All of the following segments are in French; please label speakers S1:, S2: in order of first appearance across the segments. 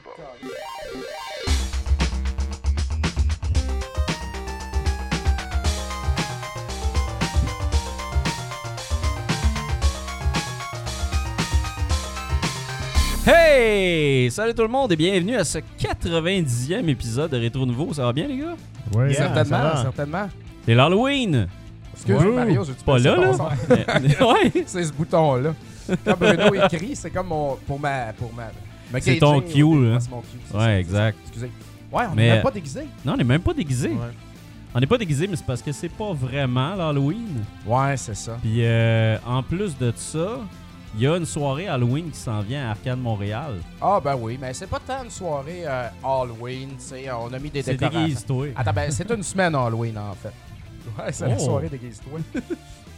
S1: pas.
S2: Hey! Salut tout le monde et bienvenue à ce 90e épisode de Rétro Nouveau. Ça va bien, les gars?
S3: Ouais,
S4: certainement,
S3: ça va.
S4: certainement.
S2: C'est l'Halloween!
S4: Excuse-moi,
S3: Ouais.
S4: Mario, je
S2: C'est pas là, là? Mais- ouais!
S4: C'est ce bouton-là. Quand Bruno écrit, c'est comme mon, pour ma. Pour ma, ma
S2: C'est ton
S4: caging,
S2: cue,
S4: au début.
S2: là.
S4: Ah, C'est mon cue. c'est ça,
S2: Ouais, exact.
S4: Excusez. Ouais, on
S2: Mais-
S4: n'est même pas déguisé.
S2: Non, on n'est même pas déguisé.
S4: Ouais,
S2: On n'est pas déguisé, mais c'est parce que c'est pas vraiment l'Halloween.
S4: c'est ça.
S2: Puis euh, en plus de ça, il y a une soirée Halloween qui s'en vient à Arcade Montréal.
S4: Ah, ben oui, mais c'est pas tant une soirée euh, Halloween, tu sais. On a mis des
S2: C'est
S4: décorations.
S2: déguise, toi.
S4: Attends, ben, c'est une semaine Halloween, en fait. Ouais, c'est
S2: Oh.
S4: la soirée déguise-toi.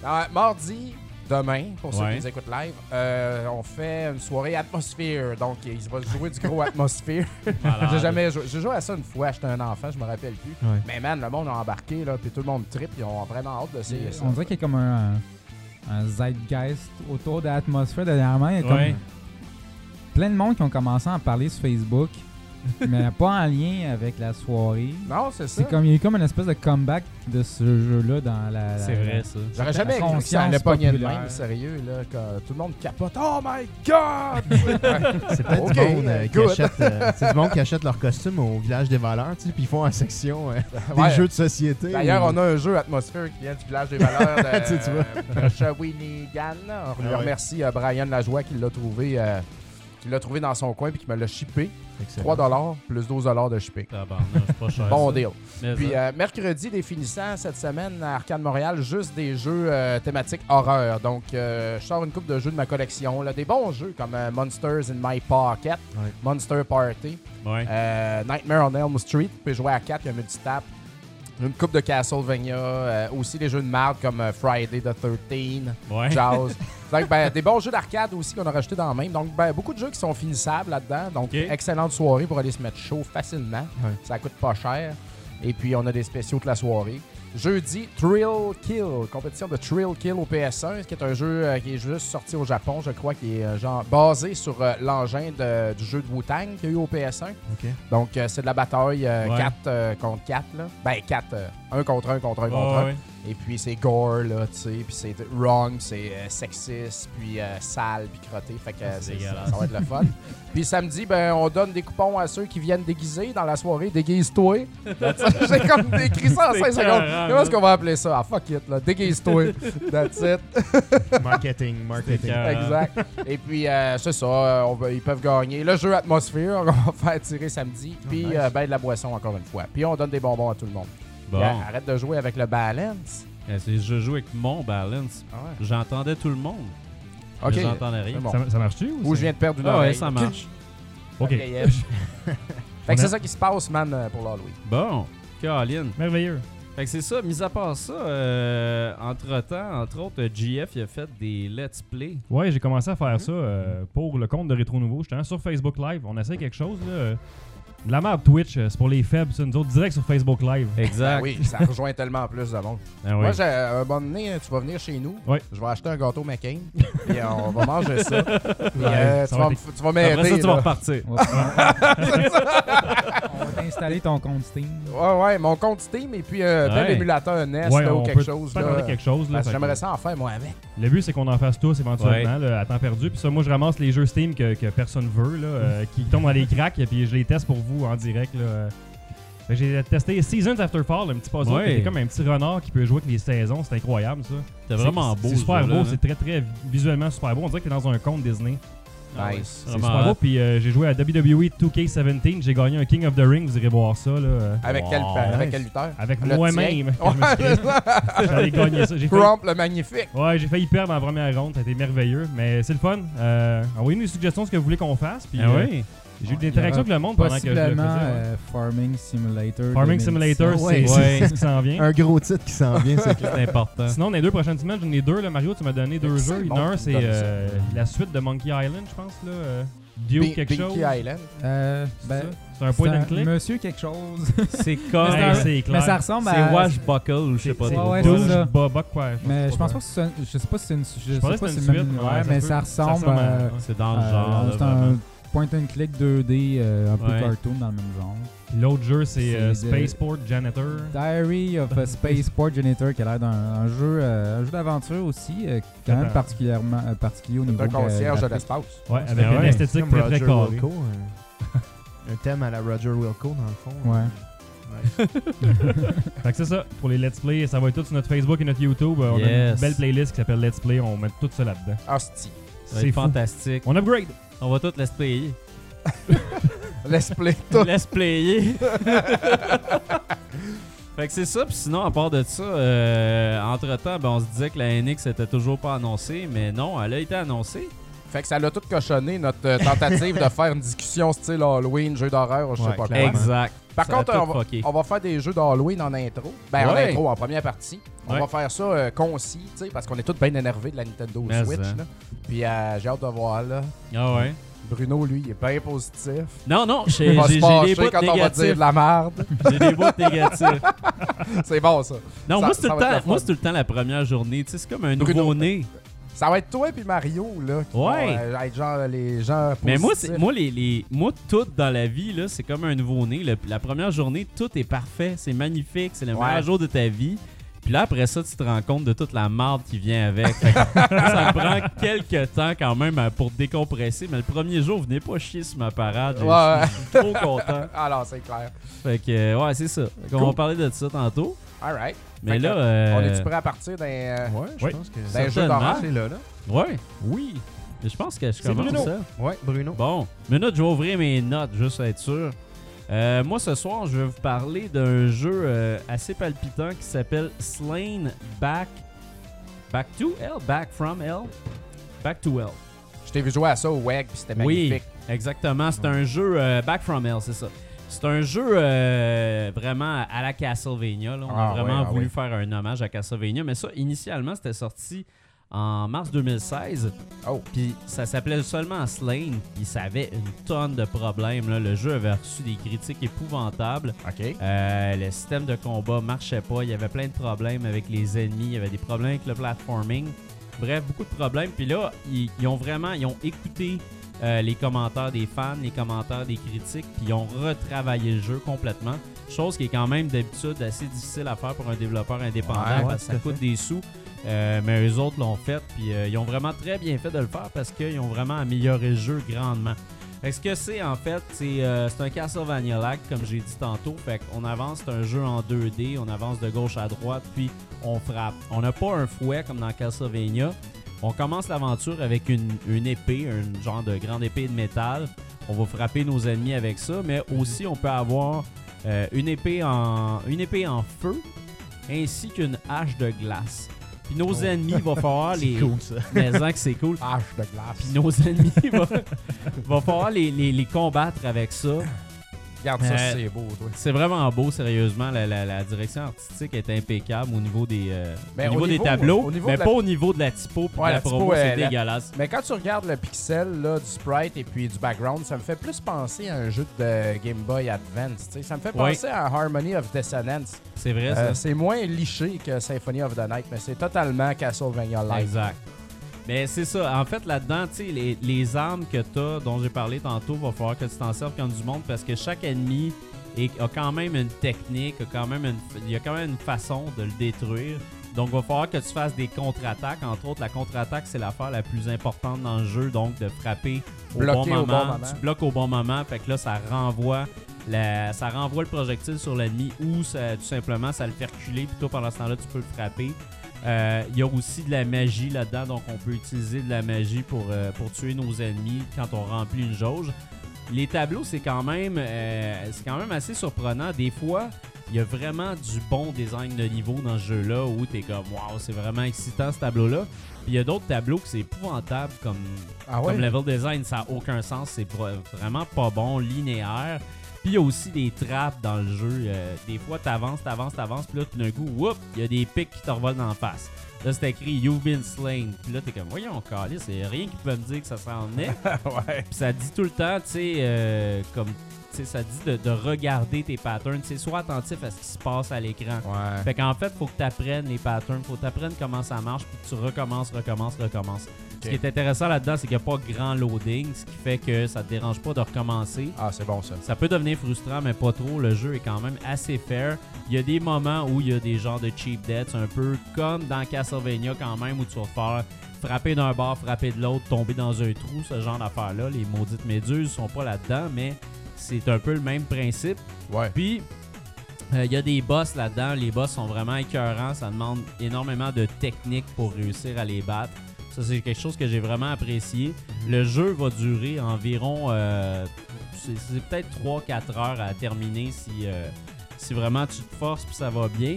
S4: Euh, mardi, demain, pour ceux
S2: Ouais.
S4: qui nous écoutent live, euh, on fait une soirée atmosphère. Donc, il va se jouer du gros atmosphère.
S2: Malade.
S4: J'ai jamais joué. J'ai joué à ça une fois, j'étais un enfant, je me rappelle plus.
S3: Ouais.
S4: Mais man, le monde a embarqué, là, puis tout le monde trip, ils ont vraiment hâte d'essayer ça.
S3: Euh, On dirait qu'il y a comme un, un zeitgeist autour de l'atmosphère dernièrement. Il y a comme
S2: Ouais.
S3: plein de monde qui ont commencé à en parler sur Facebook, mais pas en lien avec la soirée.
S4: Non, c'est ça.
S3: C'est comme il y a eu comme une espèce de comeback de ce jeu-là dans la. la-
S2: C'est vrai, ça.
S4: J'aurais jamais
S3: la
S4: cru que ça allait
S3: conscience
S4: pogner de
S3: populaire.
S4: même, sérieux, là, que tout le monde capote. Oh my god!
S5: C'est peut-être
S4: Ok,
S5: du monde euh, qui
S4: good.
S5: achète, euh, c'est du monde qui achète leur costume au village des valeurs, tu sais, puis ils font en section euh,
S4: Ouais.
S5: des jeux de société.
S4: D'ailleurs,
S5: ou-
S4: on a un jeu atmosphère qui vient du village des valeurs
S5: Hmm. Tu sais, tu
S4: de, de Shawinigan. On lui
S5: Ah ouais.
S4: remercie euh, Brian Lajoie qui l'a trouvé. euh, qui l'a trouvé dans son coin puis qui me l'a shippé.
S5: Excellent.
S4: 3$ plus 12$ de shippé.
S2: Tabarnak, c'est pas cher.
S4: Bon
S2: ça.
S4: deal.
S2: Mais
S4: Puis
S2: ça.
S4: euh, mercredi, des finissants cette semaine à Arcade Montréal, juste des jeux euh, thématiques horreur. Donc, euh, je sors une coupe de jeux de ma collection. Là, des bons jeux comme euh, Monsters in My Pocket,
S5: Ouais.
S4: Monster Party,
S2: Ouais.
S4: euh, Nightmare on Elm Street. Tu peux jouer à 4, il y a un multitap. Une coupe de Castlevania. euh, aussi des jeux de marde comme euh, Friday the 13,
S2: ouais.
S4: Jaws. Donc, ben, des bons jeux d'arcade aussi qu'on a rajoutés dans le même. Donc, ben, beaucoup de jeux qui sont finissables là-dedans. Donc,
S2: Ok.
S4: excellente soirée pour aller se mettre chaud facilement.
S5: Ouais.
S4: Ça coûte pas cher. Et puis, on a des spéciaux de la soirée. Jeudi, Thrill Kill, compétition de Thrill Kill au PS1, qui est un jeu euh, qui est juste sorti au Japon, je crois, qui est euh, genre basé sur euh, l'engin de- du jeu de Wu-Tang qu'il y a eu au PS1.
S5: Ok.
S4: Donc, euh, c'est de la bataille
S2: Ouais.
S4: 4 contre 4. Là. Ben, 4, 1 contre 1 contre 1 contre 1.
S2: Ouais, ouais.
S4: Et puis c'est gore, là, tu sais, puis c'est wrong, puis c'est euh, sexiste, puis euh, sale, puis crotté. Fait que
S2: Ah,
S4: euh,
S2: c'est
S4: c'est- ça,
S2: dégueulasse.
S4: ça va être le fun. puis samedi, ben, on donne des coupons à ceux qui viennent déguisés dans la soirée. Déguise-toi. J'ai comme décrit ça en
S2: C'est
S4: 5 secondes.
S2: écœurant,
S4: Comment est-ce
S2: là.
S4: qu'on va appeler ça? Ah, fuck it, là. Déguise-toi. That's it.
S5: Marketing, marketing.
S2: C'est écœurant.
S4: Exact. Et puis, euh, c'est ça. euh, on va- ils peuvent gagner le jeu Atmosphère. On va faire tirer samedi.
S2: Ah,
S4: Puis,
S5: nice.
S4: euh, ben, de la boisson encore une fois. Puis, on donne des bonbons à tout le monde.
S2: Bon.
S4: Puis, euh, Arrête de jouer avec le balance.
S2: Eh, c'est- Je joue avec mon balance.
S4: Ah
S2: J'entendais tout le monde.
S4: Ok.
S2: Mais J'entendais rien.
S4: C'est bon.
S6: Ça, ça marche-tu ou
S4: Ou
S6: c'est-
S4: je viens de perdre une
S2: Ah ouais,
S4: oreille.
S2: ça marche.
S6: Ok,
S4: Ok, yeah. fait que c'est ça qui se passe, man, euh, pour l'Halloween.
S2: Bon. Caroline.
S6: merveilleux.
S2: Fait que c'est ça, mis à part ça, euh, entre-temps, entre autres, euh, GF, il a fait des let's play. Mhm.
S6: Ouais, j'ai commencé à faire ça euh, pour le compte de Rétro Nouveau. J'étais sur Facebook Live. On essaie quelque chose, là. euh, de la map Twitch, euh, c'est pour les faibles, ça. Nous autres, direct sur Facebook Live.
S2: Exact.
S4: Ah oui, ça rejoint tellement plus de monde.
S2: Ah oui.
S4: Moi, j'ai, à un moment donné, tu vas venir chez nous.
S6: Ouais.
S4: Je vais acheter un gâteau McCain. puis euh, on va manger ça. Puis, euh,
S6: Ouais,
S4: tu,
S6: ça
S4: vas
S6: va
S4: me-
S6: être-
S4: tu vas
S2: Après ça,
S4: m'aider.
S2: tu vas
S4: là.
S2: repartir.
S3: On va prendre- on va t'installer ton compte Steam.
S4: Ouais, ouais, mon compte Steam et puis euh, bel
S2: Ouais.
S4: émulateur NES
S6: ouais,
S4: là, ou
S6: on
S4: quelque
S6: peut
S4: chose.
S6: faire
S4: là.
S6: demander quelque chose, là.
S4: Parce que
S6: fait que-
S4: J'aimerais ça en faire, moi, avec.
S6: Le but, c'est qu'on en fasse tous éventuellement, là, à temps perdu. Puis ça, moi, je ramasse les jeux Steam que, que personne veut, là, euh, qui tombent dans les cracks, et puis je les teste pour vous en direct, là. euh. Fait que J'ai testé Seasons After Fall, un petit puzzle.
S2: Ouais.
S6: qui était comme un petit renard qui peut jouer avec les saisons. C'est incroyable, ça.
S2: C'est vraiment
S6: C'est-
S2: beau.
S6: C'est
S2: ce
S6: super
S2: jeu-là,
S6: beau,
S2: hein.
S6: c'est très très visuellement super beau. On dirait que t'es dans un conte Disney.
S2: Ah ouais,
S4: Nice.
S2: c'est
S6: C'est
S2: vraiment
S6: super beau.
S2: hot.
S6: Puis euh, j'ai joué à WWE 2K17, j'ai gagné un King of the Ring, vous irez voir ça là. euh,
S4: Avec,
S2: Wow,
S4: quel, avec
S5: nice.
S4: quel lutteur?
S6: Avec
S4: Le
S6: moi-même.
S4: tien. Ouais, c'est ça.
S6: J'allais gagner ça. J'ai failli-
S4: Crump le magnifique.
S6: Ouais, j'ai failli perdre en première ronde, ça a été merveilleux, mais c'est le fun. Euh, Envoyez-nous des suggestions de ce que vous voulez qu'on fasse. Puis
S2: Ah
S6: euh,
S2: oui.
S6: j'ai eu
S3: Il
S6: des
S3: y
S6: interactions
S3: aura
S6: avec le monde pendant que je le faisais.
S3: Possiblement
S6: ouais.
S3: euh, Farming Simulator.
S6: Farming
S3: 2017.
S6: Simulator, c'est
S5: Ouais.
S6: c'est-
S2: Ah Ouais.
S6: c'est ce qui s'en vient.
S5: Un gros titre qui s'en vient, c'est clair.
S2: C'est important.
S6: Sinon, dans les deux prochaines semaines, j'en ai deux. Là, Mario, tu m'as donné deux
S4: C'est
S6: jeux. Il y
S4: bon
S6: en a un,
S4: que tu
S6: c'est
S4: me donnes ça.
S6: euh, la suite de Monkey Island, je pense. là. euh, Duke
S4: Pin-
S6: quelque chose.
S4: Pinky Island.
S3: Euh,
S6: C'est
S3: ben,
S6: ça? c'est un point
S3: c'est
S6: and
S3: un
S6: click.
S3: Monsieur quelque chose.
S2: C'est
S3: Mais
S2: comme.
S3: c'est un-
S6: Hey, c'est clair.
S3: Mais ça ressemble à.
S2: C'est Wash Buckle ou je sais pas
S3: ben, c'est-
S2: trop.
S3: ouais,
S2: quoi,
S3: c'est
S2: là.
S3: ça.
S6: Boba quoi.
S3: Mais je pense pas que c'est un- Je sais pas si c'est une. Je sais
S6: pensais
S3: pas
S6: que
S3: si
S6: c'était
S3: c'est
S6: une
S3: même-
S6: suite,
S3: Ouais,
S6: ouais, ça
S3: mais
S6: se
S3: ça
S6: peut. Ça
S3: ressemble.
S6: ressemble à-
S3: euh,
S2: C'est dans le
S3: euh,
S2: genre. là,
S3: C'est un
S2: vraiment.
S3: point and click 2D euh, un peu
S2: Ouais.
S3: cartoon dans le même genre.
S6: Puis L'autre jeu, c'est
S3: C'est
S6: euh,
S3: de-
S6: Spaceport Janitor.
S3: Diary of a Spaceport Janitor qui a l'air d'un un jeu, euh, un jeu d'aventure aussi, euh, quand même
S6: Attends.
S3: particulièrement euh, particulier au
S4: C'est
S3: niveau
S4: un
S2: euh,
S4: concierge de
S3: graphique.
S4: l'espace.
S6: Ouais,
S5: C'est
S6: avec
S5: vrai.
S6: une
S5: C'est
S6: esthétique
S5: comme
S6: très très
S5: Roger
S6: carrée.
S5: Wilco, euh, Un thème à la Roger Wilco, dans le fond. euh,
S3: Ouais.
S5: Ouais.
S6: Fait que c'est ça, pour les Let's Play, ça va être tout sur notre Facebook et notre YouTube. Euh, On a une
S2: Yes.
S6: belle playlist qui s'appelle Let's Play, on met tout ça là-dedans.
S4: Hostie.
S6: C'est
S2: C'est
S6: fou.
S2: fantastique.
S6: On upgrade!
S2: On va tout l'esplayer.
S4: Let's play tout.
S2: Laisse player. fait que c'est ça. Puis sinon, à part de ça, euh, entre-temps, ben, on se disait que la NX était toujours pas annoncée. Mais non, elle a été annoncée.
S4: Fait que ça l'a tout cochonné, notre euh, tentative de faire une discussion style Halloween, jeu d'horreur, je sais
S5: Ouais,
S4: pas quoi.
S5: clairement.
S2: Exact.
S4: Par
S2: Ça a
S4: contre,
S2: tout
S4: on va,
S2: fucké.
S4: on va faire des jeux d'Halloween en intro. Ben, en
S2: Ouais.
S4: intro, en première partie. On
S2: Ouais.
S4: va faire ça euh, concis, tu sais, parce qu'on est tous bien énervés de la Nintendo
S2: Mais
S4: Switch.
S2: hein.
S4: là. Puis euh, j'ai hâte de voir, là.
S2: Ah ouais.
S4: Bruno, lui, il est bien positif.
S2: Non, non,
S4: Il
S2: j'ai
S4: va
S2: j'ai-
S4: se
S2: j'ai des
S4: fâcher
S2: bouts
S4: quand on va dire
S2: négatifs.
S4: de la merde.
S2: J'ai des bouts négatifs.
S4: C'est bon, ça.
S2: Non,
S4: Ça-
S2: moi, c'est tout,
S4: ça
S2: le
S4: va être
S2: temps-
S4: le fun.
S2: moi, c'est tout le temps la première journée. Tu sais, c'est comme un
S4: Bruno.
S2: nouveau-né.
S4: Ça va être toi puis Mario, là. qui
S2: Ouais.
S4: vont, euh, être genre les gens positifs.
S2: Mais moi, c'est- moi, les, les- moi, tout dans la vie, là, c'est comme un nouveau-né. Le- La première journée, tout est parfait, c'est magnifique, c'est le
S4: Ouais.
S2: meilleur jour de ta vie. Puis là, après ça, tu te rends compte de toute la marde qui vient avec. Fait que ça prend quelques temps quand même à- pour décompresser. Mais le premier jour, venez pas chier sur ma parade. Je-
S4: Ouais.
S2: Je suis trop content.
S4: Alors, c'est clair.
S2: Fait que, euh, ouais, c'est ça. Fait qu'on
S4: Cool.
S2: va parler de ça tantôt.
S4: All right.
S2: Mais
S4: Fait que,
S2: là. euh,
S4: On est-tu prêt à partir d'un. euh,
S5: Ouais, je
S6: Oui.
S5: pense que
S4: d'un jeu
S2: certainement.
S4: d'horreur?
S5: c'est là, là.
S2: Ouais. Oui. Mais je pense que je
S6: C'est
S2: commence hein.
S6: Bruno.
S2: ça.
S5: Ouais, Bruno.
S2: Bon, minute, je vais ouvrir mes notes, juste à être sûr. Euh, moi, ce soir, je vais vous parler d'un jeu euh, assez palpitant qui s'appelle Slain Back... Back to Hell? Back from Hell? Back to Hell.
S4: Je t'ai vu jouer à ça au WEG, puis c'était magnifique.
S2: Oui, exactement. C'est un jeu euh, Back from Hell, c'est ça. C'est un jeu euh, vraiment à la Castlevania. là. On
S4: Ah
S2: a vraiment
S4: ouais, ah
S2: voulu
S4: ouais.
S2: faire un hommage à Castlevania, mais ça, initialement, c'était sorti en mars 2016.
S4: Oh.
S2: Puis ça s'appelait seulement Slain. Puis ça avait une tonne de problèmes. là. Le jeu avait reçu des critiques épouvantables.
S4: OK.
S2: Euh, le système de combat marchait pas. Il y avait plein de problèmes avec les ennemis. Il y avait des problèmes avec le platforming. Bref, beaucoup de problèmes. Puis là, ils, ils ont vraiment ils ont écouté euh, les commentaires des fans, les commentaires des critiques, puis ils ont retravaillé le jeu complètement. Chose qui est quand même d'habitude assez difficile à faire pour un développeur indépendant
S4: Ouais,
S2: parce que ça coûte des sous. Euh, mais eux autres l'ont fait, puis euh, ils ont vraiment très bien fait de le faire parce qu'ils ont vraiment amélioré le jeu grandement. Fait que ce que c'est en fait, c'est euh, c'est un Castlevania Lac, comme j'ai dit tantôt. Fait qu'on avance, c'est un jeu en 2D, on avance de gauche à droite, puis on frappe. On n'a pas un fouet comme dans Castlevania. On commence l'aventure avec une, une épée, un genre de grande épée de métal. On va frapper nos ennemis avec ça, mais aussi on peut avoir euh, une, épée en, une épée en feu ainsi qu'une hache de glace. Puis nos
S5: Oh.
S2: ennemis, il va falloir les.
S5: Cool, ça.
S2: Mais hein, que c'est cool.
S4: Hache de glace.
S2: Puis nos ennemis, il va, va falloir les, les- les combattre avec ça.
S4: Regarde ça,
S2: Euh,
S4: c'est beau, toi.
S2: C'est vraiment beau, sérieusement. La, la- la direction artistique est impeccable au niveau des, euh,
S4: Ben,
S2: au niveau
S4: au
S2: des
S4: niveau-
S2: tableaux,
S4: au niveau
S2: mais
S4: de la-
S2: pas au niveau de la typo puis
S4: Ouais,
S2: de la,
S4: la typo,
S2: promo, c'est
S4: elle- la-
S2: dégueulasse.
S4: Mais quand tu regardes le pixel là, du sprite et puis du background, ça me fait plus penser à un jeu de Game Boy Advance. tu sais. Ça me fait
S2: Ouais.
S4: penser à Harmony of Dissonance.
S2: C'est vrai,
S4: Euh,
S2: ça.
S4: c'est moins liché que Symphony of the Night, mais c'est totalement Castlevania Live.
S2: Exact. Mais c'est ça. En fait, là-dedans, tu sais, les, les armes que t'as, dont j'ai parlé tantôt, va falloir que tu t'en serves comme du monde parce que chaque ennemi est- a quand même une technique, a quand même une, il y a quand même une façon de le détruire. Donc, va falloir que tu fasses des contre-attaques. Entre autres, la contre-attaque, c'est l'affaire la plus importante dans le jeu. Donc, de frapper au,
S4: Bloquer
S2: bon,
S4: au
S2: moment.
S4: bon moment.
S2: Tu bloques au bon moment. Fait que là, ça renvoie, la- ça renvoie le projectile sur l'ennemi ou ça- tout simplement, ça le fait reculer. Puis toi, pendant ce temps-là, tu peux le frapper. Euh, Il y a aussi de la magie là-dedans. Donc, on peut utiliser de la magie pour, euh, pour tuer nos ennemis quand on remplit une jauge. Les tableaux, c'est quand même euh, c'est quand même assez surprenant. Des fois, il y a vraiment du bon design de niveau dans ce jeu-là où t'es comme Waouh, c'est vraiment excitant ce tableau-là. Puis il y a d'autres tableaux que c'est épouvantable comme,
S4: Ah ouais?
S2: comme level design, ça n'a aucun sens, c'est pro- vraiment pas bon, linéaire. Puis il y a aussi des trappes dans le jeu. euh, des fois, t'avances, t'avances, t'avances, puis là, tout d'un coup, whoop, il y a des pics qui te revolent en face. Là, c'est écrit You've been slain. Puis là, t'es comme, voyons, calé, c'est rien qui peut me dire que ça s'en est.
S4: ouais.
S2: Puis ça dit tout le temps, tu sais, euh, comme tu sais, ça dit de, de regarder tes patterns. Tu sais, sois attentif à ce qui se passe à l'écran.
S4: Ouais.
S2: Fait qu'en fait, faut que tu apprennes les patterns, faut que tu apprennes comment ça marche, puis que tu recommences, recommences, recommences. Ce qui est intéressant là-dedans, c'est qu'il n'y a pas grand loading, ce qui fait que ça te dérange pas de recommencer.
S4: Ah, c'est bon ça.
S2: Ça peut devenir frustrant, mais pas trop. Le jeu est quand même assez fair. Il y a des moments où il y a des genres de cheap debts, un peu comme dans Castlevania quand même, où tu vas te faire frapper d'un bord, frapper de l'autre, tomber dans un trou, ce genre d'affaires-là. Les maudites méduses sont pas là-dedans, mais c'est un peu le même principe.
S4: Ouais.
S2: Puis, euh, il y a des boss là-dedans. Les boss sont vraiment écœurants. Ça demande énormément de technique pour réussir à les battre. Ça, c'est quelque chose que j'ai vraiment apprécié. Le jeu va durer environ. euh, c'est c'est peut-être 3-4 heures à terminer si, euh, si vraiment tu te forces et ça va bien.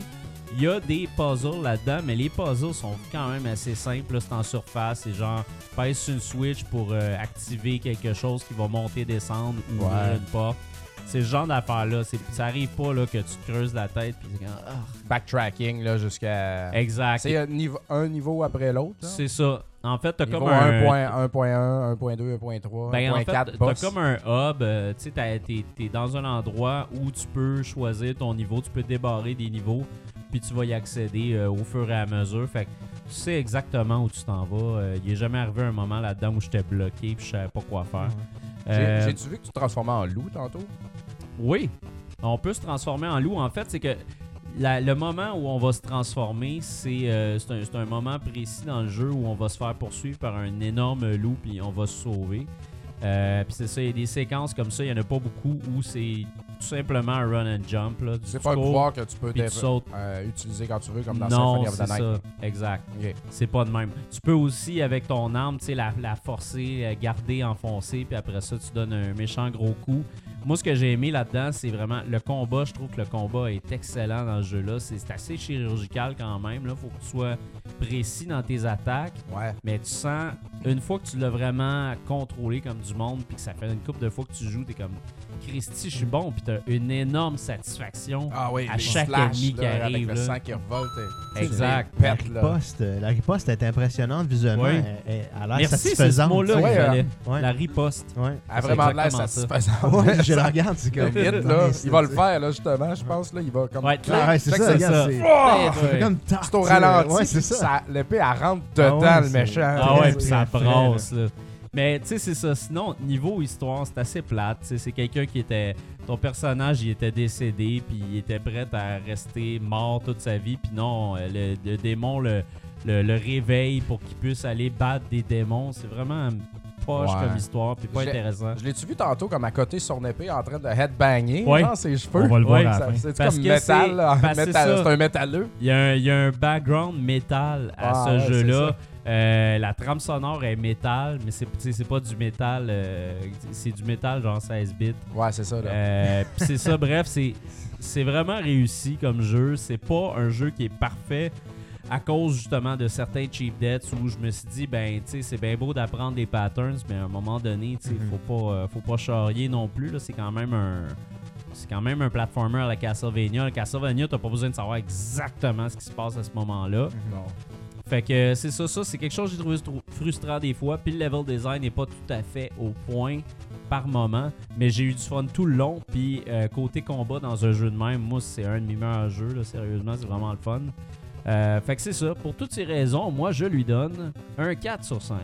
S2: Il y a des puzzles là-dedans, mais les puzzles sont quand même assez simples. là. C'est en surface. C'est genre, pèse sur une switch pour euh, activer quelque chose qui va monter, descendre ou
S4: Ouais.
S2: ouvrir une porte. C'est ce genre d'affaire-là. C'est- Ça arrive pas là, que tu te creuses la tête. Puis c'est comme, ah.
S4: Backtracking, là, jusqu'à.
S2: Exact.
S4: C'est un niveau, un niveau après l'autre. là?
S2: C'est ça. En fait, t'as
S4: Niveau
S2: comme un.
S4: 1.1, 1.1, 1.2, 1.3,
S2: Ben, en fait,
S4: 1.4
S2: t'as
S4: boss.
S2: comme un hub, euh, tu sais, t'as- t'es t'es dans un endroit où tu peux choisir ton niveau, tu peux débarrer des niveaux, puis tu vas y accéder euh, au fur et à mesure. Fait que tu sais exactement où tu t'en vas. Euh, Il est jamais arrivé un moment là-dedans où j'étais bloqué, puis je savais pas quoi faire. Euh,
S4: J'ai- J'ai-tu vu que tu te transformais en loup tantôt?
S2: oui, on peut se transformer en loup. En fait, c'est que la- le moment où on va se transformer, c'est euh, c'est un, c'est un moment précis dans le jeu où on va se faire poursuivre par un énorme loup puis on va se sauver. Euh, puis c'est ça, il y a des séquences comme ça, il n'y en a pas beaucoup où c'est tout simplement un run and jump. là. Tu
S4: C'est pas un
S2: cours,
S4: pouvoir que tu peux
S2: puis tu
S4: dé-
S2: sautes.
S4: euh, utiliser quand tu veux, comme dans
S2: Non,
S4: Symphony of
S2: c'est
S4: the
S2: ça,
S4: Night.
S2: exact.
S4: Ok.
S2: C'est pas de même. Tu peux aussi, avec ton arme, tu sais, la, la forcer, euh, garder, enfoncer, puis après ça, tu donnes un méchant gros coup. Moi, ce que j'ai aimé là-dedans, c'est vraiment le combat. Je trouve que le combat est excellent dans ce jeu-là. C'est c'est assez chirurgical quand même. Il faut que tu sois précis dans tes attaques.
S4: Ouais.
S2: Mais tu sens, une fois que tu l'as vraiment contrôlé comme du monde, puis que ça fait une couple de fois que tu joues, t'es comme Christy, je suis bon, puis t'as une énorme satisfaction.
S4: Ah oui,
S2: À
S4: les
S2: chaque
S4: flashs,
S2: ennemi qui
S4: là,
S2: arrive,
S4: Avec le
S2: là.
S4: sang qui revolte. et-
S2: Exact.
S4: Tu les pètes,
S5: La
S4: là.
S5: riposte, euh, la riposte est impressionnante visuellement.
S2: Oui.
S5: Elle, elle a l'air
S2: Merci, c'est ce
S5: satisfaisante.
S2: mot-là que
S5: tu
S4: Ouais,
S5: sais.
S4: hein.
S2: j'allais.
S5: Ouais.
S2: La riposte.
S5: Ouais.
S4: Elle a vraiment l'air
S2: exactement ça.
S4: satisfaisante.
S5: Ouais, je la regarde, c'est
S4: Le
S5: comme.
S4: hit, là, il va le faire, là, justement, je pense. Là, il va comme.
S2: Ouais,
S5: Ah ouais, c'est
S4: Fait que
S5: ça,
S4: c'est
S5: regarde,
S2: ça.
S5: c'est-
S4: Pouah!
S5: c'est comme tarte,
S4: C'est au
S5: tu sais,
S4: ralenti.
S5: Ouais,
S4: puis
S5: c'est ça.
S4: ça- L'épée, elle rentre
S5: Ah
S4: dedans,
S5: ouais,
S4: le
S5: c'est-
S4: méchant.
S2: Ah ouais,
S5: Ouais,
S2: puis
S5: c'est
S2: ça
S5: frais,
S2: brasse, là. Mais tu sais, c'est ça. Sinon, niveau histoire, c'est assez plate. tu sais. C'est quelqu'un qui était. Ton personnage, il était décédé, puis il était prêt à rester mort toute sa vie. Puis non, euh, le, le démon le, le, le réveille pour qu'il puisse aller battre des démons. C'est vraiment poche
S4: Ouais.
S2: comme histoire, puis pas
S4: J'ai-
S2: intéressant.
S4: Je l'ai-tu vu tantôt comme à côté son épée en train de headbanger
S2: Ouais.
S4: dans ses cheveux?
S6: On va le voir
S2: Ouais,
S6: à la
S4: Ça-
S6: fin.
S4: C'est
S2: Parce
S4: comme
S2: que c'est-
S4: métal, là, en
S2: parce que
S4: métal,
S2: c'est ça.
S4: c'est un métalleux.
S2: Il y, a un, il y a un background métal à
S4: Ah, ouais,
S2: ce
S4: c'est
S2: jeu-là. Euh, la trame sonore est métal, mais c'est tu sais, c'est pas du métal. euh, c'est du métal genre 16 bits.
S4: Ouais, c'est ça. Là.
S2: Euh, pis c'est ça, bref, c'est, c'est vraiment réussi comme jeu. C'est pas un jeu qui est parfait à cause justement de certains cheap debts où je me suis dit, ben, tu sais, c'est bien beau d'apprendre des patterns, mais à un moment donné, tu sais,
S5: Mhm.
S2: faut pas, euh, faut pas charrier non plus. Là, c'est quand même un. C'est quand même un platformer à la Castlevania. La Castlevania, t'as pas besoin de savoir exactement ce qui se passe à ce moment-là.
S4: Non.
S2: Fait que euh, c'est ça, ça, c'est quelque chose que j'ai trouvé tru- frustrant des fois. Puis le level design n'est pas tout à fait au point par moment, mais j'ai eu du fun tout le long. Puis euh, côté combat dans un jeu de même, moi, c'est un de mes meilleurs jeux, là, sérieusement, c'est vraiment le fun. Euh, fait que c'est ça, pour toutes ces raisons, moi, je lui donne un 4 sur 5.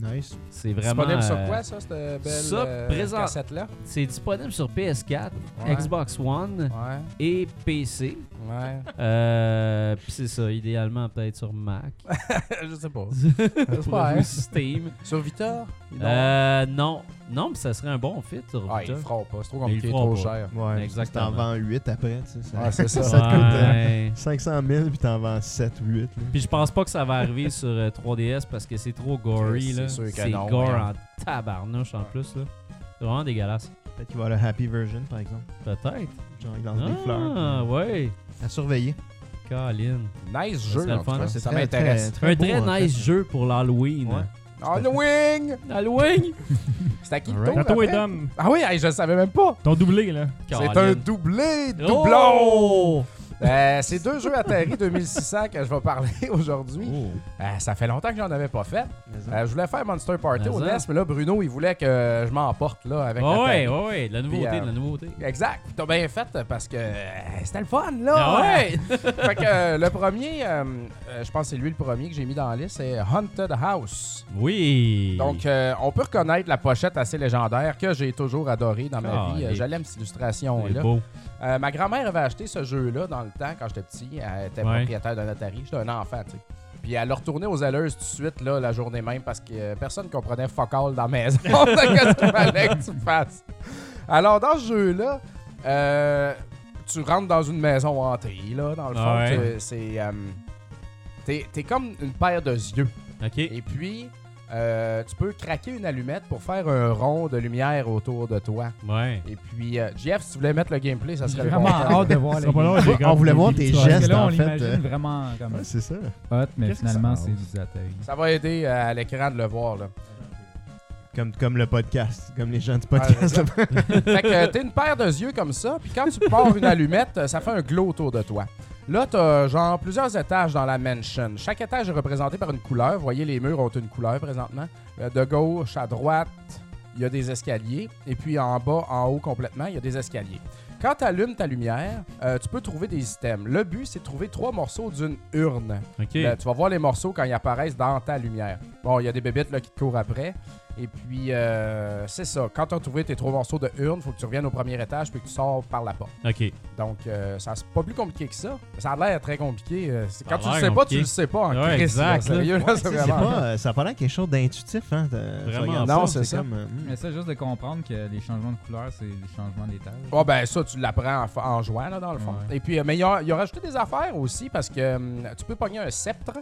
S5: Nice.
S2: C'est vraiment.
S4: Disponible sur
S2: euh,
S4: quoi, ça, cette belle
S2: ça,
S4: euh,
S2: présent-
S4: cassette-là?
S2: C'est disponible sur PS4,
S4: Ouais.
S2: Xbox One
S4: Ouais,
S2: et PC.
S4: ouais.
S2: Euh, puis c'est ça, idéalement, peut-être sur Mac.
S4: je sais pas.
S2: Pour
S4: J'espère.
S2: le Steam.
S4: Sur Vita? Ils l'ont?
S2: Euh, non. Non, mais ça serait un bon fit sur
S4: ah, ils
S2: Vita.
S4: le feront pas. C'est trop
S2: Mais ils
S4: compliqué,
S2: le feront
S4: trop
S2: pas.
S4: cher.
S5: Ouais,
S2: Exactement.
S5: T'en vends 8 après, tu sais. Ça,
S4: Ouais, c'est ça.
S5: ça te coûte euh,
S2: Ouais.
S5: 500 000 puis t'en vends 7 ou 8. là.
S2: Puis je pense pas que ça va arriver sur euh, 3DS parce que c'est trop gory.
S4: C'est
S2: là.
S4: sûr que
S2: C'est
S4: non,
S2: gore
S4: hein.
S2: en tabarnouche en plus. là. C'est vraiment dégueulasse.
S5: Peut-être qu'il va avoir le happy version, par exemple.
S2: Peut-être.
S5: Genre, il lance des fleurs.
S2: Ah, ouais.
S5: À surveiller.
S2: Colin.
S4: Nice
S2: Ça
S4: jeu,
S2: serait le
S4: en tout
S2: fun.
S4: cas.
S5: Ouais, c'est
S4: Ça
S5: très,
S4: m'intéresse.
S2: ben, Un
S5: beau, hein.
S2: très
S5: en fait.
S2: nice jeu pour l'Halloween.
S5: Ouais.
S4: On the wing!
S2: Halloween!
S4: C'est à qui
S5: Alright.
S4: le
S6: Tato
S4: tour
S6: et
S4: après?
S6: Dom,
S4: Ah oui, hey, je le savais même pas.
S2: Oh.
S6: ton doublé, là.
S4: C'est
S2: Colin.
S4: un doublé, doublon!
S2: Oh!
S4: Euh, c'est deux jeux Atari 2600 que je vais parler aujourd'hui.
S6: Oh.
S4: Euh, ça fait longtemps que j'en avais pas fait. Euh, je voulais faire Monster Party
S2: Mais
S4: au
S2: ça.
S4: NES, mais là, Bruno, il voulait que je m'emporte là avec
S2: Ah
S4: Atari.
S2: ouais, ouais, ouais, de la nouveauté,
S4: ben, Puis, euh,
S2: de la nouveauté.
S4: Exact. Puis T'as bien fait parce que euh, c'était le fun, là.
S2: Ah ouais?
S4: fait que euh, le premier, euh, euh, je pense que c'est lui le premier que j'ai mis dans la liste, c'est Haunted House.
S2: Oui.
S4: Donc, euh, on peut reconnaître la pochette assez légendaire que j'ai toujours adorée dans ma
S2: Ah,
S4: vie.
S2: il
S4: Euh,
S2: est-
S4: J'aime cette
S2: c'est
S4: illustration-là.
S2: beau.
S4: Euh, ma grand-mère avait acheté ce jeu-là dans le temps, quand j'étais petit. Elle était
S2: Ouais.
S4: propriétaire d'un Atari. J'étais un enfant, tu sais. Puis elle a retourné aux alleuses tout de suite, là, la journée même, parce que euh, personne comprenait focal dans la maison. Qu'est-ce qu'il fallait que tu fasses? Alors, dans ce jeu-là, euh, tu rentres dans une maison hantée, là, dans le fond.
S2: Ouais.
S4: Tu- C'est... euh, T'es t'es comme une paire de yeux.
S2: OK.
S4: Et puis, euh, tu peux craquer une allumette pour faire un rond de lumière autour de toi.
S2: Ouais.
S4: Et puis, euh, Jeff, si tu voulais mettre le gameplay, ça
S3: J'ai
S4: serait le
S3: vraiment
S4: bon temps.
S3: hâte de voir
S6: Ça
S3: les
S6: sera pas long,
S3: games.
S6: j'ai
S5: On voulait
S6: gagné
S5: voir
S6: des
S5: tes
S6: victoires.
S5: gestes.
S3: Parce que là,
S5: en
S3: on
S5: fait, euh,
S3: l'imagine vraiment comme
S5: Ouais, c'est ça.
S3: hot, mais
S5: qu'est-ce que
S3: finalement,
S5: ça
S3: c'est
S5: passe?
S3: du Atari.
S4: Ça va aider euh, à l'écran de le voir. Là.
S5: Comme, comme le podcast, comme les gens du podcast.
S4: Ah, fait que euh, t'es une paire de yeux comme ça, puis quand tu pars une allumette, euh, ça fait un glow autour de toi. Là, t'as genre plusieurs étages dans la mansion. Chaque étage est représenté par une couleur. Vous voyez, les murs ont une couleur présentement. Euh, De gauche à droite, il y a des escaliers. Et puis en bas, en haut complètement, il y a des escaliers. Quand tu allumes ta lumière, euh, tu peux trouver des items. Le but, c'est de trouver trois morceaux d'une urne.
S2: OK.
S4: Là, tu vas voir les morceaux quand ils apparaissent dans ta lumière. Bon, il y a des bébites là, qui te courent après. Et puis, euh, c'est ça. Quand tu as trouvé tes trois morceaux de urne, faut que tu reviennes au premier étage puis que tu sors par la porte.
S2: OK.
S4: Donc, euh, ça c'est pas plus compliqué que ça. Ça a l'air très compliqué. euh, c'est-
S2: Ça a
S4: Quand tu le sais
S2: l'air
S4: pas, tu
S2: compliqué.
S4: le sais pas en
S2: Ouais,
S4: Christ,
S2: exact,
S4: là,
S2: là.
S4: sérieux, là, c'est
S5: Tu sais, c'est
S4: vraiment-
S5: pas, euh, ça a pas l'air quelque chose d'intuitif. Hein, de- tu
S2: Vraiment
S5: regardes
S4: pas. Non, c'est ça.
S5: comme, euh, hmm.
S3: Mais ça, juste de comprendre que les changements de couleur, c'est les changements d'étage.
S4: Ouais, ben ça, tu l'apprends en, fa- en jouant, là, dans le fond.
S3: Ouais.
S4: Et puis, euh, mais il y a, il y a rajouté des affaires aussi parce que hum, tu peux pogner un sceptre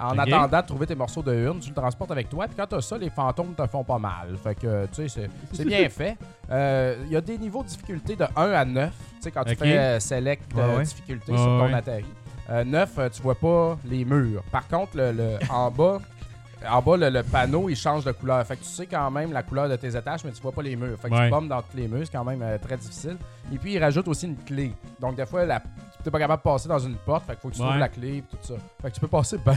S4: en
S2: Ok.
S4: attendant de trouver tes morceaux de urne. Tu le transportes avec toi. Puis quand t'as ça, les fantômes te font pas mal. Fait que, tu sais, c'est- c'est bien fait. Euh, Il y a des niveaux de difficulté de 1 à 9. Tu sais, quand tu
S2: Ok.
S4: fais euh, select euh,
S5: Ouais, ouais.
S4: difficulté
S2: Ouais,
S4: sur ton
S2: ouais.
S4: Atari. Euh, 9, euh, tu vois pas les murs. Par contre, le, le- en bas. En bas, le, le panneau, il change de couleur. Fait que tu sais quand même la couleur de tes attaches, mais tu vois pas les murs. Fait que
S2: Ouais.
S4: tu bombes dans tous les murs, c'est quand même euh, très difficile. Et puis, il rajoute aussi une clé. Donc, des fois, la... tu n'es pas capable de passer dans une porte. Fait qu'il faut que tu
S2: Ouais.
S4: trouves la clé et tout ça. Fait que tu peux passer bien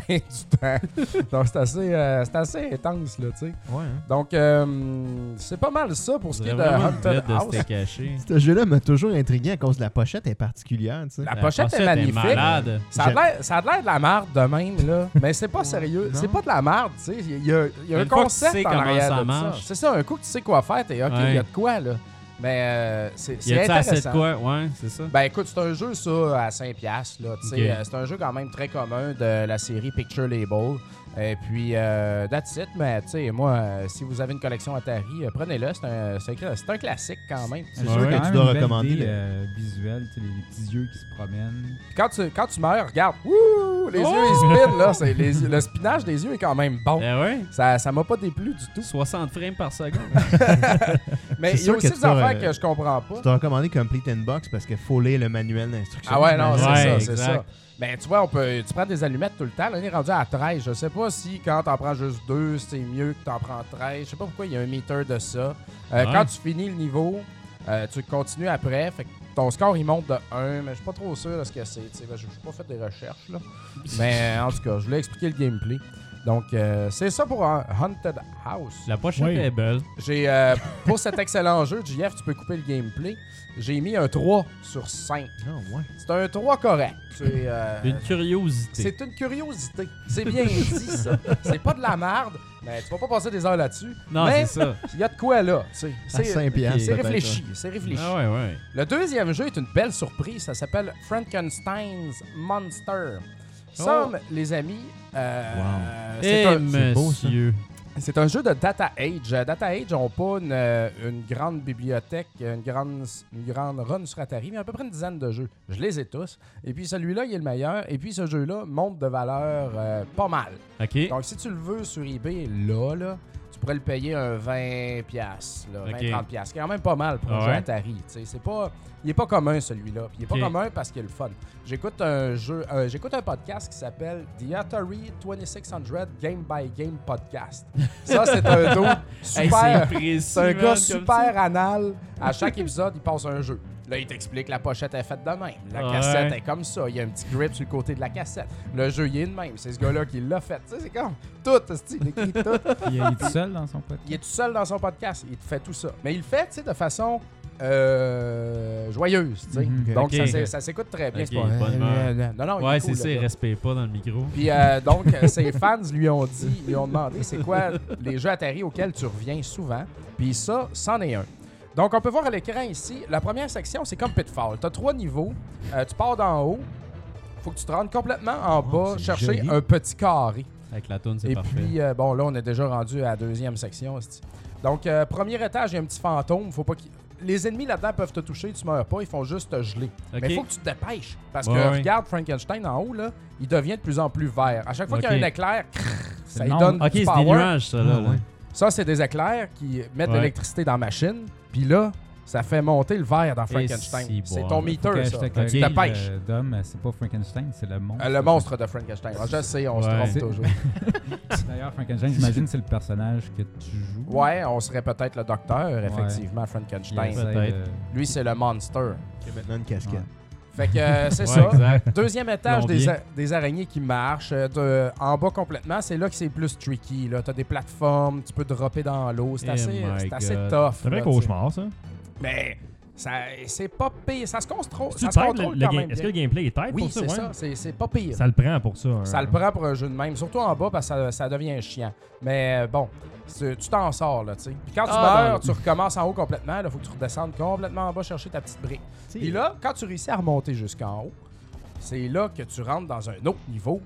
S4: du temps. Donc, c'est assez, euh, c'est assez intense, là, tu sais.
S5: Ouais, hein.
S4: Donc, euh, c'est pas mal ça pour ce qui est de
S2: Vraiment une
S4: Haunted
S2: vedette de
S4: House.
S2: c'était caché.
S5: Ce jeu-là m'a toujours intrigué à cause de la pochette est particulière. tu sais.
S4: La pochette est magnifique.
S2: malade.
S4: ça a de l'air- ça a de l'air de la merde de même, là. Mais c'est pas sérieux.
S5: Non.
S4: C'est pas de la merde, tu sais. Il y a, il y a
S2: Une
S4: un
S2: fois que tu
S4: concept
S2: sais
S4: en
S2: comment
S4: arrière
S2: ça
S4: de
S2: marche.
S4: C'est ça, un coup que tu sais quoi faire, t'es OK, il y a de quoi, là. Mais euh, c'est
S2: Y
S4: c'est
S2: a-tu assez de
S4: intéressant.
S2: quoi? Ouais, c'est ça.
S4: Ben écoute, c'est un jeu ça à 5 piastres, là, tu sais,
S2: Ok.
S4: euh, c'est un jeu quand même très commun de la série Picture Label. Et puis euh, that's it, mais tu sais moi euh, si vous avez une collection Atari, euh, prenez-le, c'est un c'est un- c'est un classique quand même.
S2: Ouais,
S3: C'est sûr
S2: ouais.
S3: quand
S5: Tu
S3: même
S5: dois
S3: une belle
S5: recommander
S3: idée,
S5: le-
S3: euh, visuelle, tu sais, les petits yeux qui se promènent.
S4: Quand tu quand tu meurs, regarde, wouh,
S2: Oh!
S4: les yeux ils spinent là, c'est les- le spinage des yeux est quand même bon.
S2: Ben ouais.
S4: Ça ça m'a pas déplu du tout.
S2: 60 frames par seconde.
S4: Mais il
S5: C'est
S4: y a
S5: sûr
S4: aussi
S5: que
S4: des
S5: tu vas,
S4: affaires
S5: euh,
S4: que je comprends pas.
S5: Je te recommandé Complete Inbox parce qu'il faut lire le manuel d'instruction.
S4: Ah ouais, non, c'est
S2: Ouais,
S4: ça, c'est
S2: exact.
S4: ça. Ben, tu vois, on peut, tu prends des allumettes tout le temps. Là, on est rendu à 13. Je sais pas si quand t'en prends juste deux, c'est mieux que t'en prends 13. Je sais pas pourquoi il y a un meter de ça. Euh,
S2: Ouais.
S4: Quand tu finis le niveau, euh, tu continues après. Fait que ton score, il monte de 1, mais je suis pas trop sûr de ce que c'est. tu sais. Ben, j'ai j'ai pas fait des recherches, là. mais en tout cas, je voulais expliquer le gameplay. Donc, euh, c'est ça pour un Haunted House.
S2: La pochette
S6: Oui.
S2: est belle.
S4: J'ai euh, Pour cet excellent jeu, JF, tu peux couper le gameplay. J'ai mis un 3 sur 5.
S5: Non, ouais.
S4: C'est un 3 correct. C'est euh,
S2: Ah, Une curiosité.
S4: c'est une curiosité. C'est bien dit, ça. C'est pas de la merde, mais tu vas pas passer des heures là-dessus.
S2: Non,
S4: Mais-
S2: c'est ça.
S4: Il y a de quoi là. tu sais.
S5: À
S4: C'est
S5: 5 piastres,
S4: c'est
S5: peut-être,
S4: réfléchi. C'est réfléchi.
S2: Ah ouais, ouais.
S4: Le deuxième jeu est une belle surprise. Ça s'appelle Frankenstein's Monster.
S2: Oh.
S4: Ça, les amis, euh,
S5: Wow.
S4: c'est
S2: Eh,
S4: un-
S5: c'est beau, ça.
S2: monsieur.
S4: c'est un jeu de Data Age. Euh, Data Age n'ont pas une, euh, une grande bibliothèque, une grande, une grande run sur Atari, mais à peu près une dizaine de jeux. Je les ai tous. Et puis celui-là, il est le meilleur. Et puis ce jeu-là monte de valeur euh, pas mal.
S2: OK.
S4: Donc si tu le veux sur eBay, là, là tu pourrais le payer un 20$, piastres, là,
S2: Ok.
S4: 20-30$. piastres. C'est quand même pas mal pour un
S2: Ah
S4: jeu
S2: ouais?
S4: Atari. tu sais. C'est pas, il est pas commun celui-là. Puis Il est
S2: Ok.
S4: pas commun parce qu'il est le fun. J'écoute un jeu, euh, j'écoute un podcast qui s'appelle The Atari 2600 Game by Game Podcast. Ça, c'est un dos
S2: Hey,
S4: super.
S2: précis,
S4: C'est un
S2: man,
S4: gars
S2: comme ça.
S4: super anal. À chaque épisode, il passe un jeu. Là, il t'explique la pochette est faite de même. La
S6: Ouais.
S4: cassette est comme ça. Il y a un petit grip sur le côté de la cassette. Le jeu, il est de même. C'est ce gars-là qui l'a fait. Tu sais, c'est comme tout. hostie, Il écrit tout.
S3: Il est tout seul dans son podcast.
S4: Il est tout seul dans son podcast. Il te fait tout ça. Mais il le fait, tu sais, de façon euh, joyeuse, tu sais.
S3: Mhm.
S4: Donc,
S2: Ok.
S4: ça s'é- ça s'écoute très bien.
S2: Ok,
S4: c'est pas-
S2: bonne humeur.
S4: Non, non, il est
S2: Ouais,
S4: cool,
S2: c'est ça,
S4: le
S2: il
S4: gars.
S2: respecte pas dans le micro.
S4: Puis euh, donc, ses fans lui ont dit, lui ont demandé c'est quoi les jeux Atari auxquels tu reviens souvent. Puis ça, c'en est un. Donc, on peut voir à l'écran ici, la première section, c'est comme Pitfall. Tu as trois niveaux. Euh, tu pars d'en haut. faut que tu te rendes complètement en
S5: Oh,
S4: bas,
S5: c'est
S4: chercher
S5: joli.
S4: un petit carré.
S2: Avec la toune, c'est
S4: Et
S2: parfait.
S4: puis, euh, bon, là, on est déjà rendu à la deuxième section. c'est-tu. Donc, euh, premier étage, il y a un petit fantôme. Faut pas qu'il- Les ennemis là-dedans peuvent te toucher, tu meurs pas, ils font juste te geler.
S2: Ok.
S4: Mais il faut que tu te dépêches. Parce
S2: Ouais,
S4: que
S2: ouais.
S4: regarde Frankenstein en haut, là, il devient de plus en plus vert. À chaque fois qu'il y
S2: Ok.
S4: a un éclair, crrr, ça lui
S3: long.
S4: donne
S2: ok,
S4: euh, du
S2: c'est
S4: power.
S2: des nuages, ça, là.
S5: Ah,
S2: là.
S5: ouais.
S4: Ça, c'est des éclairs qui mettent de
S2: Ouais.
S4: l'électricité dans la machine. Puis là, ça fait monter le vert dans
S2: Et
S4: Frankenstein.
S2: si
S4: C'est
S2: bon.
S4: ton
S2: Faut
S3: Faut que
S4: meter,
S3: euh, je
S4: ça.
S3: te
S4: tu
S3: corrige,
S4: te pêches.
S3: euh, Dom, c'est pas Frankenstein, c'est le monstre.
S4: Euh, Le monstre de Frankenstein. Ah, Je sais, on
S2: euh, Ouais.
S4: se
S3: C'est-
S4: trompe toujours.
S3: D'ailleurs, Frankenstein, j'imagine, c'est le personnage que tu joues.
S4: Ouais, on serait peut-être le docteur, effectivement, Frankenstein.
S3: Il essaie
S2: Peut-être.
S3: de-
S4: Lui, c'est le monster.
S5: J'ai maintenant une casquette.
S4: Fait que euh, c'est
S2: Ouais,
S4: ça.
S2: exact.
S4: Deuxième étage des,
S2: Plombier.
S4: a- des araignées qui marchent. euh, de- en bas complètement, c'est là que c'est plus tricky. Là. T'as des plateformes, tu peux dropper dans l'eau. C'est
S2: Eh
S4: assez,
S6: Oh
S2: my
S4: c'est assez
S2: God.
S4: tough.
S6: C'est un vrai
S4: là, tu sais.
S6: cauchemar, ça.
S4: Mais ça, c'est pas pire. Ça se contrôle.
S6: Est-ce
S4: Ça
S6: que
S4: se
S6: tu têtes, le-
S4: contrôle
S6: le
S4: quand
S6: game-
S4: même
S6: est-ce que le
S4: bien.
S6: gameplay est tête
S4: Oui,
S6: pour ça?
S4: c'est
S6: ouais?
S4: ça. C'est, c'est pas pire.
S6: Ça le prend pour ça. hein.
S4: Ça le prend pour un jeu de même. Surtout en bas, parce que ça, ça devient chiant. Mais euh, bon, c'est- tu t'en sors, là, tu sais. Puis quand tu
S2: Ah,
S4: meurs,
S2: ben-
S4: tu recommences en haut complètement. Il faut que tu redescendes complètement en bas chercher ta petite brique. Et là, quand tu réussis à remonter jusqu'en haut, c'est là que tu rentres dans un autre niveau.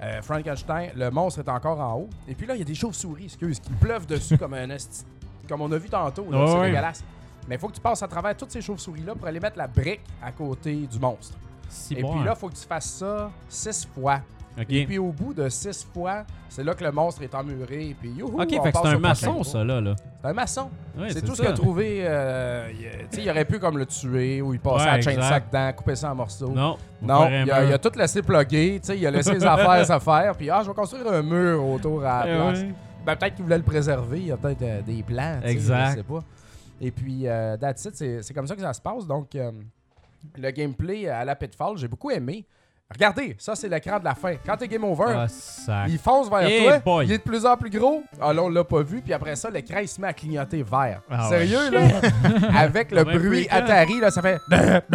S4: Euh, Frankenstein, le monstre est encore en haut. Et puis là, il y a des chauves-souris, excuse, qui pleuvent dessus comme un esti- comme on a vu tantôt. là,
S6: Ouais,
S4: c'est
S6: ouais.
S4: dégueulasse. Mais il faut que tu passes à travers toutes ces chauves-souris-là pour aller mettre la brique à côté du monstre.
S2: Si
S4: Et
S2: bon,
S4: puis là,
S2: hein.
S4: il faut que tu fasses ça six fois.
S2: Ok.
S4: Et puis au bout de six fois, c'est là que le monstre est emmuré. Et puis youhou,
S2: Ok,
S4: on
S2: fait que
S4: passe
S2: c'est un
S4: au prochain
S2: maçon,
S4: niveau.
S2: ça, là. là.
S4: C'est un maçon.
S2: Ouais,
S4: C'est tout ce
S2: ça.
S4: qu'il a trouvé. euh, il, tu sais, il aurait pu comme le tuer ou il passait
S2: Ouais,
S4: à la chaîne
S2: exact.
S4: sac dedans, couper ça en morceaux.
S2: Non, faut
S4: Non,
S2: faire un
S4: il a, il a
S2: mur.
S4: tout laissé plugger, tu sais, il a laissé les affaires à faire, puis ah, je vais construire un mur autour à la
S2: Eh
S4: place.
S2: ouais.
S4: Ben, peut-être qu'il voulait le préserver, il y a peut-être euh, des plans, tu sais,
S2: Exact.
S4: je sais pas. Et puis, euh, that's it, c'est c'est comme ça que ça se passe. Donc, euh, le gameplay à la Pitfall, j'ai beaucoup aimé. Regardez, ça, c'est l'écran de la fin. Quand t'es game over,
S2: Ah, sac.
S4: il fonce vers
S2: Eh
S4: toi,
S2: boy.
S4: il est de plus en plus gros. Ah là, on l'a pas vu, puis après ça, l'écran, il se met à clignoter vert.
S6: Ah ouais.
S4: Sérieux, là? Avec le
S2: Quand même
S4: bruit
S2: fréquent.
S4: Atari, là, ça fait...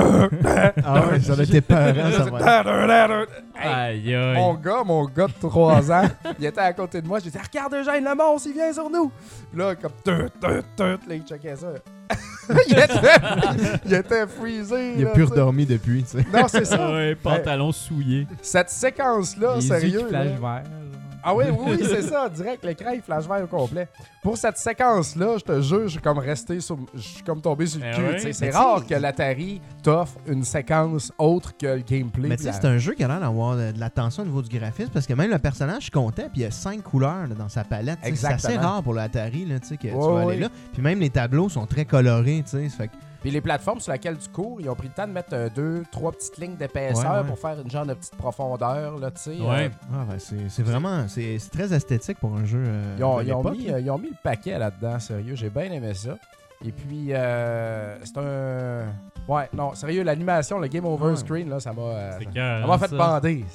S5: Ah ouais, ça doit être épeurant, ça va.
S4: Hey,
S2: Aïe, aïe.
S4: Mon gars, mon gars de 3 ans, il était à côté de moi. J'ai dit, regarde Eugène, le monstre, il vient sur nous. Puis là, comme, tut, tut, tut, là, il checkait ça. il, était, il était freezé.
S5: Il a
S4: là,
S5: plus
S4: tu sais.
S5: redormi depuis, tu sais.
S4: Non, c'est
S2: Ah
S4: ça.
S2: ouais, pantalon souillé.
S4: Cette séquence-là,
S3: Les yeux qui
S4: sérieux. là.
S3: flashent vert.
S4: Ah oui, oui, oui, c'est ça. Direct, l'écran, il flash vert au complet. Pour cette séquence-là, je te jure, je suis comme resté sur. Je suis comme tombé sur le
S2: Eh
S4: cul.
S2: ouais.
S4: tu sais. C'est
S5: Mais
S4: rare
S5: tu
S4: que
S5: sais-
S4: l'Atari t'offre une séquence autre que le gameplay.
S5: Mais tu sais,
S4: puis
S5: c'est un jeu qui a l'air d'avoir de de l'attention au niveau du graphisme parce que même le personnage comptait, puis il y a cinq couleurs là, dans sa palette. tu sais. C'est assez
S4: Exactement.
S5: rare pour l'Atari là, tu sais, que tu
S4: Ouais,
S5: vas
S4: ouais.
S5: aller là. Puis même les tableaux sont très colorés. tu sais, ça fait que-
S4: Puis les plateformes sur lesquelles tu cours, ils ont pris le temps de mettre euh, deux, trois petites lignes d'épaisseur
S5: Ouais, ouais.
S4: pour faire une genre de petite profondeur, là, tu sais.
S2: Ouais.
S4: Euh,
S5: Ah, ben, c'est c'est vraiment c'est c'est très esthétique pour un jeu. euh,
S4: ils, ont,
S5: de
S4: ils ont
S5: l'époque,
S4: mis,
S5: là.
S4: euh, ils ont mis le paquet là-dedans, sérieux. J'ai bien aimé ça. Et puis, euh, c'est un... Ouais, non, sérieux, l'animation, le game over
S5: Ouais.
S4: screen, là, ça m'a... euh,
S2: C'est
S4: ça
S2: carré,
S4: m'a fait
S2: ça.
S4: bander.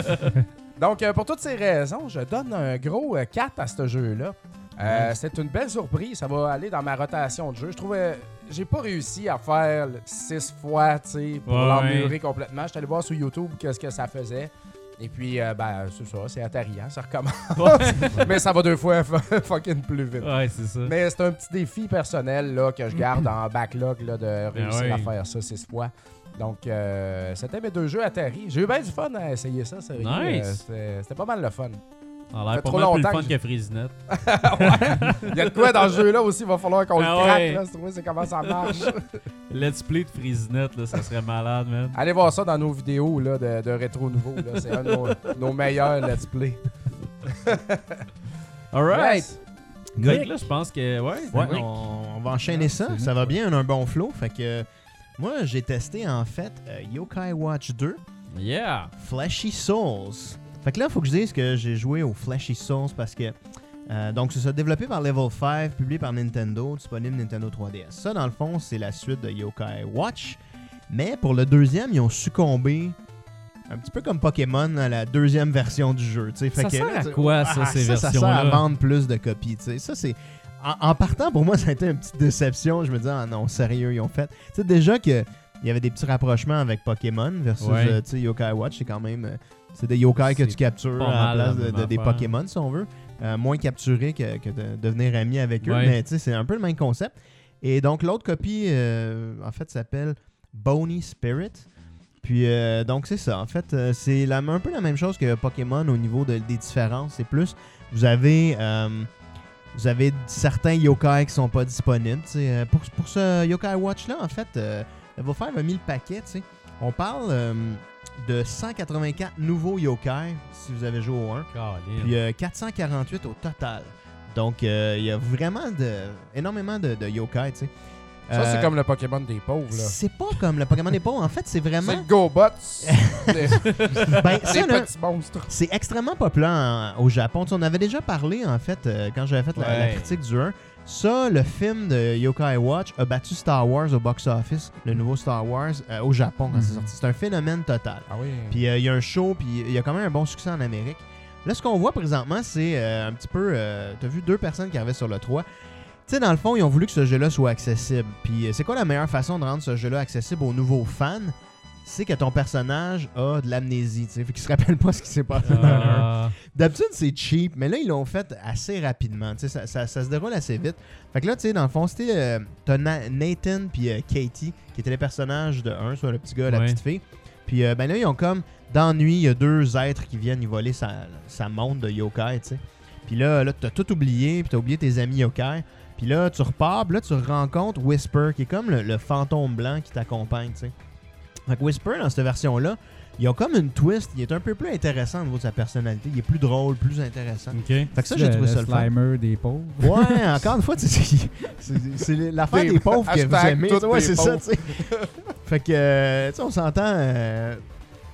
S4: Donc, euh, pour toutes ces raisons, je donne un gros euh, 4 à ce jeu-là. Euh, C'est une belle surprise. Ça va aller dans ma rotation de jeu. Je trouvais. J'ai pas réussi à faire 6 fois, tu sais, pour
S2: Ouais,
S4: l'emmurer
S2: ouais.
S4: complètement. Je suis allé voir sur YouTube qu'est-ce que ça faisait. Et puis, euh, ben, c'est ça, c'est Atari, hein, ça recommence. Mais ça va deux fois fucking plus vite.
S2: Ouais, c'est ça.
S4: Mais c'est un petit défi personnel là, que je garde en backlog là, de réussir
S2: ouais.
S4: à faire ça six fois. Donc, euh, c'était mes deux jeux Atari. J'ai eu bien du fun à essayer ça, sérieux.
S2: Nice.
S4: Euh, c'était- C'était pas mal le fun.
S2: Ça a
S4: fait
S2: l'air pas
S4: trop
S2: mal plus
S4: longtemps
S2: fun
S4: que
S2: que Frisinette.
S4: Il y a de quoi dans ce jeu-là aussi, il va falloir
S2: Ah
S4: qu'on le craque,
S2: ouais.
S4: là, c'est trouver c'est comment ça marche.
S2: Let's play de Frisinette, là, ça serait malade, man.
S4: Allez voir ça dans nos vidéos là, de, de Rétro Nouveau, là. c'est un de nos, nos meilleurs let's play.
S2: Alright.
S4: Nice.
S2: Fait que Là, je pense que, ouais.
S5: Ouais,
S2: on-
S5: on, on va enchaîner ça.
S3: c'est
S5: Ça
S3: bon,
S5: va
S3: ouais.
S5: bien, on a un bon flow. Fait que euh, moi, j'ai testé en fait euh, Yokai Watch 2
S2: Yeah.
S5: Flashy Souls. Fait que là, faut que je dise que j'ai joué au Flashy Souls parce que Euh, donc, c'est ça, développé par Level 5, publié par Nintendo, disponible Nintendo 3DS. Ça, dans le fond, c'est la suite de Yokai Watch. Mais pour le deuxième, ils ont succombé un petit peu comme Pokémon à la deuxième version du jeu. tu sais. Fait
S2: Ça
S5: que
S2: sert
S5: là,
S2: à
S5: tu-
S2: quoi, ça,
S4: Ah,
S2: ces
S5: Ah, ça, ça sert à
S2: versions-là?
S5: vendre plus de copies. tu sais. Ça, c'est. En, en partant, pour moi, ça a été une petite déception. Je me disais, ah non, sérieux, ils ont fait. Tu sais, déjà que il y avait des petits rapprochements avec Pokémon versus
S2: Ouais.
S5: euh, tu sais, Yokai Watch, c'est quand même. euh, C'est des yokai que
S2: C'est
S5: tu captures
S2: pas
S5: à
S2: mal la
S5: la place de-
S2: même
S5: de- des
S2: affaire.
S5: Pokémon, si on veut. Euh, moins capturé que, que de devenir ami avec eux.
S2: Ouais.
S5: Mais tu sais, c'est un peu le même concept. Et donc, l'autre copie, euh, en fait, s'appelle Bony Spirit. Puis, euh, donc, c'est ça. En fait, euh, c'est la- un peu la même chose que Pokémon au niveau de- des différences. C'est plus, vous avez. euh, vous avez certains yokai qui sont pas disponibles. tu sais. Euh, Pour, pour ce yokai watch-là, en fait, euh, Level 5 a mis le paquet. tu sais. On parle euh, de 184 nouveaux yokai, si vous avez joué au 1
S2: Caroline.
S5: puis euh, 448 au total. Donc, euh, il y a vraiment de, énormément de, de yokai, tu sais.
S4: Ça, c'est
S5: Euh,
S4: comme le Pokémon des pauvres, là.
S5: C'est pas comme le Pokémon des pauvres. En fait,
S4: C'est
S5: c'est vraiment...
S4: le GoBots. des
S5: Ben, ça,
S4: des
S5: là,
S4: petits monstres.
S5: c'est extrêmement populaire en- au Japon. Tu sais, on avait déjà parlé, en fait, euh, quand j'avais fait la, la
S2: Ouais.
S5: critique du 1. Ça, le film de Yokai Watch a battu Star Wars au box-office, le nouveau Star Wars, euh, au Japon quand c'est
S4: Mm-hmm.
S3: Mhm.
S5: sorti. C'est un phénomène total.
S4: Ah oui.
S5: Puis euh, il y a un show, puis il y a quand même un bon succès en Amérique. Là, ce qu'on voit présentement, c'est euh, un petit peu. euh, T'as vu deux personnes qui arrivaient sur le 3. Tu sais, dans le fond, ils ont voulu que ce jeu-là soit accessible. Puis euh, c'est quoi la meilleure façon de rendre ce jeu-là accessible aux nouveaux fans C'est que ton personnage a de l'amnésie, tu sais, fait qu'il se rappelle pas ce qui s'est passé dans le un.
S6: Euh,
S2: Ah,
S5: D'habitude, c'est cheap, mais là, ils l'ont fait assez rapidement. Tu sais, Ça, ça, ça se déroule assez vite. Fait que là, tu sais, dans le fond, c'était. euh, T'as Na- Nathan puis euh, Katie, qui étaient les personnages de un, soit le petit gars, la
S2: Ouais.
S5: petite fille. Puis euh, ben là, ils ont comme. D'ennui, il y a deux êtres qui viennent y voler sa, sa montre de yokai, tu sais. Puis là, là t'as tout oublié, puis t'as oublié tes amis yokai. Puis là, tu repars, puis là, tu rencontres Whisper, qui est comme le, le fantôme blanc qui t'accompagne, tu sais. Fait que Whisper, dans cette version-là, ils ont comme une twist. Il est un peu plus intéressant au niveau de sa personnalité. Il est plus drôle, plus intéressant.
S2: OK.
S5: Fait que ça, j'ai trouvé ça le fun.
S3: Slimer des pauvres.
S5: Ouais, encore une fois, tu sais, c'est- c'est c'est l'affaire
S4: Des-
S5: des pauvres que vous
S4: hashtag
S5: aimez.
S4: toutes
S5: Ouais,
S4: des
S5: c'est ça,
S4: pauvres.
S5: tu sais. Fait que, euh, tu sais, on s'entend. euh,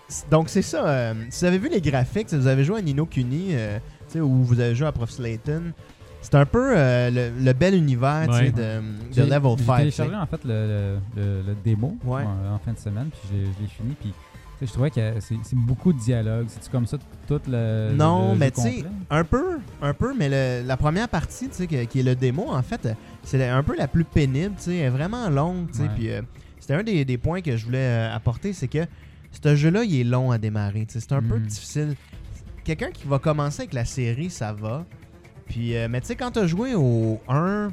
S5: c- donc, c'est ça. euh, si vous avez vu les graphiques, si vous avez joué à Nino Kuni, euh, tu sais, ou vous avez joué à Prof Slayton, c'est un peu euh, le, le bel univers tu sais,
S2: Ouais.
S5: de, de
S3: J'ai-
S5: Level
S3: J'ai
S5: 5. tu sais.
S3: téléchargé en fait le, le, le- le démo
S5: Ouais.
S3: en, en fin de semaine, puis je l'ai- je l'ai fini. Puis tu sais, je trouvais que c'est c'est beaucoup de dialogue. C'est-tu comme ça tout le.
S5: Non,
S3: le jeu
S5: mais tu sais,
S3: complet?
S5: un peu, un peu, mais le- la première partie, tu sais, que- qui est le démo, en fait, euh, c'est la- un peu la plus pénible, tu sais, elle est vraiment longue, tu sais,
S3: Ouais.
S5: puis euh, c'était un des, des points que je voulais euh, apporter, c'est que ce jeu-là, il est long à démarrer, tu sais, c'est un peu
S3: Mm.
S5: difficile. Quelqu'un qui va commencer avec la série, ça va, puis, euh, mais tu sais, quand t'as joué au 1,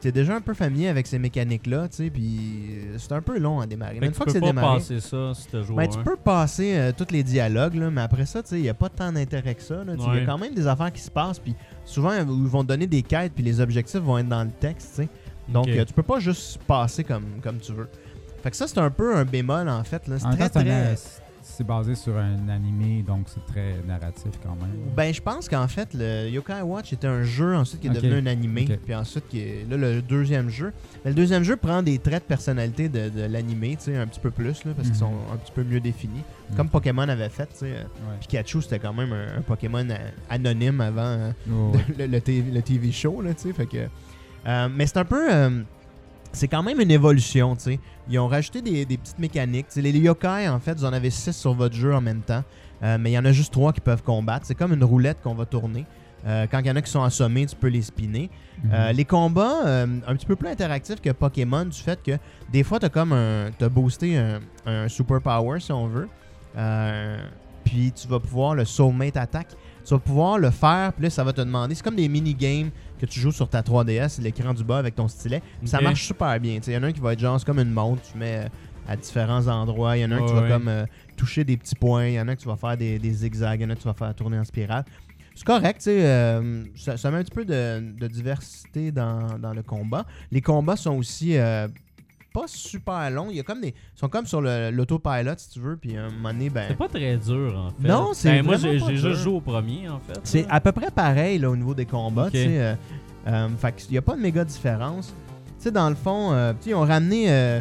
S5: t'es déjà un peu familier avec ces mécaniques-là, tu sais, puis euh, c'est un peu long à démarrer. Mais
S2: Fait
S5: une
S2: que tu
S5: fois que
S2: peux
S5: c'est
S2: pas
S5: démarré...
S2: passer ça si t'as joué
S5: Ben,
S2: au
S5: tu
S2: un.
S5: peux passer euh, tous les dialogues, là, mais après ça, tu sais, il n'y a pas tant d'intérêt que ça. là. Tu sais, Il y
S2: Ouais.
S5: a quand même des affaires qui se passent, puis souvent, euh, ils vont te donner des quêtes, puis les objectifs vont être dans le texte. tu sais. Donc,
S2: Ok.
S5: euh, tu peux pas juste passer comme, comme tu veux. Fait que ça, c'est un peu un bémol, en fait. là.
S3: En
S5: C'est
S3: même
S5: très,
S3: temps, c'est un- euh,
S5: très...
S3: c'est- c'est basé sur un animé, donc c'est très narratif quand même.
S5: Ben, je pense qu'en fait, le Yokai Watch était un jeu ensuite qui est
S3: Ok.
S5: devenu un animé,
S3: Ok.
S5: puis ensuite, qui est, là, le deuxième jeu. Mais le deuxième jeu prend des traits de personnalité de, de l'animé, tu sais, un petit peu plus, là, parce
S3: Mhm.
S5: qu'ils sont un petit peu mieux définis. Comme Pokémon avait fait, tu sais. euh,
S3: Mm. Ouais.
S5: Pikachu, c'était quand même un, un Pokémon euh, anonyme avant euh,
S3: Oh, ouais.
S5: le, le TV, le TV show, là, tu sais, fait que... Euh, mais c'est un peu... euh, c'est quand même une évolution, tu sais. Ils ont rajouté des, des petites mécaniques. Tu sais, les yokai, en fait, vous en avez 6 sur votre jeu en même temps. Euh, mais il y en a juste 3 qui peuvent combattre. C'est comme une roulette qu'on va tourner. Euh, quand il y en a qui sont assommés, tu peux les spinner. Euh,
S3: Mhm.
S5: les combats, euh, un petit peu plus interactifs que Pokémon, du fait que des fois, t'as comme un. T'as boosté un, un super power, si on veut. Euh, puis tu vas pouvoir le soulmate attack. Tu vas pouvoir le faire, puis là, ça va te demander. C'est comme des mini-games que tu joues sur ta 3DS, l'écran du bas avec ton stylet. Puis Ça
S2: Ok.
S5: marche super bien. Il y en a un qui va être genre, c'est comme une montre, tu mets euh, à différents endroits. Il y en a un qui
S2: Ouais,
S5: va
S2: ouais.
S5: comme euh, toucher des petits points. Il y en a un qui va faire des, des zigzags. Il y en a un qui va faire tourner en spirale. C'est correct, tu sais, euh, ça, ça met un petit peu de, de diversité dans, dans le combat. Les combats sont aussi euh, pas super longs. Il y a comme des, ils sont comme sur le- l'autopilot, si tu veux, puis à un moment donné, ben,
S2: C'est pas très dur, en fait.
S5: Non, c'est
S2: Ben, Moi,
S5: vraiment
S2: j'ai
S5: pas
S2: j'ai
S5: dur.
S2: juste joué au premier, en fait.
S5: c'est
S2: là.
S5: à peu près pareil là, au niveau des combats.
S2: Ok.
S5: tu sais, euh, euh, fait qu'il n'y a pas de méga différence. Tu sais, dans le fond, euh, tu sais, ils ont ramené euh,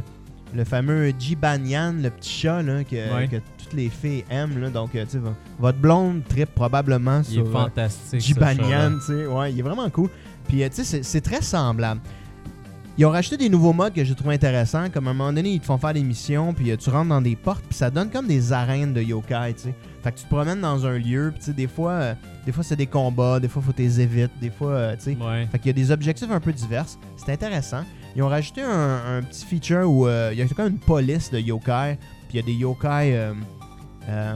S5: le fameux Jibanyan, le petit chat là, que,
S2: Ouais.
S5: que tout toutes les filles aiment. Là, donc, euh, tu sais, vo- votre blonde trip probablement
S2: Il
S5: sur
S2: est
S5: euh,
S2: fantastique. ce
S5: Jibanyan,
S2: chat-là.
S5: tu sais. Ouais, il est vraiment cool. Puis, euh, tu sais, c'est- c'est très semblable. Ils ont racheté des nouveaux modes que j'ai trouvé intéressants. Comme à un moment donné, ils te font faire des missions, puis euh, tu rentres dans des portes, puis ça donne comme des arènes de yokai, tu sais. Fait que tu te promènes dans un lieu, puis tu sais, des fois, euh, des fois c'est des combats, des fois, faut tes évites, des fois, euh, tu sais.
S2: Ouais.
S5: Fait qu'il y a des objectifs un peu divers. C'est intéressant. Ils ont rajouté un, un petit feature où euh, il y a comme une police de yokai. Puis il y a des yokai euh, euh,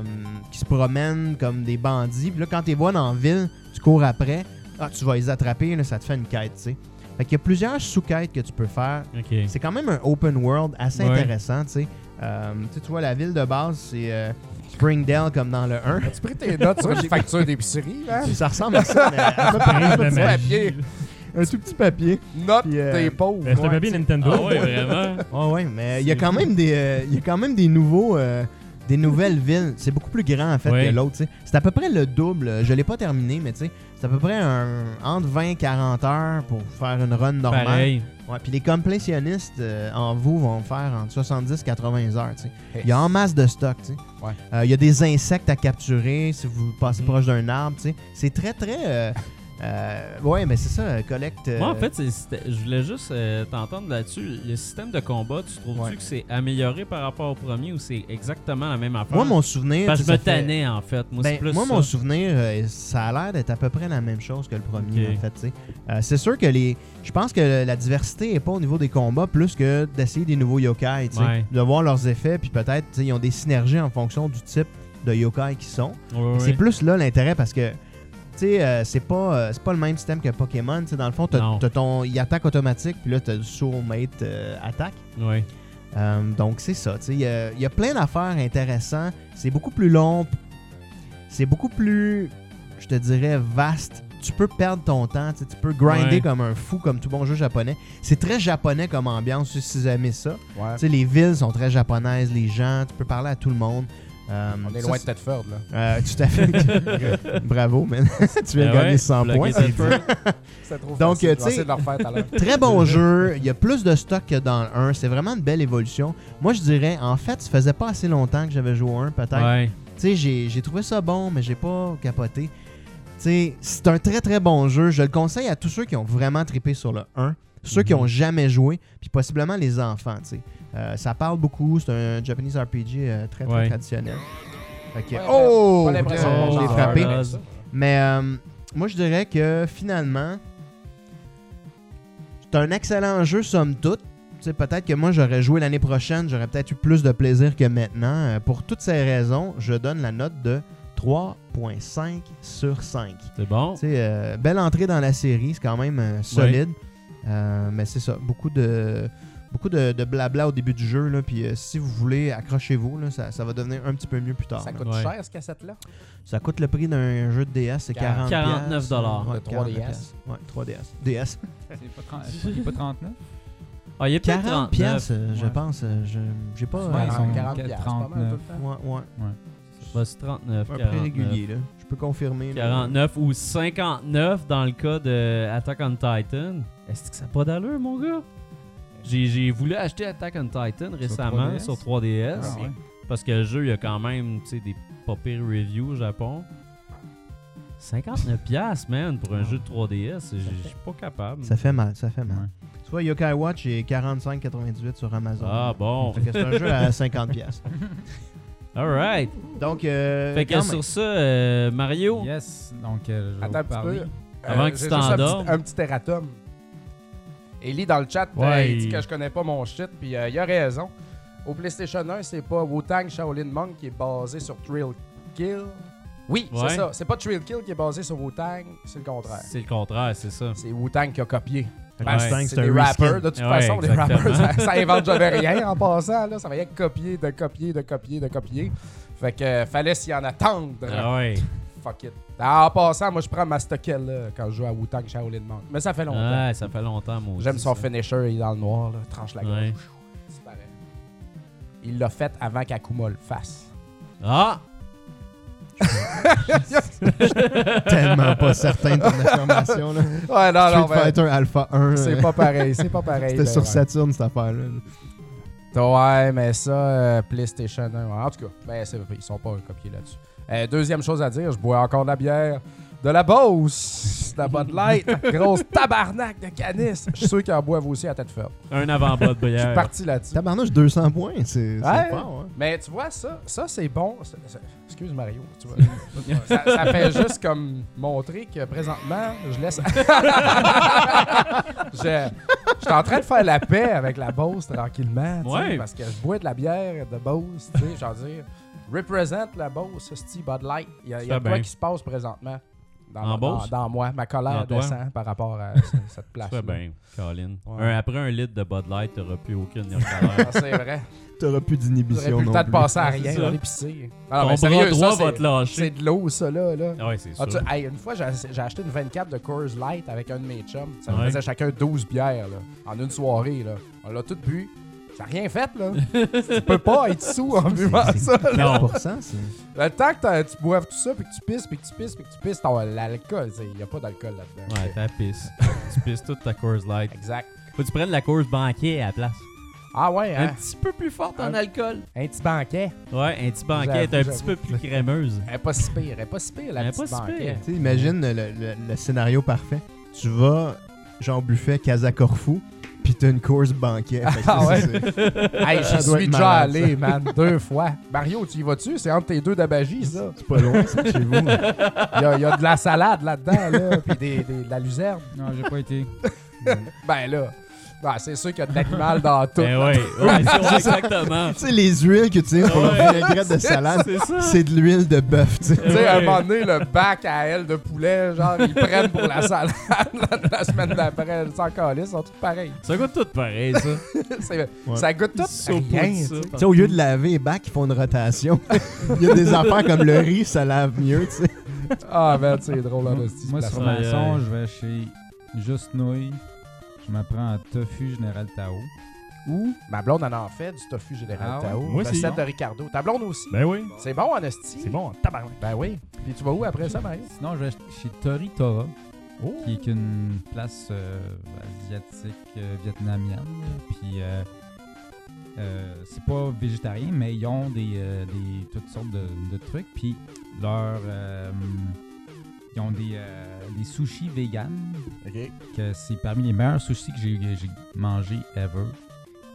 S5: qui se promènent comme des bandits. Puis là, quand tu les vois dans la ville, tu cours après. Ah, tu vas les attraper. Là, ça te fait une quête, tu sais. Fait qu'il y a plusieurs sous-quêtes que tu peux faire.
S2: Ok.
S5: C'est quand même un open world assez
S6: Ouais.
S5: intéressant, tu sais. Euh, tu sais, tu vois, la ville de base, c'est euh, Springdale comme dans le 1.
S4: As-tu pris tes notes sur une facture d'épicerie, hein? là?
S5: ça ressemble à ça, mais à peu près.
S6: Rien de
S4: petit
S6: magie.
S4: papier.
S5: un tout petit papier.
S4: Note
S5: Puis, euh,
S4: tes pauvres.
S6: Ben, C'est un
S4: ouais,
S6: papier
S4: tu sais.
S6: Nintendo.
S2: Ah ouais, vraiment?
S5: Ouais, ouais, mais il y a
S2: C'est
S5: quand
S2: fou.
S5: même des, euh, il y a quand même des nouveaux, euh, des nouvelles villes. C'est beaucoup plus grand en fait
S6: Ouais.
S5: que l'autre. tu sais. C'est à peu près le double. Je l'ai pas terminé, mais tu sais, c'est à peu près un, entre 20 et 40 heures pour faire une run normale.
S2: Pareil.
S5: Ouais, puis les complétionnistes euh, en vous vont faire entre 70 et 80 heures. tu sais. Il y a en masse de stock. tu sais.
S4: Ouais.
S5: Euh, il y a des insectes à capturer si vous passez
S2: Mhm.
S5: proche d'un arbre. tu sais. C'est très très. euh, euh, ouais, mais c'est ça. euh, Collecte.
S2: Moi, en
S5: euh,
S2: fait, c'est- c'était- je voulais juste euh, t'entendre là-dessus. Le système de combat, tu trouves-tu
S4: Ouais.
S2: que c'est amélioré par rapport au premier ou c'est exactement la même affaire?
S5: moi, mon souvenir.
S2: Parce
S5: tu
S2: que je
S5: sais,
S2: me
S5: ça fait-
S2: tannais, en fait. Moi, c'est
S5: Ben,
S2: plus
S5: moi,
S2: ça.
S5: mon souvenir, euh, ça a l'air d'être à peu près la même chose que le premier,
S2: Ok.
S5: en fait. tu sais. Euh, c'est sûr que les. Je pense que la diversité n'est pas au niveau des combats plus que d'essayer des nouveaux yokai, tu sais.
S2: Ouais.
S5: de voir leurs effets, puis peut-être, tu sais, ils ont des synergies en fonction du type de yokai qu'ils sont.
S2: Ouais, ouais.
S5: C'est plus là l'intérêt parce que. Tu sais, euh, c'est pas, euh, c'est pas le même système que Pokémon. tu sais. Dans le fond, t'as-
S2: Non.
S5: t'as ton. Il attaque automatique, puis là, t'as le soulmate euh, attaque.
S2: Ouais.
S5: Euh, donc c'est ça, tu sais, il y a- il y, a plein d'affaires intéressantes, c'est beaucoup plus long, c'est beaucoup plus, je te dirais, vaste. Tu peux perdre ton temps, tu sais, tu peux grinder
S2: Ouais.
S5: comme un fou, comme tout bon jeu japonais. C'est très japonais comme ambiance, si vous aimez ça.
S4: Ouais.
S5: Tu sais, les villes sont très japonaises, les gens, tu peux parler à tout le monde. Euh,
S4: On est
S5: ça,
S4: loin de
S5: c'est-
S4: Tedford, là.
S5: Euh, tout à fait. Bravo, man. tu viens de
S2: Ah ouais,
S5: gagner 100
S2: bloquer
S5: points.
S2: cette feuille.
S4: C'est trop
S5: Donc,
S4: facile.
S5: euh,
S4: Je vais
S5: tu sais-
S4: essayer de le refaire tout à l'heure.
S5: Très bon jeu. Il y a plus de stock que dans le 1. C'est vraiment une belle évolution. Moi, je dirais, en fait, ça faisait pas assez longtemps que j'avais joué au 1, peut-être.
S2: Ouais.
S5: Tu sais, j'ai j'ai trouvé ça bon, mais j'ai pas capoté. Tu sais, c'est un très très bon jeu. Je le conseille à tous ceux qui ont vraiment trippé sur le 1, ceux qui
S2: Mhm.
S5: ont jamais joué, puis possiblement les enfants, tu sais. Euh, ça parle beaucoup, c'est un Japanese RPG euh, très très
S2: Ouais.
S5: traditionnel. Fait que-
S4: Ouais,
S5: oh!
S4: Pas l'impression
S5: Euh,
S4: que
S5: je
S4: j'en
S5: l'ai
S4: ai
S5: frappé.
S4: un, mais ça.
S5: Mais euh, moi, je dirais que finalement, c'est un excellent jeu, somme toute. Tu sais, peut-être que moi, j'aurais joué l'année prochaine, j'aurais peut-être eu plus de plaisir que maintenant. Euh, pour toutes ces raisons, je donne la note de 3.5 sur 5.
S2: C'est bon.
S5: Tu sais, euh, belle entrée dans la série, c'est quand même euh, solide. Euh, mais c'est ça, beaucoup de beaucoup de, de blabla au début du jeu. Là, puis euh, si vous voulez, accrochez-vous, là, ça, ça va devenir un petit peu mieux plus tard.
S4: Ça
S5: là.
S4: coûte
S2: Ouais.
S4: cher, ce cassette-là?
S5: Ça coûte le prix d'un jeu de DS, c'est 40
S2: 49 dollars.
S5: Ouais,
S4: De 3
S5: 49
S4: DS.
S5: Ouais, 3 DS. DS.
S3: C'est pas, 30 c'est pas 39?
S2: Ah, il est peut-être
S5: 40
S2: 39.
S5: pièces, euh, je
S3: ouais.
S5: pense. euh, je j'ai pas
S3: Ouais,
S5: euh,
S3: ils sont
S4: 40 piastres, c'est pas mal tout le
S3: 39.
S4: temps.
S5: ouais, ouais,
S2: Bah, c'est 39,
S5: un
S2: 49.
S5: prix régulier là. Je peux confirmer. là.
S2: 49 ou 59 dans le cas de Attack on Titan. Est-ce que ça n'a pas d'allure, mon gars? J'ai j'ai voulu acheter Attack on Titan récemment
S3: 3DS?
S2: sur 3DS,
S3: Ah ouais.
S2: parce que le jeu, il y a quand même tu sais, des pas pires reviews au Japon. 59$, piastres, man, pour un jeu de 3DS, j'ai- je suis pas capable.
S5: Ça fait mal, ça fait mal.
S3: Ouais.
S5: Tu vois, Yokai Watch est 45,98 sur Amazon.
S2: Ah bon.
S5: Fait que c'est un jeu à 50 pièces.
S2: Alright.
S5: Donc, euh,
S2: Fait que
S5: quand
S2: sur
S5: même.
S2: ça, euh, Mario,
S3: Yes, donc euh, je vais
S4: Attends un
S3: vous
S4: petit
S3: parler.
S4: peu.
S2: Avant que tu
S4: j'ai juste un
S2: t'endormes.
S4: petit- Un petit erratum. Ellie, dans le chat,
S6: Ouais,
S4: euh, il
S6: il-
S4: dit que je connais pas mon shit, puis euh, il a raison. Au PlayStation 1, c'est pas Wu-Tang Shaolin Monk qui est basé sur Thrill Kill. Oui,
S2: Ouais.
S4: c'est ça. C'est pas Thrill Kill qui est basé sur Wu-Tang, c'est le contraire.
S2: c'est le contraire, c'est ça.
S4: C'est Wu-Tang qui a copié.
S5: Ouais.
S4: Parce que
S5: Wu-Tang, c'est
S4: des
S5: un reskin.
S4: rappers. De toute
S2: Ouais,
S4: façon, les
S2: exactement.
S4: rappers, ça, ça invente jamais rien en passant. Là. Ça va rien que copier, de copier, de copier, de copier. Fait que euh, fallait s'y en attendre.
S2: Ah ouais.
S4: Fuck it. En passant, moi, je prends ma stockelle là, quand je joue à Wu-Tang Shaolin Monk. Mais ça fait longtemps.
S2: Ah, ça fait longtemps, moi.
S4: J'aime
S2: aussi,
S4: son
S2: ça.
S4: finisher, il est dans le noir, là, tranche la gorge.
S2: Ouais.
S4: disparaît. Il l'a fait avant qu'Akuma le fasse.
S2: Ah!
S5: tellement pas certain de ton affirmation. Là.
S4: Ouais, non, non,
S5: ben, Street Fighter Alpha 1.
S4: c'est
S5: euh,
S4: pas pareil, ben, c'est pas pareil.
S5: C'était sur
S4: cette
S5: Saturn cette affaire-là.
S4: Ouais, mais ça, euh, PlayStation 1. En tout cas, ben, c'est- ils sont pas copiés là-dessus. Euh, deuxième chose à dire, je bois encore de la bière. De la Beauce, de la Bud Light, grosse tabarnak de canis. Je suis sûr qu'ils en boivent aussi à tête ferme.
S2: Un avant-bas de
S4: Je
S2: bière.
S4: suis parti là-dessus.
S5: Tabarnouche, 200 points, c'est c'est
S4: Ouais.
S5: fort, hein?
S4: Mais tu vois, ça, ça c'est bon. Ça- ça- excuse Mario. tu vois. ça, ça fait juste comme montrer que présentement, je laisse. je, je suis en train de faire la paix avec la Beauce tranquillement. tu sais,
S2: Ouais.
S4: Parce que je bois de la bière de Beauce. tu sais, J'en dire, represent la Beauce, style Bud Light. Il y a, il y a
S2: Ça
S4: quoi
S2: bien.
S4: qui se passe présentement dans,
S2: En
S4: dans-
S2: Beauce?
S4: dans moi. Ma colère
S2: Dans toi?
S4: descend par rapport à ce- cette place.
S2: Très bien, Colin.
S4: Ouais. Ah,
S2: Un- après un litre de Bud Light, t'auras plus aucune chaleur.
S4: C'est vrai.
S5: T'auras plus
S4: J'aurais
S5: d'inhibition
S4: plus le
S5: non
S4: temps de
S5: plus.
S4: passer à
S2: C'est
S4: rien.
S2: ça.
S4: On est pissé.
S2: Ton
S4: Non, non,
S2: bras
S4: mais sérieux,
S2: droit
S4: ça,
S2: va
S4: c'est-
S2: te lâcher.
S4: C'est de l'eau, ça, là. là.
S2: Ah ouais, c'est
S4: Ah,
S2: sûr.
S4: tu- hey, une fois, j'ai j'ai acheté une 24 de Coors Light avec un de mes chums. Ça nous
S2: Ouais.
S4: faisait chacun 12 bières là, en une soirée. Là. On l'a tout bu. Ça n'a rien fait, là. tu peux pas être sous en buvant
S5: c'est-
S4: ça. là.
S5: 4%, c'est...
S4: Le temps que t'as- tu boives tout ça, puis que tu pisses, puis que tu pisses, puis que tu pisses, t'as l'alcool. Il n'y a pas d'alcool là-dedans.
S2: Ouais, t'as pisse. tu pisses toute ta course light.
S4: Exact.
S2: Faut que tu prennes la course banquée à la place.
S4: Ah ouais,
S2: Un
S4: hein?
S2: petit peu plus forte en
S4: Hein?
S2: alcool.
S4: Un petit banquet.
S2: Ouais, un petit banquet
S4: J'avoue,
S2: est un petit
S4: j'avoue.
S2: peu plus crémeuse.
S4: Elle est pas si pire. Elle est pas si pire, la
S2: Elle est
S4: petite
S2: pas si
S4: banquet.
S2: pire.
S5: Tu sais, imagine le, le- le scénario parfait. Tu vas, genre, au buffet Casa Corfou, pis t'as une course banquet. Fait que ça,
S4: Ah ouais?
S5: c'est-
S4: Hey,
S5: Ça
S4: j'y
S5: doit
S4: suis
S5: être
S4: déjà
S5: malade, ça.
S4: allé, man, deux fois. Mario, tu y vas-tu? C'est entre tes deux d'abagis, ça.
S5: C'est pas loin, ça, de chez vous.
S4: Il y, a- il y a de la salade là-dedans, là, puis des, des- de la luzerne.
S3: Non, j'ai pas été.
S4: Ben là, ben, c'est sûr qu'il y a de l'animal dans tout.
S2: Ben ouais, ouais, c'est- ouais, exactement.
S5: Tu sais, les huiles que tu uses pour le
S2: Ouais.
S5: vinaigrette de salade,
S2: C'est ça.
S5: c'est de l'huile de bœuf, tu sais.
S4: Tu sais, à un
S2: Ouais.
S4: moment donné, le bac à elle de poulet, genre, ils prennent pour la salade la, la semaine d'après. Ils s'en calissent, ils sont tous pareils.
S2: Ça goûte tout pareil, ça.
S4: C'est-
S5: Ouais.
S4: Ça goûte tout
S2: Saupoudre
S4: rien, tu
S2: ça
S4: sais.
S5: Tu sais, au lieu de laver les bacs, ils font une rotation. Il y a des affaires comme le riz, ça lave mieux, tu sais.
S4: Ah, ben, c'est drôle, en hostie,
S3: Moi,
S4: ce
S3: sur
S4: place-là.
S2: place. Aïe,
S3: maçon,
S2: aïe.
S3: je vais chez Juste Nouilles. Je me prends un tofu général Tao. Ou
S4: Ma blonde en a fait du tofu général
S3: Ah ouais?
S4: Tao.
S6: Moi aussi.
S5: hein.
S4: Recette de Ricardo. Ta blonde aussi.
S6: Ben oui.
S4: C'est bon, en hostie.
S6: C'est bon, tabarnak.
S4: Ben oui. Puis tu vas où après ça, Mario?
S3: sinon, je vais ach- chez Tori Tora,
S6: Oh.
S3: qui est une place euh, asiatique euh, vietnamienne. Puis euh, euh, c'est pas végétarien, mais ils ont des, euh, des- toutes sortes de, de trucs. Puis leur. euh, ils ont des, euh, des sushis véganes.
S4: OK.
S3: que c'est parmi les meilleurs sushis que j'ai j'ai mangé ever.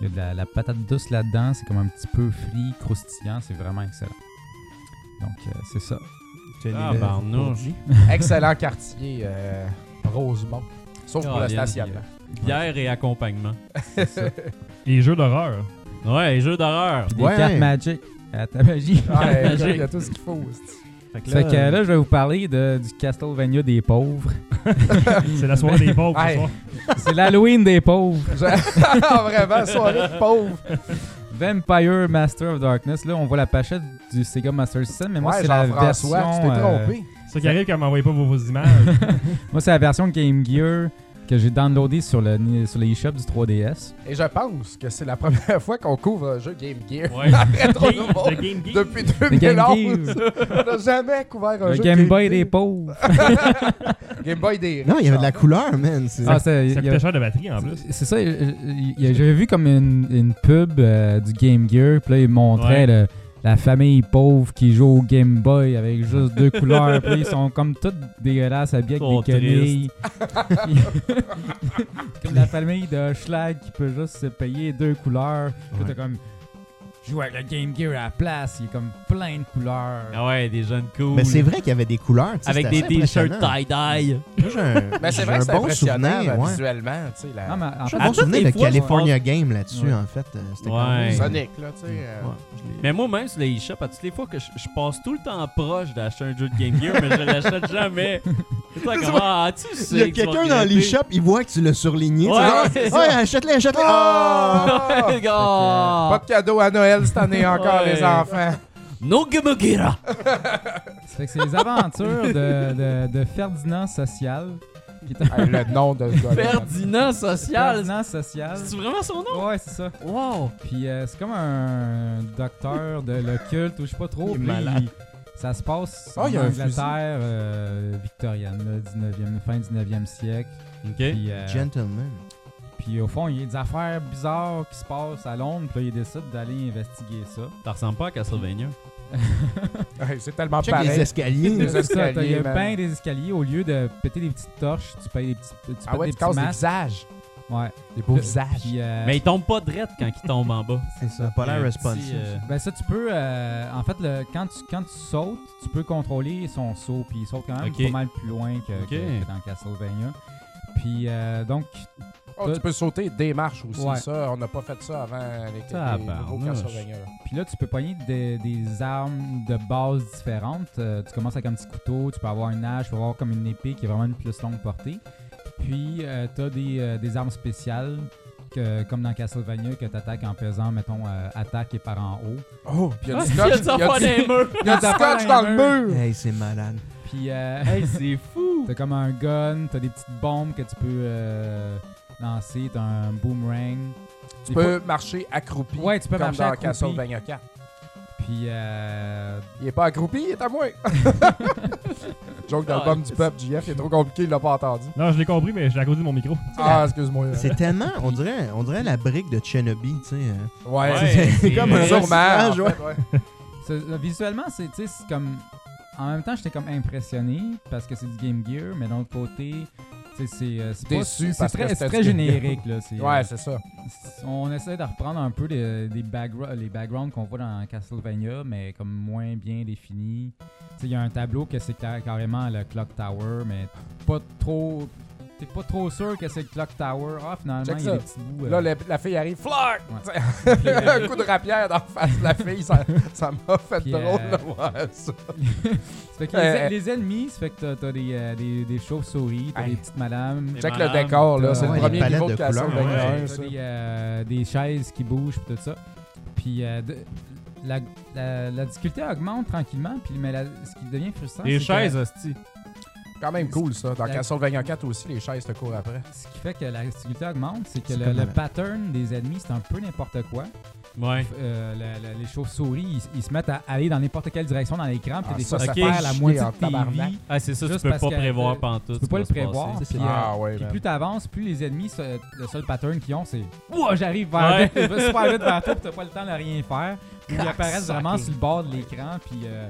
S3: Il y a de la, la patate douce là-dedans, c'est comme un petit peu frit, croustillant, c'est vraiment excellent. Donc euh, c'est ça.
S2: Ah, barnouche.
S4: Excellent quartier, euh, Rosemont. Sauf pour
S2: Ah,
S4: le
S2: bien,
S4: stationnement.
S2: Bière et accompagnement.
S6: Les jeux d'horreur.
S2: Ouais, et jeux d'horreur.
S3: Puis des
S5: Ouais.
S3: cartes Magic à ta magie.
S4: Ouais, écoute, il y a tout ce qu'il faut. hostie.
S3: Fait que là, je vais vous parler de- du Castlevania des pauvres.
S6: C'est la soirée des pauvres ce
S4: Hey.
S6: soir.
S3: c'est l'Halloween des pauvres.
S4: Je- Ah, Vraiment, soirée de pauvre.
S3: Vampire Master of Darkness. Là, on voit la pachette du Sega Master System, mais moi,
S4: ouais,
S3: c'est la version.
S4: Jean-François, tu t'es
S3: euh,
S4: trompé.
S6: Ça qui arrive quand m'envoyez pas vos, vos images.
S3: moi, c'est la version Game Gear que j'ai downloadé sur le sur les eShop du 3DS.
S4: Et je pense que c'est la première fois qu'on couvre un jeu Game Gear.
S2: Ouais.
S4: Après trop
S6: Game-
S4: nouveau.
S6: The Game Geek.
S4: Depuis
S3: Le Game
S4: 2011.
S3: Gear.
S4: On n'a jamais couvert un
S3: Le
S4: jeu
S3: Game Boy
S4: Gear.
S3: des pauvres.
S4: Game Boy des
S5: Non, il y avait de la couleur, man. c'est-
S3: Ah, c'est-
S6: Ça
S3: il y a-
S6: coûtait cher de
S2: hein.
S6: batterie en plus.
S3: c'est ça, euh, il y a- j'avais vu comme une, une pub euh, du Game Gear, puis là, ils
S6: Ouais.
S3: montraient le- la famille pauvre qui joue au Game Boy avec juste deux couleurs, puis ils sont comme toutes dégueulasses, habillés avec
S2: Sont
S3: des quenilles. comme la famille de Schlag qui peut juste se payer deux couleurs. Puis là,
S5: Ouais.
S3: t'as comme, joue avec le Game Gear à la place, il y a comme plein de couleurs.
S2: Ah ouais, des jeunes cool.
S5: Mais c'est vrai qu'il y avait des couleurs, tu sais,
S2: Avec des
S5: c'était assez
S2: t-shirts
S5: impressionnant.
S2: tie-dye.
S5: Moi, j'ai un-
S4: Mais Ben, c'est
S5: j'ai
S4: vrai que
S5: un
S4: c'est
S5: bon
S4: impressionnant
S5: souvenir,
S4: ben,
S5: ouais.
S4: visuellement. Tu sais, la...
S3: Non, mais en
S5: J'ai
S3: fait,
S5: un bon
S2: toutes les
S5: souvenir de
S2: fois, je
S5: California Game là-dessus,
S3: Ouais.
S5: en fait. euh, C'était
S2: Ouais.
S5: quand même-
S4: Sonic, là, tu sais. euh,
S5: Ouais, je l'ai-
S2: Mais moi, même sur les eShop, à toutes les fois que je, je passe tout le temps proche d'acheter un jeu de Game Gear, mais je l'achète jamais. C'est ça, comment ah, tu sais
S5: Il y a
S2: que tu vas
S5: quelqu'un dans
S2: regretter.
S5: l'e-shop, il voit que tu l'as surligné. tu
S2: Ouais,
S5: sais,
S2: c'est
S5: ah, ouais,
S2: ça. euh,
S5: achète-le, achète-le. Ah!
S4: Ah!
S2: Ouais, gars.
S4: Pas de cadeau à Noël cette année encore,
S2: Ah. Ouais.
S4: les enfants.
S2: No Game Gear.
S3: c'est- fait que c'est les aventures de, de, de Ferdinand Social. Qui est un
S4: Hey, le nom de ce gars-là.
S2: Ferdinand Social.
S3: Ferdinand Social.
S2: C'est vraiment son nom?
S3: Ouais, c'est ça.
S2: Wow.
S3: Puis euh, c'est comme un docteur de l'occulte ou je sais pas trop.
S5: Il est
S3: puis
S5: malade.
S3: il- ça se passe
S4: Ah,
S3: en
S4: il y a un fusil.
S3: Angleterre euh, victorienne, là, 19e, fin 19e siècle.
S2: OK.
S3: Puis, euh,
S5: Gentleman.
S3: Puis au fond, il y a des affaires bizarres qui se passent à Londres. Puis là, il décide d'aller investiguer ça.
S2: T'en ressembles pas à Castlevania.
S4: Ouais, c'est tellement
S5: Check les
S4: pareil.
S5: escaliers.
S4: Les
S3: C'est ça, t'as- Il y a
S4: escaliers, man.
S3: bien des escaliers. Au lieu de péter des petites torches, tu payes des petits, tu
S4: Ah
S3: pètes
S4: ouais,
S3: des
S4: tu casses
S3: petits
S4: des
S3: masques.
S4: visages.
S3: Ouais.
S4: Des beaux
S3: Puis,
S4: visages.
S3: euh,
S2: Mais il tombe pas drette quand il tombe en bas.
S5: C'est ça. Pas
S2: Un
S5: l'air
S2: petit,
S5: responsive.
S2: euh,
S3: Ben ça, tu peux. euh, en fait, le, quand, tu, quand tu sautes, tu peux contrôler son saut. Puis il saute quand même
S2: Ok.
S3: pas mal plus loin que,
S2: Ok.
S3: que- que dans Castlevania. Puis euh, donc,
S4: Oh, tu peux sauter des marches aussi.
S3: Ouais.
S4: Ça, on n'a pas fait ça avant les, les
S2: Tabarnouche.
S4: nouveaux Castlevania. là.
S3: puis là, tu peux pogner des, des armes de base différentes. Euh, tu commences avec un petit couteau, tu peux avoir une hache, tu peux avoir comme une épée qui est vraiment une plus longue portée. Puis tu as des, euh, des armes spéciales, que, comme dans Castlevania, que tu attaques en pesant, mettons, euh, attaque et par en haut.
S4: Oh, puis il y a
S2: Ah,
S4: du
S2: il y a du
S4: scotch, il y a
S2: enfant
S4: du-
S2: des murs.
S4: il y a du scotch dans le mur.
S5: Hey, c'est malade.
S3: Puis. euh,
S2: Hey, c'est fou!
S3: T'as comme un gun, t'as des petites bombes que tu peux euh, lancer, t'as un boomerang.
S4: Tu
S3: Des
S4: peux marcher accroupi
S3: Ouais, tu peux
S4: comme
S3: marcher
S4: dans
S3: accroupi.
S4: Castlevania 4.
S3: fois- Puis euh,
S4: Il est pas accroupi, il est à moi. Joke d'album du peuple, JF, il est trop compliqué, il l'a pas entendu.
S6: Non, je l'ai compris, mais je l'ai à cause de mon micro.
S4: Ah, excuse-moi. là.
S5: C'est tellement, on dirait, on dirait la brique de Chernobyl, tu sais. euh.
S4: Ouais,
S2: Ouais,
S4: c'est-
S2: c'est
S5: comme
S2: vrai.
S5: un
S4: sûrement. en
S5: ouais.
S4: fait, ouais.
S3: c'est- euh, visuellement, c'est tu sais, c'est comme. En même temps, j'étais comme impressionné parce que c'est du Game Gear, mais d'un autre côté, tu sais, c'est euh, c'est pas-
S4: Déçu
S3: c'est-
S4: parce
S3: c'est très,
S4: que
S3: c'est
S4: c'était
S3: très
S4: du Game Gear.
S3: générique. Là, c'est,
S4: Ouais, c'est ça.
S3: euh, on essaie de reprendre un peu les, des backgra- les backgrounds qu'on voit dans Castlevania, mais comme moins bien définis. Tu sais, Il y a un tableau que c'est cla- carrément le Clock Tower, mais pas trop. T'es pas trop sûr que c'est le Clock Tower. Ah, finalement,
S4: Check
S3: il y a
S4: ça.
S3: des petits bouts. euh,
S4: Là, la, la fille arrive, Fleur!
S3: Ouais.
S4: un coup de rapière dans la face de la fille, ça ça m'a fait
S3: Puis,
S4: drôle
S3: euh,
S4: de voir ça.
S3: ça fait que
S4: Euh,
S3: les, les ennemis, ça fait que t'as- t'as des, euh, des, des chauves-souris, t'as
S4: Hey.
S3: des petites madames,
S2: Des
S4: Check le
S2: malades,
S4: décor, là.
S3: t'as-
S4: C'est
S3: ouais,
S4: le
S3: les
S4: premier
S5: palettes
S4: niveau de
S5: de couleurs,
S4: Castlevania.
S2: ouais.
S3: t'as
S4: ça.
S3: des, euh, des chaises qui bougent, puis tout ça. Puis euh, de- la, la, la difficulté augmente tranquillement, puis, mais la- ce qui devient frustrant,
S2: Les
S3: c'est
S2: chaises, hostie.
S4: Quand même cool, ça. Dans
S3: La-
S4: Castlevania 4 aussi, les chaises te courent après.
S3: que ce qui fait que la difficulté augmente, c'est que
S5: C'est
S3: le,
S5: comme
S3: le
S5: malade.
S3: pattern des ennemis, c'est un peu n'importe quoi.
S2: Ouais.
S3: Euh, la- la- les chauves-souris, ils, ils se mettent à aller dans n'importe quelle direction dans l'écran, puis
S4: Ah,
S3: des
S4: ça,
S3: fois,
S2: ça
S3: tu
S2: fait
S3: perds la
S4: chier
S3: moitié
S4: en
S3: de tes
S4: tabarnak.
S3: vies.
S2: Ah, c'est ça,
S3: Juste
S2: tu peux
S3: parce
S2: pas
S3: que,
S2: prévoir
S3: euh,
S2: pantoute.
S3: tu peux pas le prévoir.
S5: C'est
S3: Puis,
S5: ça.
S3: euh,
S4: Ah ouais,
S3: puis
S4: man.
S3: plus t'avances, plus les ennemis, se- le seul pattern qu'ils ont, c'est Ouah, Oh, j'arrive vers
S2: Ouais.
S3: toi, super vite vers toi, puis t'as pas le temps de rien faire. Ou ils
S5: Crac,
S3: apparaissent
S5: sac.
S3: vraiment sur le bord de l'écran, puis euh,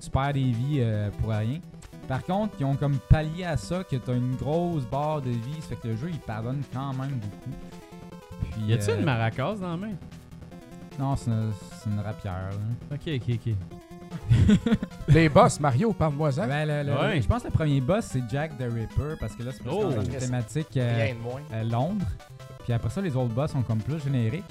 S3: tu perds des vies euh, pour rien. Par contre, ils ont comme pallié à ça que t'as une grosse barre de vie, ça fait que le jeu, il pardonne quand même beaucoup. Puis,
S2: Y a-tu
S3: euh,
S2: une maracas dans la main?
S3: Non, c'est une, c'est une rapière. là.
S2: Ok, ok, ok.
S4: Les boss, Mario, parle-moi-en.
S3: Ben, le- le-
S2: Ouais.
S3: Je pense que le premier boss, c'est Jack the Ripper, parce que là, c'est plus
S2: Oh.
S3: dans une thématique euh,
S4: Rien de moins.
S3: à Londres. Puis après ça, les autres boss sont comme plus génériques.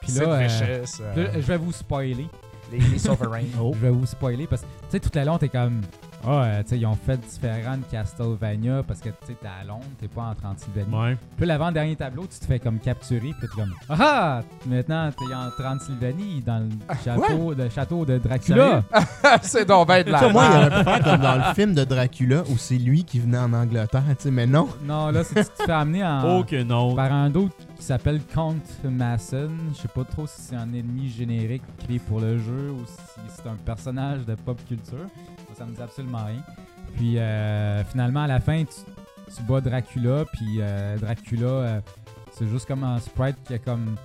S3: Puis
S4: C'est
S3: là,
S4: de
S3: euh,
S4: richesse.
S3: puis là, je vais vous spoiler.
S4: Les les souverains.
S3: Je vais vous spoiler parce que, tu sais, toute la long, t'es comme. Ah, euh, tu sais, ils ont fait différentes Castlevania parce que, tu sais, t'es à Londres, t'es pas en Transylvanie.
S2: Ouais.
S3: Puis l'avant-dernier tableau, tu te fais comme capturer, puis t'es comme. Ah ah! Maintenant, t'es en Transylvanie, dans le château, le château de Dracula.
S4: C'est donc ben de
S5: Tu sais,
S4: la
S5: Ah, moi, il
S4: merde.
S5: aurait pu faire comme dans le film de Dracula où c'est lui qui venait en Angleterre, tu sais, mais non.
S3: Non, là, c'est tu te fais amener en.
S2: Oh que non.
S3: Par un d'autre qui s'appelle Count Masson. Je sais pas trop si c'est un ennemi générique créé pour le jeu ou si c'est un personnage de pop culture. Moi, ça me dit absolument rien. Puis euh, finalement, à la fin, tu, tu bats Dracula. Puis euh, Dracula, euh, c'est juste comme un sprite qui a comme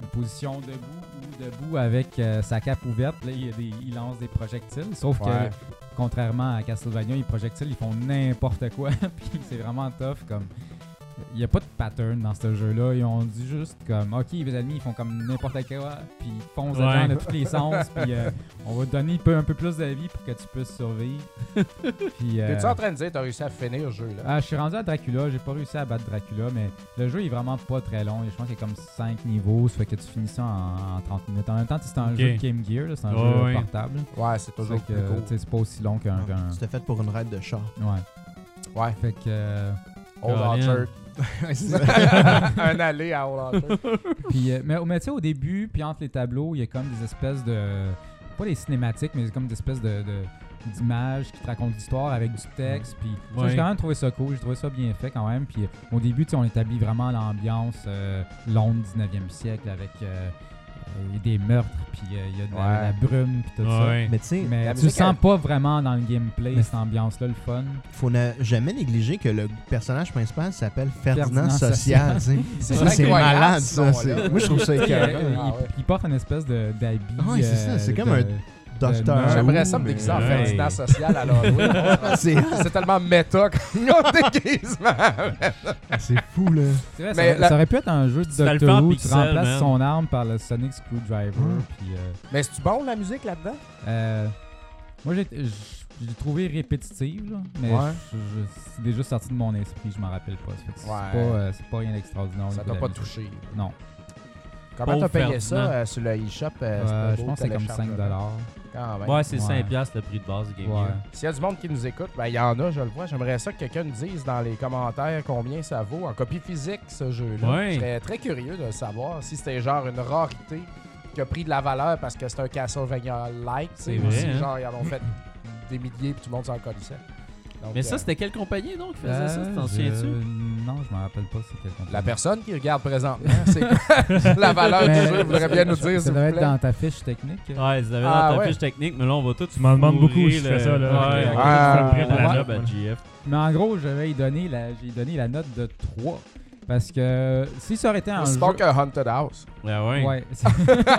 S3: une position debout ou debout avec euh, sa cape ouverte. Là, il, y a des- il lance des projectiles. Sauf
S4: Ouais.
S3: que contrairement à Castlevania, les projectiles, ils font n'importe quoi. puis c'est vraiment tough. Comme il n'y a pas de pattern dans ce jeu-là. Ils ont dit juste comme, ok, les ennemis, ils font comme n'importe quoi, puis ils foncent
S2: Ouais.
S3: dedans de tous les sens, puis euh, on va te donner un peu, un peu plus de vie pour que tu puisses survivre. puis, euh,
S4: T'es-tu en train de dire que t'as réussi à finir le jeu, là?
S3: ah, je suis rendu à Dracula, j'ai pas réussi à battre Dracula, mais le jeu est vraiment pas très long. Je pense qu'il y a comme 5 niveaux, ça fait que tu finis ça en, en 30 minutes. En même temps, tu sais, c'est un
S2: Ok.
S3: jeu de Game Gear, là, c'est un
S2: Ouais,
S3: jeu
S2: ouais.
S3: portable.
S4: Ouais, c'est
S3: Ça fait
S4: toujours
S3: que,
S4: plus cool.
S3: tu sais, c'est pas aussi long qu'un. qu'un-
S5: C'était fait pour une raide de char.
S3: Ouais.
S4: Ouais.
S3: Fait que. euh,
S4: Old
S2: Colin.
S4: Orchard. Un aller à Old Orchard.
S3: Puis, euh, mais mais tu sais, au début, puis entre les tableaux, il y a comme des espèces de. Pas des cinématiques, mais comme des espèces de. de- d'images qui te racontent l'histoire avec du texte puis ça,
S2: Ouais.
S3: j'ai quand même trouvé ça cool j'ai trouvé ça bien fait quand même puis euh, au début tu sais, on établit vraiment l'ambiance euh, Londres 19e siècle avec euh, euh, il y a des meurtres, puis euh, il y a de la,
S4: Ouais.
S3: la brume, puis tout
S2: Ouais.
S5: Mais tu sais,
S3: ça. Mais
S4: La
S3: tu
S4: musique,
S3: sens
S4: elle-
S3: pas vraiment dans le gameplay
S5: Mais-
S3: cette ambiance-là, le fun.
S5: faut ne jamais négliger que le personnage principal s'appelle Ferdinand,
S3: Ferdinand
S5: Social. tu sais.
S4: C'est
S5: ça, c'est
S4: incroyable,
S5: malade,
S4: ce
S5: ça.
S4: nom-là.
S5: c'est- Moi, je trouve ça
S3: Il,
S5: écœurant.
S4: ouais.
S3: il- il porte une espèce de- d'habit. euh,
S5: Ah ouais, c'est ça, c'est comme un Docteur.
S3: Ah,
S4: J'aimerais ça
S5: Who,
S4: me
S5: mais-
S4: déguiser en
S6: ouais.
S4: Ferdinand social à l'Halloween.
S5: C'est
S4: C'est tellement méta comme déguisement.
S5: c'est fou, là.
S3: C'est vrai,
S4: Mais
S3: ça,
S4: la-
S3: ça aurait pu être un jeu de
S2: C'est le
S3: Doctor
S2: fan
S3: Who, tu
S2: pixel,
S3: remplaces
S2: man.
S3: son arme par le Sonic Screwdriver,
S4: Hmm.
S5: Mm.
S3: puis... euh,
S4: Mais c'est-tu bon la musique là-dedans?
S3: Euh, moi, j'ai- j- je l'ai trouvé répétitive, là, mais
S4: Ouais.
S3: je- je- c'est déjà sorti de mon esprit, je m'en rappelle pas. Ça fait que C'est
S4: Ouais.
S3: pas, euh, c'est pas rien d'extraordinaire. au
S4: Ça
S3: niveau
S4: t'a
S3: de la
S4: pas
S3: musique.
S4: touché.
S3: Non.
S4: Comment
S2: Pauvre
S4: t'as payé ça
S2: Ferdinand.
S4: euh, sur le eShop?
S3: Euh, je pense que c'est comme 5$. dollars.
S2: Ouais, c'est
S3: Ouais.
S2: 5$ piastres, le prix de base du Game
S3: Ouais.
S2: Gear.
S4: S'il y a du monde qui nous écoute, ben, il y en a, je le vois. J'aimerais ça que quelqu'un nous dise dans les commentaires combien ça vaut en copie physique, ce jeu-là.
S2: Ouais.
S4: Je serais très curieux de savoir si c'était genre une rarité qui a pris de la valeur parce que c'est un Castlevania-like.
S2: C'est
S4: tu sais,
S2: vrai,
S4: ou si,
S2: hein.
S4: genre, ils en ont fait des milliers et tout le monde s'en connaissait. Donc,
S2: Mais ça,
S4: euh,
S2: c'était quelle compagnie donc qui faisait ça? Tu
S3: Euh,
S2: t'en
S3: je-
S2: souviens-tu?
S3: Non, je m'en rappelle pas. C'était
S4: La personne qui regarde présentement, c'est quoi la valeur du jeu? Voudrait bien nous dire,
S3: Ça
S4: s'il
S3: devait
S4: vous
S3: être
S4: plaît.
S3: dans ta fiche technique.
S2: Ouais, vous avez
S4: Ah,
S2: dans ta
S4: ouais.
S2: fiche technique, mais là, on va tout. Tu
S6: m'en demandes beaucoup si je fais ça,
S4: euh,
S6: là.
S2: Ouais,
S6: Ok, ok,
S2: Ah, on va
S4: tu
S2: tout
S4: me
S2: faire
S4: prêtes
S2: la
S4: la
S2: note à
S6: note.
S2: GF.
S3: Mais en gros, j'avais y donné la, j'ai donné la note de 3. Parce que euh, si ça aurait été un
S4: C'est
S3: jeu...
S4: pas qu'un Haunted House.
S2: Ah ouais.
S3: Ouais.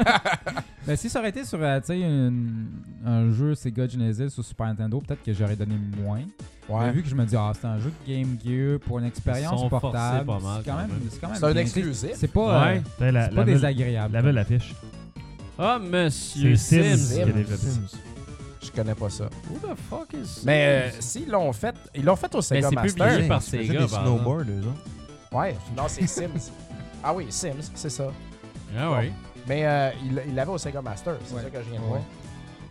S3: Mais si ça aurait été sur euh, tu sais, une- un jeu Sega Genesis sur Super Nintendo, peut-être que j'aurais donné moins. Mais vu que je me dis, ah, c'est un jeu de Game Gear pour une
S2: Ils sont
S3: expérience
S2: forcés
S3: portable.
S2: pas mal,
S3: C'est quand même,
S2: quand même.
S3: c'est quand même
S4: C'est un
S3: bien. C'est-
S4: exclusif.
S3: C'est pas, euh,
S2: Ouais.
S6: T'as la-
S3: c'est pas
S6: la belle-
S3: désagréable.
S6: La belle affiche.
S2: Ah, monsieur
S6: C'est
S2: Sims.
S6: Sims. Sims.
S4: Je connais pas ça.
S2: Who the fuck is Sims?
S4: Mais euh, s'ils l'ont fait, ils l'ont fait au Sega
S2: Ben, c'est
S4: Master.
S2: publié. par
S5: C'est
S2: Sega,
S5: des
S2: par exemple.
S5: snowboarders, hein.
S4: Ouais, non, c'est Sims. ah oui, Sims, c'est ça.
S2: Ah ouais.
S4: Mais euh, il il l'avait au Sega Master, c'est
S3: Ouais.
S4: ça que je viens de
S3: Ouais.
S4: voir.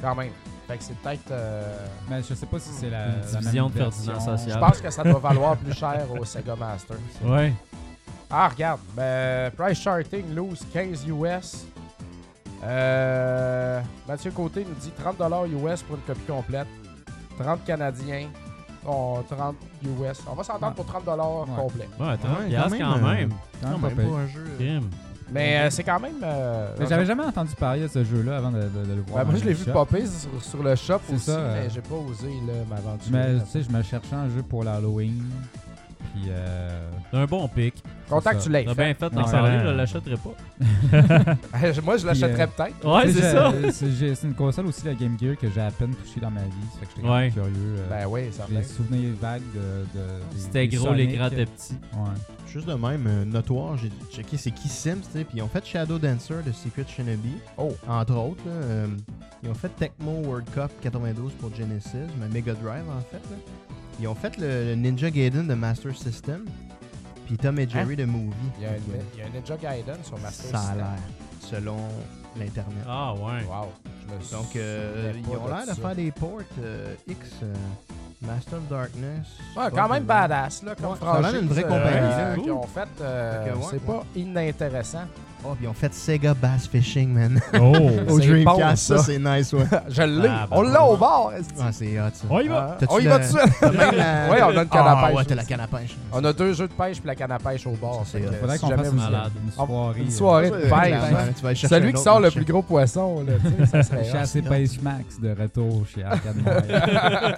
S4: Quand même. Fait que c'est peut-être. euh,
S3: Mais je sais pas si c'est la.
S2: Une
S3: la même
S2: division de Ferdinand
S3: version.
S4: Je
S2: Social.
S4: pense que ça doit valoir plus cher au Sega Master.
S2: Ouais.
S4: Ah, regarde. ben, price charting loose 15 US. Euh, Mathieu Côté nous dit 30 US pour une copie complète. 30 Canadiens. oh, 30 US. On va s'entendre pour 30
S3: Ouais.
S4: complet.
S2: Ouais, 30$
S5: Ouais,
S2: piastres quand même.
S5: euh,
S3: Quand
S5: Quand
S3: même
S5: même,
S3: pas pire.
S5: pour un jeu. euh,
S2: Crime.
S4: Mais euh, c'est quand même. euh,
S3: Mais j'avais jamais entendu parler de ce jeu-là avant de, de- de le
S4: Ben,
S3: voir.
S4: moi,
S3: dans
S4: je l'ai
S3: le
S4: vu
S3: shop.
S4: popper sur, sur le shop
S3: C'est
S4: aussi,
S3: ça, euh.
S4: mais j'ai pas osé là, m'aventurer.
S3: Mais tu sais, je me cherchais un jeu pour l'Halloween. Puis. euh,
S2: C'est un bon pic.
S4: Contact,
S3: ça.
S4: tu l'as
S2: T'as
S4: Ben, fait.
S2: bien fait
S3: Non,
S2: d'en parler,
S6: ouais.
S2: je l'achèterai pas.
S4: Moi, je l'achèterais peut-être.
S2: Ouais,
S3: tu sais,
S2: c'est
S3: j'ai- euh,
S2: ça.
S3: c'est- j'ai- C'est une console aussi, la Game Gear, que j'ai à peine touchée dans ma vie. Ça fait que j'étais quand même
S2: Ouais.
S3: curieux. euh,
S4: Ben oui, ça
S3: J'ai des
S4: fait.
S3: souvenirs vagues de. de- des-
S2: C'était
S3: des
S2: gros, l'écran
S3: Sonic.
S2: était petit.
S3: Ouais.
S5: Juste de même, euh, notoire, j'ai checké c'est qui Sims, tu sais, puis ils ont fait Shadow Dancer de Secret Shinobi,
S4: Oh,
S5: entre autres. là, euh, ils ont fait Tecmo World Cup 92 pour Genesis, mais Mega Drive en fait. là. Ils ont fait le, le Ninja Gaiden de Master System, puis Tom et Jerry de Movie.
S4: Hein? il y, a un,
S5: Fait que,
S4: il y a un Ninja Gaiden sur Master
S5: ça a
S4: System.
S5: l'air, selon l'Internet.
S2: Ah ouais.
S4: Wow. Je me
S5: Donc, euh,
S4: souvenais
S5: ils
S4: pas
S5: ont l'air de
S4: ça.
S5: faire des ports euh, X, euh, Master of Darkness.
S4: Ouais, quand même badass, là, comme
S5: euh, Ouais, ça a l'air d'une vraie
S4: franchise,
S5: compagnie,
S4: euh,
S2: là.
S4: qu'ils ont fait, euh,
S5: Fait que ouais,
S4: c'est pas inintéressant.
S5: Oh, puis ils ont fait Sega Bass Fishing, man.
S6: Oh!
S5: Au
S4: C'est
S5: Dreamcast,
S4: bon,
S5: ça,
S4: ça.
S5: c'est nice, ouais.
S4: Je l'ai.
S2: Ah, bah,
S4: on l'a au bord. est-ce que-
S5: Ah, c'est hot, ça.
S6: On y va!
S4: Ah, ben,
S5: T'as-tu
S4: on y va
S5: la-
S4: tout de suite.
S5: T'as même la-
S4: Ouais, on a une canne à
S5: Ah,
S4: pêche
S5: Ouais, t'as la
S4: aussi.
S5: canne à pêche.
S4: On a deux jeux de pêche puis la canne à pêche au bord.
S5: C'est
S4: fait que,
S5: vrai.
S3: Faudrait
S4: si
S3: qu'on
S4: jamais
S3: fasse
S4: vous-
S3: une,
S2: malade.
S3: une
S4: Ah,
S3: soirée. euh,
S4: une soirée de
S5: Ouais,
S4: pêche.
S5: clairement, tu vas aller chercher un
S4: Celui qui
S5: autre
S4: sort le
S5: marché.
S4: plus gros poisson, là, tu sais, ça
S3: euh,
S4: serait hot.
S3: Chasse et pêche max de retour chez Arcade Montréal.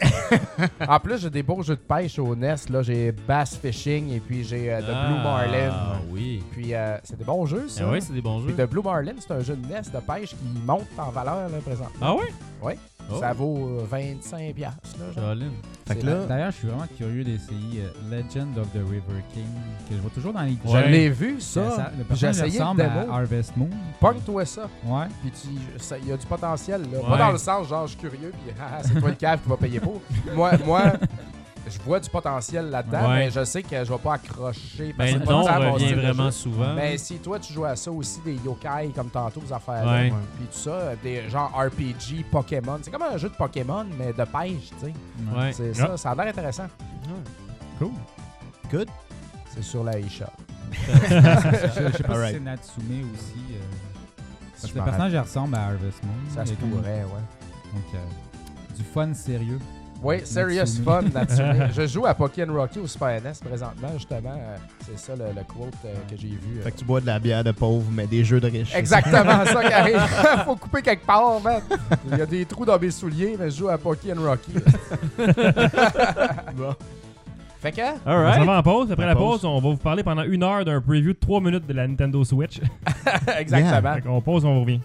S4: En plus, j'ai des beaux jeux de pêche au Nest. Là, j'ai Bass Fishing et puis j'ai euh, The Blue
S2: Ah
S4: Marlin.
S2: oui.
S4: Puis euh, c'est des bons jeux, ça.
S2: Ah ouais, c'est des bons
S4: Puis
S2: jeux.
S4: The Blue Marlin, c'est un jeu de Nest de pêche qui monte en valeur là, présent.
S2: Ah ouais?
S4: Ouais.
S2: Oh,
S4: Ça vaut euh, 25$. piastres, Là, genre.
S2: Jolene.
S5: Fait que
S4: C'est
S5: là,
S3: D'ailleurs, je suis vraiment curieux d'essayer euh, Legend of the River King, que je vois toujours dans les
S4: Je
S2: Ouais.
S4: l'ai vu,
S3: Ça,
S4: ça.
S3: le
S4: Puis j'ai
S3: personnage
S4: essayé le
S3: ressemble à
S4: démo.
S3: Harvest Moon.
S4: Pogne-toi ça.
S3: Ouais.
S4: Puis tu- ça- il y a du potentiel. Là. Pas
S2: Ouais.
S4: dans le sens, genre, je suis curieux, puis ah, c'est toi le cave qui va payer pour. moi, moi, je vois du potentiel là-dedans,
S2: Ouais.
S4: mais je sais que je vais pas accrocher. parce
S2: Ben
S4: que
S2: le
S4: c'est pas
S2: nom
S4: tant mon
S2: revient
S4: style de jeu. Ben,
S2: vraiment
S5: Hein?
S2: souvent.
S4: Mais si toi, tu joues à ça aussi, des yokai comme tantôt, vous affaires
S2: Ouais.
S4: là, puis tout ça, des genre RPG, Pokémon. C'est comme un jeu de Pokémon, mais de pêche, tu sais.
S2: Ouais. Ah,
S4: C'est
S5: Ah.
S4: ça, ça a l'air intéressant.
S5: cool. Good.
S4: C'est sur la eShop.
S3: Je, je sais pas
S5: Alright.
S3: si c'est Natsume aussi. euh,
S4: Si
S3: parce que
S4: je
S3: le
S4: m'en rappelle.
S3: personnage il ressemble à Harvest Moon.
S4: Ça se
S3: Il y a comme-
S4: pourrait, ouais.
S3: Donc, euh, du fun sérieux.
S4: Oui, Serious
S3: Natsumi.
S4: Fun, Natsumi. je joue à Pokémon Rocky au Super NES présentement, justement. Euh, C'est ça le, le quote euh, que j'ai vu. euh.
S5: Fait que tu bois de la bière de pauvre, mais des jeux de riches.
S4: Exactement ça qui arrive. Faut couper quelque part, man. Il y a des trous dans mes souliers, mais je joue à Pokémon Rocky.
S5: Bon.
S4: Fait que,
S2: All
S6: On s'en
S2: right.
S6: va en pause. Après
S5: La
S6: la, pause. on va vous parler pendant une heure d'un preview de 3 minutes de la Nintendo Switch.
S4: exactement.
S6: on pause, on revient.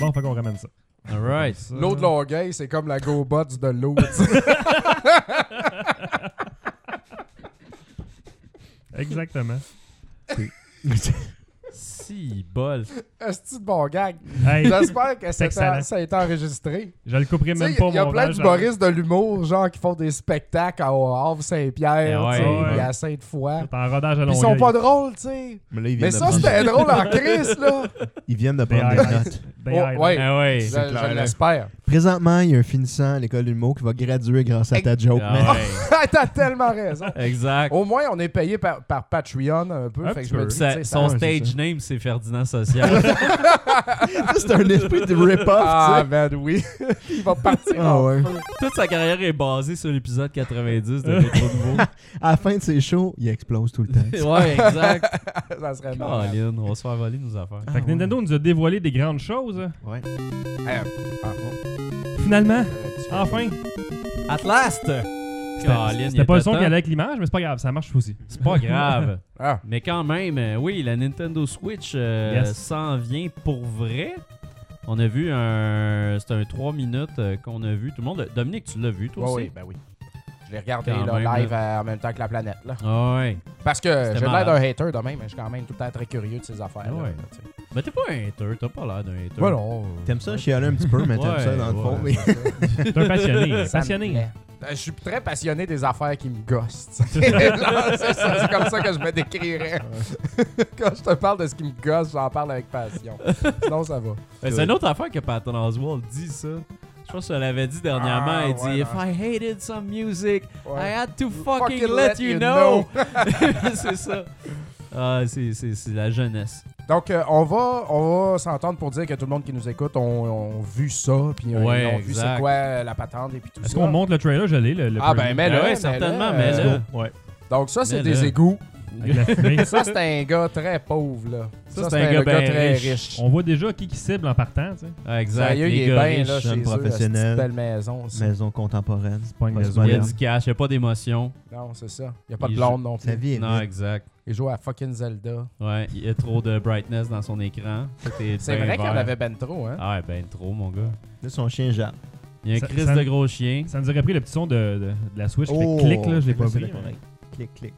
S6: Bon, fait qu'on ramène ça.
S2: All right.
S4: L'eau de Longueuil, c'est comme la GoBots de l'eau. tu sais.
S6: Exactement.
S2: Si, bol.
S4: Esti de bon gag.
S6: Hey,
S4: J'espère que c'était-
S6: excellent.
S4: ça a été enregistré.
S6: je le couperai
S4: Tu sais,
S6: même pas
S4: Il
S6: au
S4: y a plein
S6: montage, genre.
S4: d'humoristes de l'humour, genre, qui font des spectacles à Havre Saint-Pierre,
S2: Eh ouais,
S4: tu sais,
S6: ouais.
S4: puis à Sainte-Foy.
S6: T'es en rodage à
S4: Puis Ils
S6: Longueuil.
S4: sont pas drôles, tu sais.
S5: Mais là, ils
S4: Mais
S5: viennent
S4: ça,
S5: de prendre,
S4: c'était drôle en crise, là.
S5: ils viennent de
S6: Des
S5: prendre des
S6: highlights.
S5: notes.
S6: Des
S4: Oh,
S6: highlights.
S4: ouais.
S2: Ah ouais.
S4: Je,
S5: C'est
S4: je
S5: clair, là.
S4: l'espère.
S5: Présentement, il y a un finissant à l'école d'humour qui va graduer grâce à ta joke, man.
S2: Ah ouais.
S4: T'as tellement raison.
S2: Exact.
S4: Au moins, on est payé par, par Patreon un peu.
S6: Un
S4: Oh, fait
S6: petit
S4: que je me
S6: peu.
S4: dis, tu
S2: Sa-
S4: sais,
S2: son
S4: ça-
S2: stage name, c'est Ferdinand Social.
S5: C'est un esprit de rip-off,
S4: Ah, ben oui. Il va partir
S5: Ah
S4: en
S5: ouais.
S4: feu.
S2: Toute sa carrière est basée sur l'épisode 90 de Métro Nouveau.
S5: tu sais. À la fin de ses shows, il explose tout le temps.
S2: ouais, exact.
S4: Ça serait marrant.
S2: Caroline, on va se faire voler nos affaires.
S6: Fait que Nintendo nous a dévoilé des grandes choses.
S5: Ouais.
S4: Ah, bon.
S6: Finalement,
S4: Euh,
S6: enfin.
S2: At last! Caroline, il
S6: C'était pas le
S2: était
S6: son qui
S2: temps.
S6: allait avec l'image, mais c'est pas grave, ça marche aussi.
S2: C'est pas grave.
S4: Ah.
S2: Mais quand même, euh, oui, la Nintendo Switch euh,
S6: Yes.
S2: s'en vient pour vrai. On a vu un. C'est un 3 minutes euh, qu'on a vu. Tout le monde. Dominique, tu l'as vu, toi
S4: Ouais,
S2: aussi?
S4: oui, ben oui. Je l'ai regardé
S2: Quand
S4: là,
S2: même,
S4: live euh, en même temps que la planète. Là.
S2: Ah ouais.
S4: Parce que
S2: C'était
S4: j'ai l'air
S2: malade.
S4: d'un hater de même, mais je suis quand même tout le temps très curieux de ces affaires.
S2: Ouais. Mais t'es pas un hater, t'as pas l'air d'un hater.
S4: non.
S5: T'aimes ça chialer un petit peu, mais t'aimes
S2: Ouais,
S5: ça dans le fond.
S2: ouais.
S5: mais-
S6: T'es un passionné.
S4: Ça me
S6: passionné.
S4: plaît. Euh, Je suis très passionné des affaires qui me gossent. tu sais. Là, c'est ça, c'est comme ça que je me décrirais. Quand je te parle de ce qui me gosse, j'en parle avec passion. Sinon, ça va.
S2: Mais c'est une autre affaire que Patton Oswald dit ça. Je pense que je l'avais dit dernièrement.
S4: Ah,
S2: il dit
S4: ouais,
S2: If I hated some music, I
S4: Ouais.
S2: had to fucking, let, you know. c'est ça. Ah, c'est- c'est c'est la jeunesse.
S4: Donc, euh, on va, on va s'entendre pour dire que tout le monde qui nous écoute ont ont vu ça, puis euh,
S2: Ouais,
S4: ils ont vu
S2: exact.
S4: c'est quoi euh, la patente et puis tout
S6: Est-ce
S4: ça.
S6: qu'on monte le trailer? Je l'ai, le, le
S4: Ah ben,
S6: preview.
S4: mais là,
S2: ouais, certainement,
S4: mais
S2: mais
S4: là,
S2: là.
S6: Ouais.
S4: Donc, ça, c'est
S2: Mais
S4: des
S2: là.
S4: égouts.
S6: Avec la fumée.
S4: Ça, c'est un gars très pauvre, là.
S2: Ça, c'est un gars ben
S4: très
S2: riche.
S4: riche.
S6: On voit déjà qui qui cible en partant, tu sais.
S2: Ah, exact.
S4: Sérieux,
S2: les
S4: il est
S2: gars
S4: bien,
S2: riches.
S4: là,
S5: jeunes
S4: chez eux, cette
S5: professionnels.
S4: belle maison. aussi.
S5: Maison contemporaine.
S6: C'est pas une
S5: Post
S6: maison.
S2: Il y a
S5: moderne.
S2: du cash, il n'y a pas d'émotion.
S4: Non, c'est ça. Il n'y a pas de
S2: Il
S4: blonde non
S5: La
S4: plus.
S5: vie est
S2: Non,
S5: vite.
S2: exact.
S4: Il joue à fucking Zelda.
S2: Ouais, il y a trop de brightness dans son écran. Tout est
S4: C'est
S2: bien
S4: vrai qu'il y en
S2: vert.
S4: avait ben trop, hein?
S2: Ah, ouais, ben trop, mon gars.
S5: Là, son chien jappe.
S2: Il y a un
S6: Ça-
S2: Chris
S6: ça-
S2: de gros chien.
S6: Ça nous aurait pris le petit son de, de, de la Switch. qui
S5: Oh,
S6: fait clic, là, je l'ai pas
S5: c'est
S6: pris.
S5: correct. Clic, clic.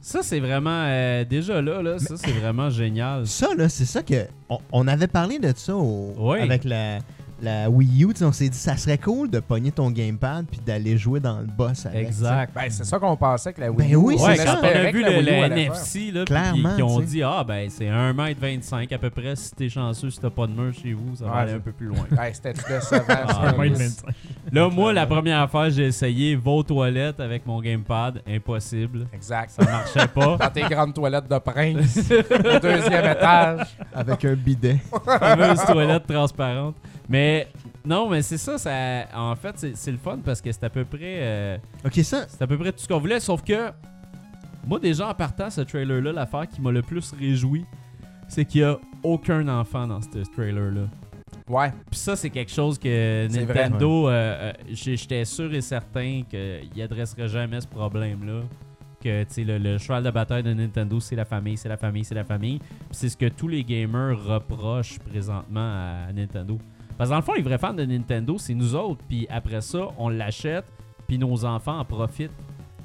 S2: Ça, c'est vraiment. euh, déjà là, là, ça, c'est vraiment génial.
S5: Ça, là, c'est ça que. On, on avait parlé de ça au-
S2: Oui.
S5: avec la, la Wii U. tu sais, On s'est dit, ça serait cool de pogner ton gamepad puis d'aller jouer dans le boss avec.
S2: Exact.
S4: Ben, c'est ça qu'on pensait que la
S5: Ben
S4: Wii U.
S5: oui,
S4: on
S2: Ouais,
S5: c'est
S2: quand on
S4: espérait
S2: a
S4: que
S2: vu
S4: la
S2: le,
S4: Wii U
S2: le
S4: allait
S2: NFC, là,
S5: Clairement,
S2: qui ont
S5: tu sais.
S2: dit Ah, ben c'est 1m25 à peu près. Si t'es chanceux, si t'as pas de mur chez vous, ça va
S4: Ouais,
S2: aller
S4: c'est-
S2: un peu plus loin.
S4: faire. Ouais, c'était tout décevant.
S2: Ah,
S4: ça.
S6: Un mètre
S4: Yes.
S6: vingt-cinq.
S2: là, moi, la première affaire, j'ai essayé vos toilettes avec mon gamepad. Impossible.
S4: Exact.
S2: Ça marchait pas.
S4: Dans tes grandes toilettes de prince, au deuxième étage.
S5: Avec un bidet.
S2: fameuse toilette transparente. Mais non, mais c'est ça, ça. En fait, c'est- c'est le fun parce que c'est à peu près, euh,
S5: ok, ça.
S2: c'est à peu près tout ce qu'on voulait, sauf que moi déjà en partant ce trailer là, l'affaire qui m'a le plus réjoui, c'est qu'il y a aucun enfant dans ce trailer là.
S4: Ouais,
S2: Puis ça, c'est quelque chose que
S4: C'est vrai,
S2: Nintendo, euh, euh, j'ai- j'étais sûr et certain qu'il adresserait jamais ce problème-là. Que tu sais, le, le cheval de bataille de Nintendo, c'est la famille, c'est la famille, c'est la famille. Puis c'est ce que tous les gamers reprochent présentement à Nintendo. Parce que dans le fond, les vrais fans de Nintendo, c'est nous autres. Puis après ça, on l'achète, puis nos enfants en profitent.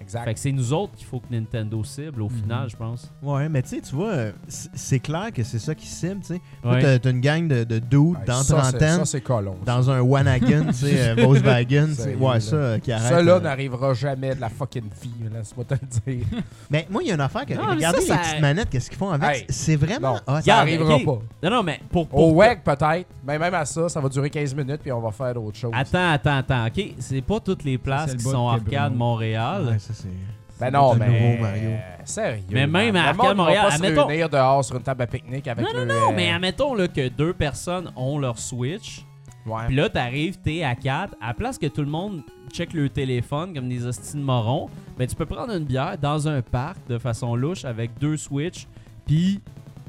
S4: Exact.
S2: Fait que c'est nous autres qu'il faut que Nintendo cible
S3: Mhm.
S2: au final, je pense.
S5: Ouais, mais tu sais, tu vois, euh, c- c'est clair que c'est ça qui cible, tu sais. Toi,
S2: Ouais.
S5: t'as- T'as une gang de, de dudes
S4: Ouais, Ben,
S5: dans
S4: ça, c'est-
S5: trentaine,
S4: Ça, c'est colon. ça.
S5: dans un Wanagon, tu sais, euh, Volkswagen, tu sais.
S4: Sérieux,
S5: Ouais,
S4: là.
S5: ça, euh, qui arrête.
S4: Ça, là,
S5: euh,
S4: n'arrivera jamais de la fucking vie, laisse-moi te le dire.
S5: Mais moi, il y a une affaire que.
S2: Non, mais ça,
S5: regardez les
S2: ça-
S5: petites manettes, qu'est-ce qu'ils font avec.
S4: Hey,
S5: C'est vraiment.
S4: non.
S5: Ah,
S4: Ça
S2: Regarde,
S4: arrivera
S2: ok.
S4: pas.
S2: Non, non, mais pour. pour
S3: Oh,
S4: Au WEG, peut-être, mais même à ça, ça va durer 15 minutes, puis on va faire d'autres choses.
S2: Attends, attends, attends. OK, c'est pas toutes les places
S3: c'est
S2: qui
S3: le bas
S2: sont
S3: de Québec,
S2: arcade
S3: non.
S2: Montréal.
S5: Ouais, ça, c'est.
S4: Ben non,
S5: C'est un
S4: mais.
S5: nouveau Mario.
S4: Sérieux.
S2: Mais même à
S4: Le monde
S2: Arcade
S4: va
S2: Montréal,
S4: pas se
S2: admettons-
S4: réunir dehors sur une table à pique-nique avec
S2: Non, non,
S4: le,
S2: non,
S4: euh,
S2: mais admettons là, que deux personnes ont leur Switch.
S4: ouais.
S2: Puis là, t'arrives, t'es à 4. À place que tout le monde check le téléphone comme des hosties de morons, ben, tu peux prendre une bière dans un parc de façon louche avec deux Switch, puis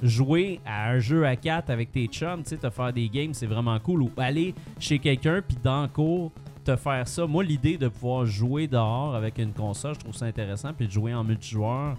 S2: jouer à un jeu à 4 avec tes chums, tu sais, te faire des games, c'est vraiment cool. Ou aller chez quelqu'un, puis dans le cours, te faire ça. Moi, l'idée de pouvoir jouer dehors avec une console, je trouve ça intéressant, puis de jouer en multijoueur,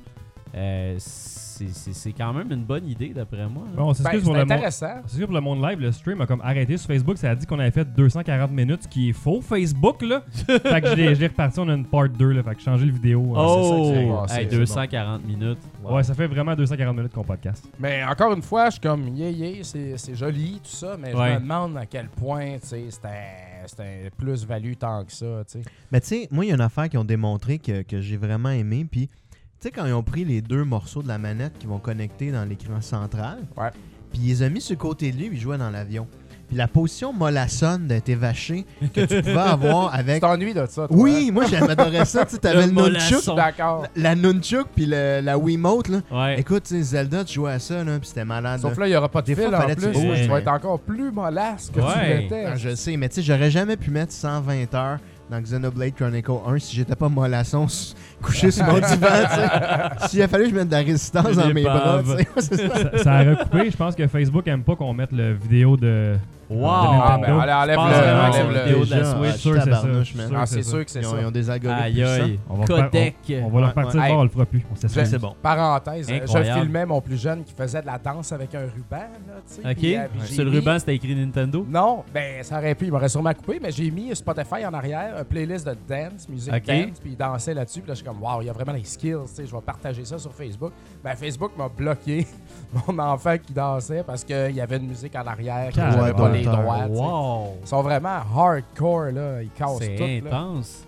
S2: euh, c'est- c'est c'est quand même une bonne idée, d'après moi. hein. là.
S6: Bon, on s'excuse
S4: Ben,
S6: pour
S4: c'est
S6: le monde.
S4: intéressant.
S6: C'est sûr, pour le monde live, le stream a comme arrêté sur Facebook. Ça a dit qu'on avait fait 240 minutes, ce qui est faux, Facebook, là. fait que je l'ai- je l'ai reparti, on a une part 2, là. Fait que changer le vidéo. hein.
S4: c'est ça que j'ai
S2: Oh!
S4: passé,
S2: Hey,
S4: c'est bon.
S2: 240 minutes.
S6: Ouais, ça fait vraiment 240 minutes qu'on podcast.
S4: Mais encore une fois, je suis comme, yeah, yeah, c'est c'est joli, tout ça, mais je
S2: Ouais.
S4: me demande à quel point, tu sais, c'est un, c'est un plus-value tant que ça, tu sais.
S5: Mais tu sais, moi, il y a une affaire qu'ils ont démontré que, que j'ai vraiment aimé. Puis, tu sais, quand ils ont pris les deux morceaux de la manette qui vont connecter dans l'écran central,
S4: Ouais.
S5: puis ils les ont mis sur le côté de lui, puis ils jouaient dans l'avion. Puis la position mollassonne d'un été vaché que tu pouvais avoir
S4: Tu
S5: avec.
S4: t'ennuies de ça, toi, hein?
S5: Oui, moi, j'adorais ça. Tu sais, t'avais le,
S2: Le
S5: nunchuk,
S2: mollasson.
S4: D'accord.
S5: la nunchuk, puis le- la Wiimote, là.
S2: Ouais.
S5: Écoute, tu sais, Zelda, tu jouais à ça, là, puis c'était malade.
S4: Sauf
S5: là.
S4: là, il n'y aura pas Ah, de
S5: Des
S4: fil
S5: fois,
S4: en
S5: fallait
S4: plus.
S5: que
S2: tu
S4: Tu
S2: bouges,
S4: vas
S5: mais-
S4: être encore plus mollasse que
S2: Ouais.
S4: tu l'étais.
S5: Ah, je sais, mais tu sais, j'aurais jamais pu mettre 120 heures dans Xenoblade Chronicle 1 si j'étais pas mollasson s- couché sur mon divan, tu sais. S'il a fallu que je mette de la résistance dans
S2: Une
S5: mes bras, tu
S2: épave.
S5: sais. C'est ça.
S6: Ça, ça a recoupé. Je pense que Facebook aime pas qu'on mette le vidéo de.
S2: Wow!
S4: Ah, ben,
S6: Nintendo.
S4: allez, enlève
S2: Je pense
S4: le-
S2: vraiment que
S4: enlève
S2: c'est
S4: le- hein.
S2: une vidéo de la
S5: Déjà,
S2: Switch,
S5: ah,
S6: sûr, c'est ça.
S5: tabarnouche, man.
S6: Sûr,
S4: Ah,
S6: c'est
S4: c'est
S6: ça.
S4: sûr que c'est
S5: Ils
S4: ça.
S5: ont, ils ont des algorithmes
S2: Aïe aïe.
S5: puissants.
S6: On va refaire-
S2: Codec.
S6: On va le
S5: Ouais,
S6: repartir
S4: ouais.
S6: dehors, on le fera plus. On s'excuse.
S5: C'est bon.
S4: Parenthèse, euh, je
S2: Incroyable.
S4: filmais mon plus jeune qui faisait de la danse avec un ruban. Là, tu sais, puis, euh,
S2: OK?
S4: puis j'ai
S2: Sur le
S4: mis-
S2: ruban, c'était écrit Nintendo.
S4: Non, ben ça aurait pu, il m'aurait sûrement coupé, mais j'ai mis Spotify en arrière, une playlist de dance, musique
S2: OK.
S4: dance, puis il dansait là-dessus. Puis là, je suis comme, waouh, il y a vraiment les skills, tu sais, je vais partager ça sur Facebook. Ben, Facebook m'a bloqué mon enfant qui dansait parce qu'il y avait une musique en arrière, que
S6: Calme.
S4: j'avais pas
S5: Ouais,
S4: les
S5: bon temps.
S4: droits. tu sais.
S2: Wow!
S4: Ils sont vraiment hardcore, là. Ils cassent tout.
S2: C'est
S4: Là.
S2: intense.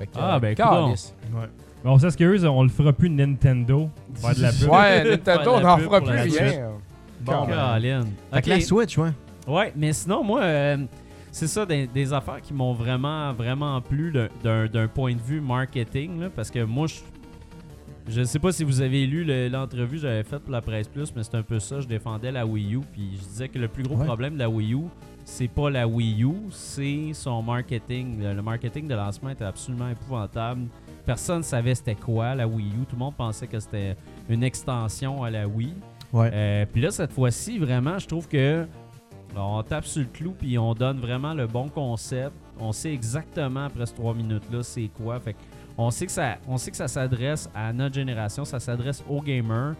S4: Fait que, euh,
S2: Ah, ben,
S4: calisse.
S6: Mais on s'excuse, on le fera plus Nintendo. Faire de la pub.
S4: Ouais, Nintendo,
S2: Faire
S4: on
S2: de la
S4: n'en
S2: pub
S4: fera
S2: pour
S4: plus
S2: la suite.
S4: rien.
S5: Bon,
S4: Calme.
S2: Colin.
S5: Fait que
S2: OK.
S5: la Switch, ouais.
S2: Ouais, mais sinon, moi, euh, c'est ça, des, des affaires qui m'ont vraiment, vraiment plu d'un- d'un d'un point de vue marketing, là, parce que moi, je. Je sais pas si vous avez lu le- l'entrevue que j'avais faite pour la presse plus, mais c'est un peu ça. Je défendais la Wii U, puis je disais que le plus gros
S5: Ouais.
S2: problème de la Wii U, c'est pas la Wii U, c'est son marketing. Le, le marketing de lancement était absolument épouvantable. Personne savait c'était quoi la Wii U. Tout le monde pensait que c'était une extension à la Wii.
S5: Ouais.
S2: Euh, puis là, cette fois-ci, vraiment, je trouve que on tape sur le clou puis on donne vraiment le bon concept. On sait exactement après ces trois minutes-là c'est quoi. Fait que on sait que ça, on sait que ça s'adresse à notre génération, ça s'adresse aux gamers.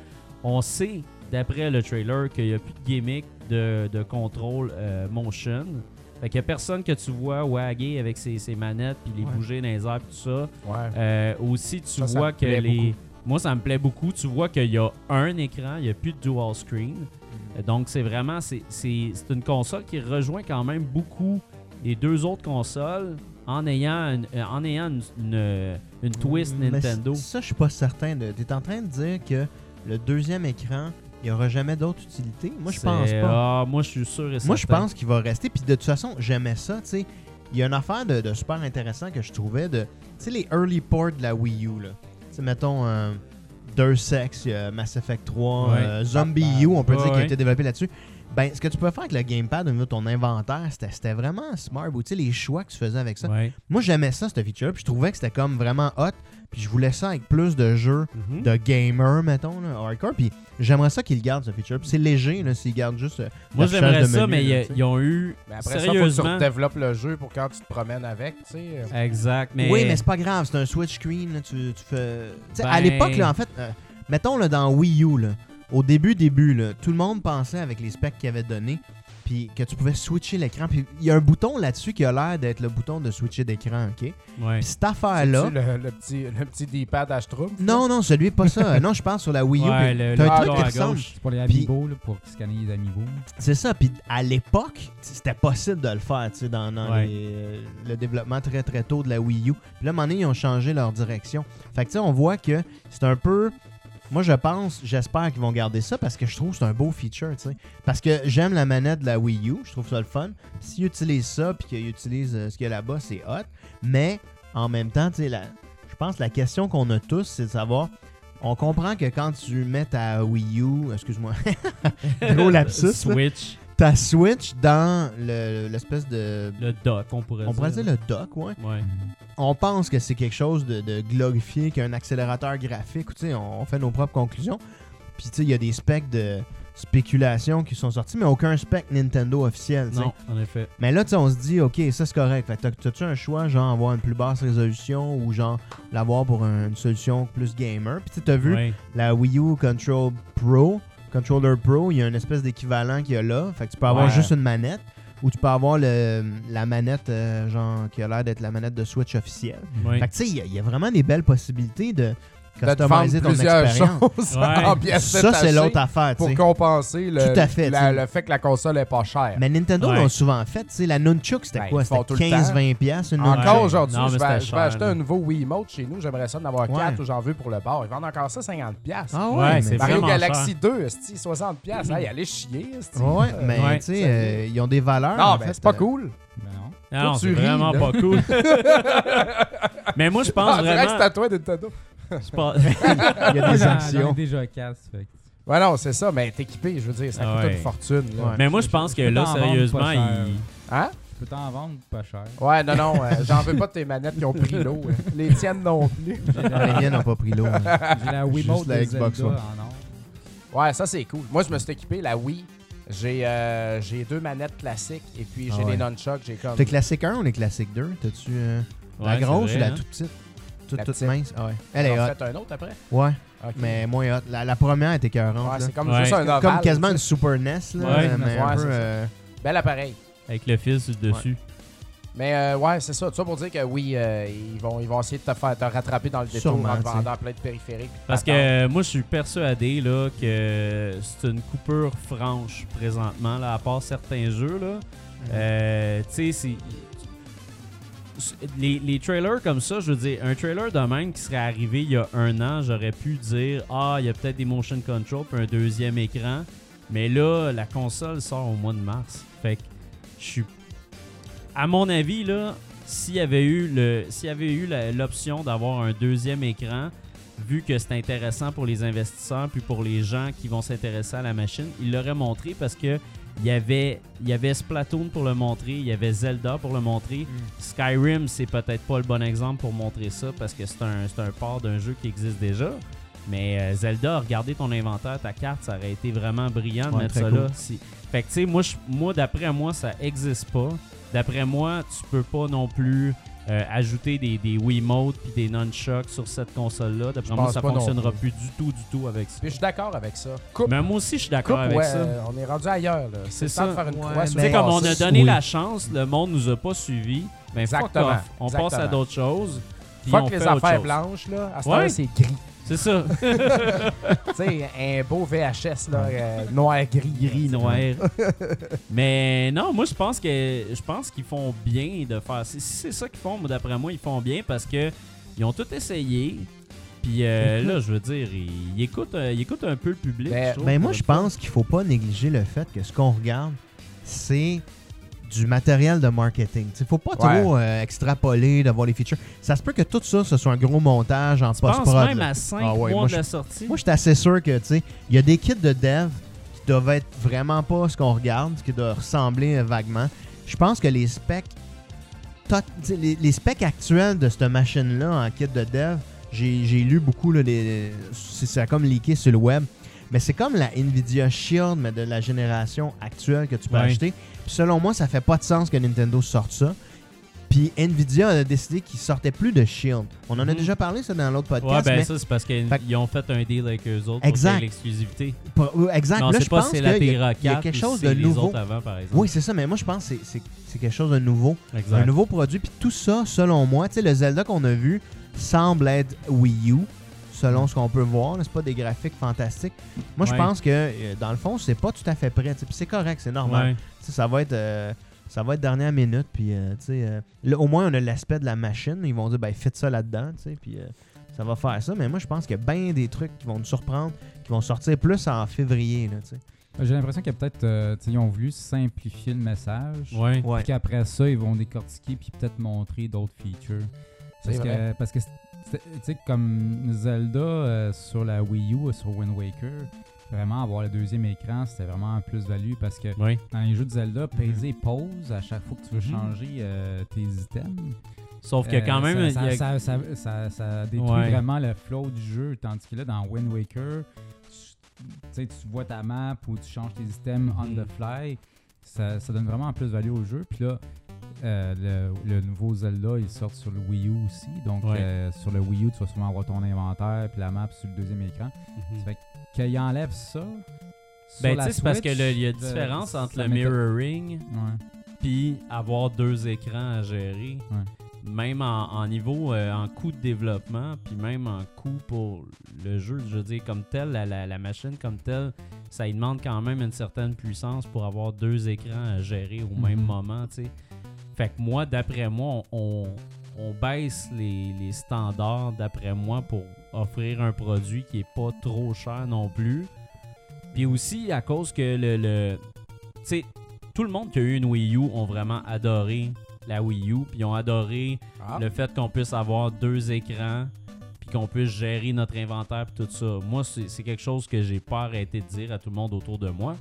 S2: On sait d'après le trailer qu'il n'y a plus de gimmick de, de contrôle euh, motion. Fait qu'il n'y a personne que tu vois waguer avec ses, ses manettes puis les
S5: Ouais.
S2: bouger dans les airs puis tout ça.
S4: Ouais.
S2: Euh, aussi, tu
S4: Ça, ça
S2: vois
S4: me
S2: que
S4: plaît
S2: les.
S4: beaucoup.
S2: Moi, ça me plaît beaucoup. Tu vois qu'il y a un écran, il n'y a plus de dual screen. Euh, Donc, c'est vraiment. c'est- C'est c'est une console qui rejoint quand même beaucoup les deux autres consoles en ayant une, euh, en ayant une, une- une twist
S5: Mais
S2: Nintendo.
S5: c- Ça, je suis pas certain. de- T'es en train de dire que le deuxième écran, il y aura jamais d'autre utilité? Moi, je
S2: C'est-
S5: pense pas.
S2: ah, moi, je suis sûr et certain.
S5: Moi, je pense qu'il va rester. Puis de toute façon, j'aimais ça, tu sais. Il y a une affaire de, de super intéressant que je trouvais de... Tu sais, les early ports de la Wii U, là. Tu sais, mettons... Euh, Deus Ex, il y a Mass Effect 3,
S2: Ouais.
S5: euh, Zombie
S4: Batman.
S5: U, on peut
S2: Ouais,
S5: dire qu'il a
S2: ouais.
S5: été développé là-dessus. Ben, ce que tu peux faire avec le gamepad au niveau de ton inventaire, c'était c'était vraiment smart. ou Tu sais, les choix que tu faisais avec ça.
S2: Ouais.
S5: Moi, j'aimais ça, cette feature. Puis je trouvais que c'était comme vraiment hot. Puis je voulais ça avec plus de jeux
S2: Mhm.
S5: de gamer, mettons, là, hardcore. Puis j'aimerais ça qu'ils le gardent, ce feature. Puis c'est léger, là, s'ils gardent juste. euh,
S2: Moi,
S5: la
S2: j'aimerais
S5: recherche de
S2: ça,
S5: menu,
S2: mais
S5: là,
S2: il y a-
S5: tu sais.
S2: ils ont eu.
S4: Après ça, faut que
S2: sérieusement.
S4: tu développes le jeu pour quand tu te promènes avec, tu sais. Euh,
S2: exact. Mais,
S5: Oui, mais c'est pas grave, c'est un switch screen. là, tu, tu fais... Tu sais, À
S2: Ben-
S5: l'époque, là, en fait, euh, mettons là, dans Wii U, là, au début, début, là, tout le monde pensait avec les specs qu'il avait donné puis que tu pouvais switcher l'écran. Puis il y a un bouton là-dessus qui a l'air d'être le bouton de switcher d'écran, OK?
S2: Ouais.
S5: Puis cette affaire-là...
S4: le, le petit, le petit D-pad Ashtrum.
S5: Non, non, celui pas ça. non, je pense sur la Wii U.
S2: Ouais,
S5: puis
S2: le-
S5: t'as
S2: le
S5: un
S4: bouton
S5: truc qui
S4: à
S5: ressemble.
S3: C'est pour les
S5: Puis-
S3: amiibo, là, pour scanner les amiibo.
S5: C'est ça. Puis à l'époque, c'était possible de le faire, tu sais, dans, dans
S2: Ouais.
S5: les, euh, le développement très très tôt de la Wii U. Puis là, à un moment donné, ils ont changé leur direction. Fait que tu sais, on voit que c'est un peu. Moi, je pense, j'espère qu'ils vont garder ça parce que je trouve que c'est un beau feature, tu sais. Parce que j'aime la manette de la Wii U, je trouve ça le fun. S'ils utilisent ça, puis qu'ils utilisent euh, ce qu'il y a là-bas, c'est hot. Mais en même temps, tu sais, la- je pense que la question qu'on a tous, c'est de savoir. On comprend que quand tu mets ta Wii U, excuse-moi, gros lapsus, là
S2: Switch,
S5: ta Switch dans le- l'espèce de.
S2: le dock, on pourrait
S5: on
S2: dire.
S5: pourrait dire le dock, ouais.
S2: Ouais.
S3: Ben
S5: On pense que c'est quelque chose de, de glorifié, qu'un accélérateur graphique. Tu sais, on, on fait nos propres conclusions. Puis, tu sais, il y a des specs de spéculation qui sont sortis, mais aucun spec Nintendo officiel. tu sais.
S2: Non, en effet.
S5: Mais là, tu sais, on se dit, OK, ça c'est correct. Fait que t'as- t'as-tu un choix, genre avoir une plus basse résolution ou genre l'avoir pour un- une solution plus gamer? Puis, tu sais, t'as vu,
S2: Ouais.
S5: la Wii U Control Pro, Controller Pro, il y a une espèce d'équivalent qu'il y a là. Fait que tu peux avoir
S2: Ouais.
S5: juste une manette ou tu peux avoir le, la manette, euh, genre, qui a l'air d'être la manette de Switch officielle.
S2: Ouais.
S5: Fait que tu sais, il y a- il y, a vraiment des belles possibilités de
S4: De te vendre
S5: customiser ton
S4: plusieurs
S5: expérience.
S4: choses
S2: Ouais.
S4: en pièces
S5: Ça, c'est
S4: détachées
S5: l'autre affaire, tu
S4: Pour
S5: sais.
S4: compenser le,
S5: Tout à fait,
S4: la-
S5: tu sais.
S4: le fait que la console est pas chère.
S5: Mais Nintendo
S2: Ouais.
S5: l'ont souvent fait, tu sais. La Nunchuk, c'était
S4: Ben,
S5: quoi?
S4: ils font
S5: C'était
S4: tout le temps.
S5: 15-20 piastres, une
S2: Ouais.
S4: Encore
S5: Nunchuk.
S4: aujourd'hui,
S2: Non, mais
S4: je vais,
S2: c'était
S4: je vais
S2: cher,
S4: acheter
S2: là.
S4: un nouveau Wiimote chez nous. J'aimerais ça en avoir
S5: Ouais.
S4: 4 ou j'en veux pour le bar. Ils vendent encore ça 50$. piastres.
S5: Ah ouais,
S2: Ouais,
S5: mais-
S2: c'est
S4: Mario
S2: vraiment
S4: Galaxy 2, esti, 60$. piastres. Hey, allez chier. esti.
S5: Mm. Ouais,
S4: Euh,
S5: mais
S2: Ouais.
S5: tu sais, euh, ils ont des valeurs.
S4: Non,
S5: en
S4: mais
S5: fait,
S4: Ah, c'est pas
S5: euh,
S4: cool.
S3: Ben non.
S2: Ah non,
S4: Toi,
S2: c'est
S4: tu ris,
S2: vraiment
S4: là.
S2: pas cool. Mais moi, je pense
S4: On dirait que
S2: vraiment.
S4: c'est à toi, Nintendo.
S2: je pense-
S5: Il y
S3: Ah,
S5: a des
S3: J'en- J'en ai
S5: actions.
S3: déjà casse, fait que-
S4: Ouais, non, c'est ça, mais t'équiper, je veux dire, ça
S2: Ah
S4: coûte
S2: ouais.
S4: une fortune. là.
S5: Ouais.
S2: Mais moi, je pense que là,
S3: peux t'en vendre
S2: sérieusement,
S3: pas cher.
S2: il.
S4: Hein?
S3: Je peux t'en vendre pas cher.
S4: Ouais, non, non, euh, j'en veux pas de tes manettes qui ont pris l'eau. hein. Les tiennes non plus.
S5: Les miennes n'ont pas pris l'eau. hein.
S3: J'ai la Wiimote
S5: Juste la
S3: de
S5: Xbox
S3: Zelda
S5: One.
S3: en or.
S4: Ouais, ça c'est cool. Moi, je me suis équipé la Wii. J'ai euh, j'ai deux manettes classiques et puis j'ai
S5: Ah ouais.
S4: des nunchucks. J'ai comme.
S5: T'es classique 1 ou les classiques 2 T'as-tu euh, la
S2: Ouais,
S5: grosse
S2: c'est
S5: ou
S2: vrai,
S5: la
S2: hein.
S5: toute petite Toute,
S4: La
S5: toute
S4: petite.
S5: mince. Ah ouais. Elle
S4: T'en
S5: est hot.
S4: refais un autre après
S5: Ouais,
S4: Ok.
S5: mais moins hot. La, la première était écœurante.
S4: Ouais,
S5: là.
S4: c'est comme
S2: Ouais.
S4: juste un ovale.
S5: Comme quasiment une
S4: tu sais.
S5: Super NES, là,
S2: Ouais,
S5: mais
S3: ouais,
S4: c'est
S5: un peu.
S4: ça.
S5: euh,
S4: Bel appareil.
S2: Avec le fil sur le dessus.
S4: Mais euh, ouais, c'est ça. Tout ça pour dire que oui, euh, ils, vont, ils vont essayer de te faire te rattraper dans le détour
S5: Sûrement,
S4: en te
S5: tu sais.
S4: vendant plein de périphériques. puis de
S2: Parce que
S4: patentes.
S2: euh, moi, je suis persuadé là, que c'est une coupure franche présentement, là, à part certains jeux. Là. Euh, tu sais, c'est- c'est- Les, les trailers comme ça, je veux dire, un trailer de même qui serait arrivé il y a un an, j'aurais pu dire Ah, il y a peut-être des motion control puis un deuxième écran. Mais là, la console sort au mois de mars. Fait que je suis. À mon avis, là, s'il y avait eu le, s'il y avait eu la- l'option d'avoir un deuxième écran, vu que c'est intéressant pour les investisseurs puis pour les gens qui vont s'intéresser à la machine, il l'aurait montré parce que il y avait, il y avait Splatoon pour le montrer, il y avait Zelda pour le montrer.
S5: Mm.
S2: Skyrim, c'est peut-être pas le bon exemple pour montrer ça parce que c'est un, c'est un port d'un jeu qui existe déjà. Mais euh, Zelda, regarder ton inventaire, ta carte, ça aurait été vraiment brillant de
S5: Ouais,
S2: mettre
S5: très
S2: ça
S5: cool.
S2: là. Si- Fait que tu sais, moi, je- moi d'après moi, ça existe pas. D'après moi, tu peux pas non plus euh, ajouter des, des Wiimote puis des nunchucks sur cette console-là. D'après moi,
S4: pense
S2: ça
S4: pas non
S2: fonctionnera plus du tout, du tout avec ça.
S4: Puis je suis d'accord avec ça. Coupe,
S2: Mais moi aussi, Ben, je suis
S4: coupe
S2: d'accord avec
S4: ouais,
S2: ça.
S4: euh, on est rendu ailleurs. là.
S2: C'est
S4: C'est ça. de
S2: ça.
S4: faire une
S5: Ouais,
S4: croix sur
S5: mais-
S2: Tu sais,
S4: le
S2: comme on
S4: passé.
S2: a donné
S5: Oui.
S2: la chance, le monde nous a pas suivis. Ben, fuck
S4: Exactement.
S2: off. On
S4: Exactement.
S2: passe à d'autres choses. puis on
S4: Fuck les
S2: fait autre
S4: affaires
S2: chose.
S4: blanches, là. À ce
S2: Ouais.
S4: temps-là, c'est gris.
S2: C'est ça.
S4: tu sais, un beau VHS, là, euh, noir-gris.
S2: Gris, noir. Ah, Mais non, moi, je pense que je pense qu'ils font bien de faire. Si si c'est ça qu'ils font, moi, d'après moi, ils font bien parce que ils ont tout essayé. Puis euh,
S3: Mhm.
S2: là, je veux dire, ils, ils écoutent, euh, ils écoutent un peu le public.
S4: Ben-
S2: trouve,
S5: Ben moi,
S2: pour
S5: je
S2: le fun.
S5: pense qu'il faut pas négliger le fait que ce qu'on regarde, c'est du matériel de marketing. Il faut pas
S4: Ouais.
S5: trop euh, extrapoler, d'avoir les features. Ça se peut que tout ça, ce soit un gros montage en
S2: Je pense
S5: post-prod.
S2: même
S5: là.
S2: à 5
S5: Ah ouais,
S2: mois
S5: moi,
S2: de la sortie.
S5: Moi, j'étais assez sûr que, tu sais, il y a des kits de dev qui doivent être vraiment pas ce qu'on regarde, ce qui doit ressembler euh, vaguement. Je pense que les specs, tot- tu sais, les, les specs actuels de cette machine-là en kit de dev, j'ai j'ai lu beaucoup, là, les- c'est- ça a comme leaké sur le web. Mais c'est comme la Nvidia Shield, mais de la génération actuelle que tu peux
S2: Ouais.
S5: acheter. Puis selon moi, ça fait pas de sens que Nintendo sorte ça. Puis Puis Nvidia a décidé qu'ils sortaient plus de Shield. On en a
S2: Mhm.
S5: déjà parlé, ça, dans l'autre
S2: Ouais,
S5: podcast.
S2: ben
S5: mais-
S2: ça, c'est parce qu'ils
S5: Fait-
S2: ils ont fait un deal avec eux autres
S5: Exact.
S2: pour faire l'exclusivité.
S5: Pas- euh, exact.
S2: Non,
S5: là,
S2: c'est
S5: je
S2: pas
S5: pense
S2: si c'est
S5: qu'il
S2: la
S5: y,
S2: Tegra
S5: a-
S2: 4
S5: il y a quelque
S2: ou
S5: chose
S2: c'est
S5: de
S2: les
S5: nouveau.
S2: autres avant, par exemple.
S5: Oui, c'est ça, mais moi, je pense que c'est- c'est c'est quelque chose de nouveau.
S2: exact.
S5: Un nouveau produit. Puis tout ça, selon moi, tu sais, le Zelda qu'on a vu semble être Wii U, selon ce qu'on peut voir. là. C'est pas des graphiques fantastiques. Moi, je
S2: Ouais.
S5: pense que, euh, dans le fond, c'est pas tout à fait prêt. tu sais. Puis c'est correct, c'est normal.
S2: Ouais.
S5: Tu sais, ça va être... euh, ça va être dernière minute, puis euh, tu sais, euh, là, au moins on a l'aspect de la machine. Ils vont dire, ben, faites ça là-dedans, tu sais, puis euh, ça va faire ça. Mais moi, je pense qu'il y a bien des trucs qui vont nous surprendre, qui vont sortir plus en février, là, tu sais.
S3: J'ai l'impression qu'il y a peut-être. euh, tu sais, ils ont voulu simplifier le message.
S2: Ouais.
S5: Ouais.
S3: Puis qu'après ça, ils vont décortiquer puis peut-être montrer d'autres features. Parce
S4: C'est vrai.
S3: que, parce que c'est- tu sais, comme Zelda euh, sur la Wii U, euh, sur Wind Waker, vraiment avoir le deuxième écran, c'était vraiment un plus-value parce que
S2: Ouais.
S3: dans les jeux de
S2: Mhm.
S3: Zelda, peser pause à chaque fois que tu veux changer euh, tes items.
S2: Sauf que
S3: euh,
S2: quand même,
S3: ça,
S2: il y a-
S3: ça- ça- ça- ça détruit
S2: Ouais.
S3: vraiment le flow du jeu. Tandis que là, dans Wind Waker, tu, tu sais, tu vois ta map ou tu changes tes items on
S2: Mhm.
S3: the fly. Ça, ça donne vraiment plus de value au jeu. Puis là, euh, le, le nouveau Zelda, il sort sur le Wii U aussi. Donc,
S2: Ouais.
S3: euh, sur le Wii U, tu vas sûrement avoir ton inventaire puis la map sur le deuxième écran.
S2: Mhm.
S3: Ça fait qu'il enlève ça. sur
S2: Ben, tu
S3: la
S2: sais, c'est parce que
S3: Switch, euh,
S2: là, il y a
S3: de-
S2: différence entre
S3: ça
S2: le
S3: m'étonne-
S2: mirroring
S3: Ouais.
S2: puis avoir deux écrans à gérer.
S3: Ouais.
S2: Même en, en niveau, euh, en coût de développement, puis même en coût pour le jeu, je veux dire, comme tel, la, la- la machine comme telle, ça lui demande quand même une certaine puissance pour avoir deux écrans à gérer au même
S3: Mhm.
S2: moment, tu sais. Fait que moi, d'après moi, on, on baisse les, les standards, d'après moi, pour offrir un produit qui est pas trop cher non plus. Puis aussi, à cause que le... le tu sais, tout le monde qui a eu une Wii U ont vraiment adoré la Wii U, puis ils ont adoré
S4: Ah.
S2: le fait qu'on puisse avoir deux écrans, puis qu'on puisse gérer notre inventaire, puis tout ça. Moi, c'est c'est quelque chose que j'ai pas arrêté de dire à tout le monde autour de moi,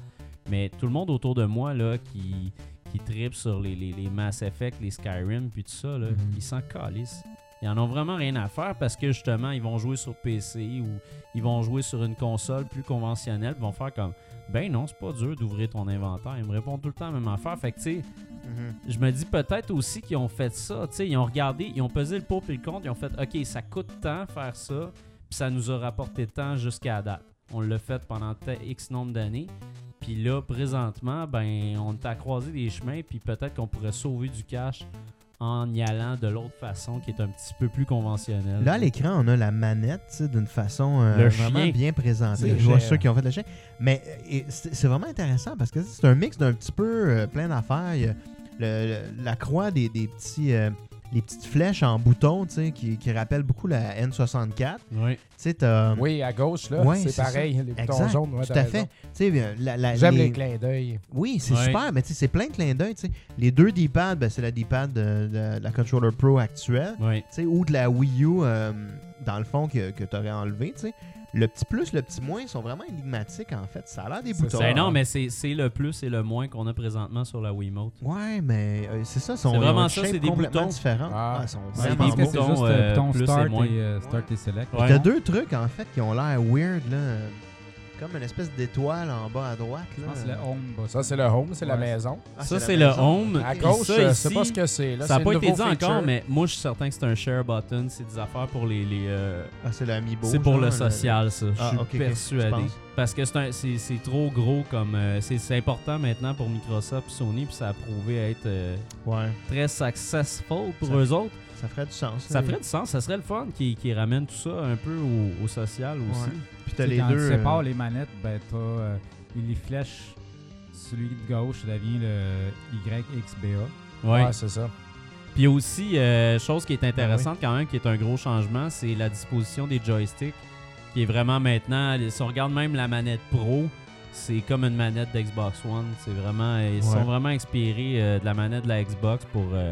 S2: mais tout le monde autour de moi, là, qui, qui tripe sur les, les- les Mass Effect, les Skyrim, puis tout ça, là,
S3: Mhm.
S2: ils s'en calissent. Ils en ont vraiment rien à faire parce que justement, ils vont jouer sur PC ou ils vont jouer sur une console plus conventionnelle, puis ils vont faire comme ben non, c'est pas dur d'ouvrir ton inventaire. Ils me répondent tout le temps la même affaire. Fait que, tu sais,
S5: Mhm.
S2: je me dis peut-être aussi qu'ils ont fait ça. Tu sais, ils ont regardé, ils ont pesé le pour et le contre. Ils ont fait, OK, ça coûte tant faire ça, puis ça nous a rapporté tant jusqu'à la date. On l'a fait pendant t- X nombre d'années. Puis là, présentement, ben, on est à croiser des chemins, puis peut-être qu'on pourrait sauver du cash en y allant de l'autre façon qui est un petit peu plus conventionnelle.
S5: Là, à l'écran, on a la manette tu sais, d'une façon euh,
S2: Le
S5: vraiment
S2: chien.
S5: bien
S3: C'est
S5: présentée.
S3: le
S5: Je vois
S3: chien.
S5: ceux qui ont fait le chien. Mais euh, et c'est c'est vraiment intéressant parce que c'est un mix d'un petit peu euh, plein d'affaires. Il y a le- le- la croix des, des petits, euh, les petites flèches en bouton tu sais, qui, qui rappellent beaucoup la N64. Tu
S2: Oui.
S5: sais, t'as-
S4: Oui, à gauche, là,
S5: Ouais,
S4: c'est
S5: c'est
S4: pareil, les boutons
S5: Exact,
S4: jaunes. ouais,
S5: tout
S4: t'as
S5: à fait.
S4: raison.
S5: Tu sais, euh, la- la-
S4: J'aime
S5: les-
S4: les clins d'œil.
S5: Oui, c'est
S2: Ouais.
S5: super, mais tu sais, c'est plein de clins d'œil. tu sais. Les deux D-pads, ben, c'est la D-pad de, de la Controller Pro actuelle.
S2: Oui.
S5: tu sais, ou de la Wii U, euh, dans le fond, que, que tu aurais enlevé, tu sais. Le petit plus, le petit moins sont vraiment énigmatiques, en fait. Ça a l'air des
S3: C'est
S5: boutons.
S3: ça.
S4: hein.
S2: Ben non, mais c'est c'est le plus et le moins qu'on a présentement sur la Wiimote.
S5: Ouais, mais euh, c'est ça, sont
S2: C'est vraiment
S5: ils ont une
S2: ça,
S5: shape
S2: c'est des
S5: complètement
S2: boutons.
S5: différents.
S4: Ah.
S5: Ouais, ils sont
S2: C'est
S3: Je
S5: vraiment
S2: des
S3: pense que
S5: beaux.
S3: c'est
S2: boutons,
S3: juste euh,
S2: euh,
S3: bouton
S2: plus et
S3: start
S2: moins.
S3: et euh, start et select.
S2: Ouais.
S5: T'as deux trucs, en fait, qui ont l'air weird, là. Comme une espèce d'étoile en bas à droite,
S3: Je
S5: là.
S3: pense que c'est le home button.
S4: Ça, c'est le home, c'est la
S3: Ouais.
S4: maison.
S5: Ah,
S2: Ça,
S5: la
S2: c'est le
S5: maison.
S2: home.
S4: À
S5: Ok.
S2: gauche,
S4: gauche,
S2: ça,
S4: euh, je sais
S2: ici,
S4: pas ce que c'est. là,
S2: Ça
S4: c'est
S2: n'a pas
S4: le
S2: été dit
S4: nouveau feature.
S2: encore, mais moi, je suis certain que c'est un share button. C'est des affaires pour les. les, euh,
S5: Ah, c'est l'amiibo,
S2: c'est pour
S5: genre,
S2: le social, ça.
S5: Ah,
S2: je suis
S5: ok, ok, tu
S2: persuadé.
S5: penses?
S2: Parce que c'est un- c'est c'est trop gros comme. euh, c'est c'est important maintenant pour Microsoft et Sony, puis ça a prouvé être euh,
S5: Ouais,
S2: très successful pour
S5: Ça-
S2: eux autres.
S5: ça ferait du sens.
S2: Ça
S5: là.
S2: ferait du sens. Ça serait le fun qu'ils qu'ils ramènent tout ça un peu au, au social aussi.
S5: Ouais. Puis t'as
S3: Tu sais,
S5: les
S3: quand
S5: deux.
S3: tu
S5: euh,
S3: sépares les manettes, ben t'as euh, les flèches. Celui de gauche ça devient le YXBA.
S2: Ouais.
S4: Ouais, c'est ça.
S2: Puis aussi, euh, chose qui est intéressante quand même, qui est un gros changement, c'est la disposition des joysticks, qui est vraiment maintenant, si on regarde même la manette Pro, c'est comme une manette d'Xbox One. C'est vraiment, ils
S5: Ouais.
S2: sont vraiment inspirés euh, de la manette de la Xbox pour euh,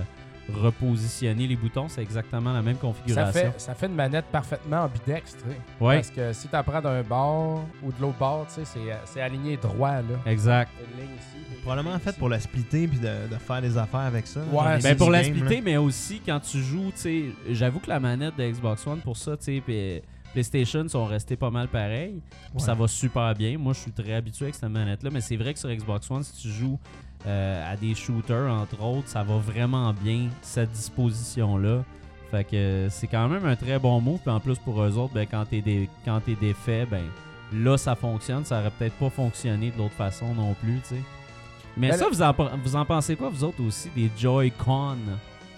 S2: repositionner les boutons. C'est exactement la même
S4: Ça
S2: configuration.
S4: fait, ça fait une manette parfaitement ambidextre. hein.
S2: Ouais,
S4: Parce que si tu apprends d'un bord ou de l'autre bord, tu sais, c'est, euh, c'est aligné droit. Là.
S2: exact.
S4: Une ligne ici, une
S5: Probablement
S4: ligne
S5: fait
S4: ici.
S5: pour la splitter puis de, de faire des affaires avec ça.
S4: Ouais,
S5: genre des
S4: c'est-
S2: Ben pour la
S5: minigames, là.
S2: splitter, mais aussi quand tu joues, tu sais, j'avoue que la manette de Xbox One pour ça, tu sais, puis PlayStation sont restés pas mal pareils. Puis
S5: Ouais.
S2: ça va super bien. Moi, je suis très habitué avec cette manette-là. Mais c'est vrai que sur Xbox One, si tu joues euh, à des shooters, entre autres. Ça va vraiment bien, cette disposition-là. Fait que euh, c'est quand même un très bon move. Puis en plus, pour eux autres, ben, quand t'es dé- quand t'es défait, ben, là, ça fonctionne. Ça aurait peut-être pas fonctionné de l'autre façon non plus, tu sais. Mais
S4: Ben,
S2: ça,
S4: le-
S2: vous en, pen- vous en pensez quoi, vous autres aussi, des Joy-Con?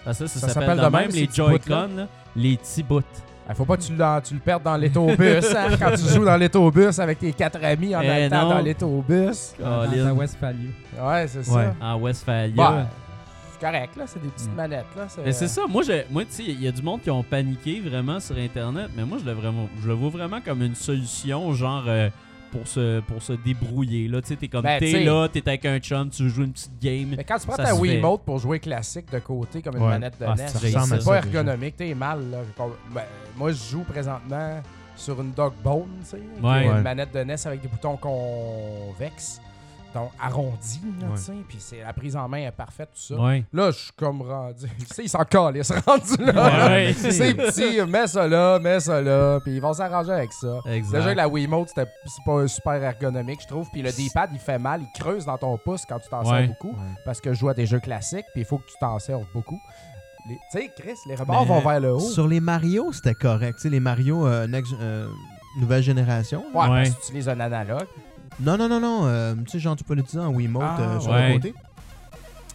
S2: Parce que ça, ça,
S4: Ça
S2: s'appelle de même, les
S4: ces petits
S2: Joy-Con, là, les petits bouts.
S4: Il Ah, faut pas que tu, l'en- tu le perdes dans l'autobus. hein, quand tu joues dans l'autobus avec tes quatre amis en
S2: Eh
S4: même temps
S2: non.
S4: dans l'autobus.
S3: Dans la Westphalie.
S4: Ouais, c'est
S5: Ouais.
S4: ça.
S2: En Westphalia.
S4: Bah, c'est correct, là. C'est euh, des petites
S3: Mm.
S4: manettes, là.
S2: Mais c'est ça, moi, je, moi tu sais, il y a du monde qui ont paniqué vraiment sur Internet, mais moi, je le, vraiment, je le vois vraiment comme une solution, genre, euh, pour, se, pour se débrouiller. Là, tu sais, t'es comme,
S4: Ben, tu
S2: t'es
S4: sais.
S2: là, t'es avec un chum, tu joues une petite game.
S4: Mais quand tu prends
S2: Ça
S4: ta
S2: se fait.
S4: Wiimote pour jouer classique de côté comme une
S5: Ouais.
S4: manette de
S2: Ah,
S4: NES,
S2: c'est
S5: Ça ressemble à
S4: c'est pas
S5: ça, déjà.
S4: ergonomique. T'es mal, là. J'ai pas- ben, moi, je joue présentement sur une Dogbone, tu sais. qui
S2: Ouais.
S4: est
S5: Ouais.
S4: Une manette de NES avec des boutons convexes, donc arrondis, là, tu sais. Puis c'est- la prise en main est parfaite, tout ça.
S2: Ouais.
S4: Là, je suis comme rendu. Tu sais, ils s'en calent, ils se rendent là.
S2: Ouais, ouais.
S4: C'est petit, mets ça là, mets ça là, puis ils vont s'arranger avec ça.
S2: Exact.
S4: Déjà que la Wiimote, c'était- c'est pas super ergonomique, je trouve. Puis le D-pad, il fait mal, il creuse dans ton pouce quand tu t'en
S2: Ouais.
S4: sers beaucoup. Parce que je joue à des jeux classiques, puis il faut que tu t'en sers beaucoup. Les- Tu sais, Chris, les rebords
S5: Mais
S4: vont vers le haut.
S5: Sur les Mario, c'était correct. Tu sais, les Mario euh, next- euh, nouvelle génération.
S4: Ouais,
S2: Ouais.
S4: parce que tu utilises un analogue.
S5: Non, non, non, non. euh, tu sais, genre, tu peux l'utiliser en Wiimote
S4: Ah,
S5: euh, sur
S2: ouais.
S5: le côté.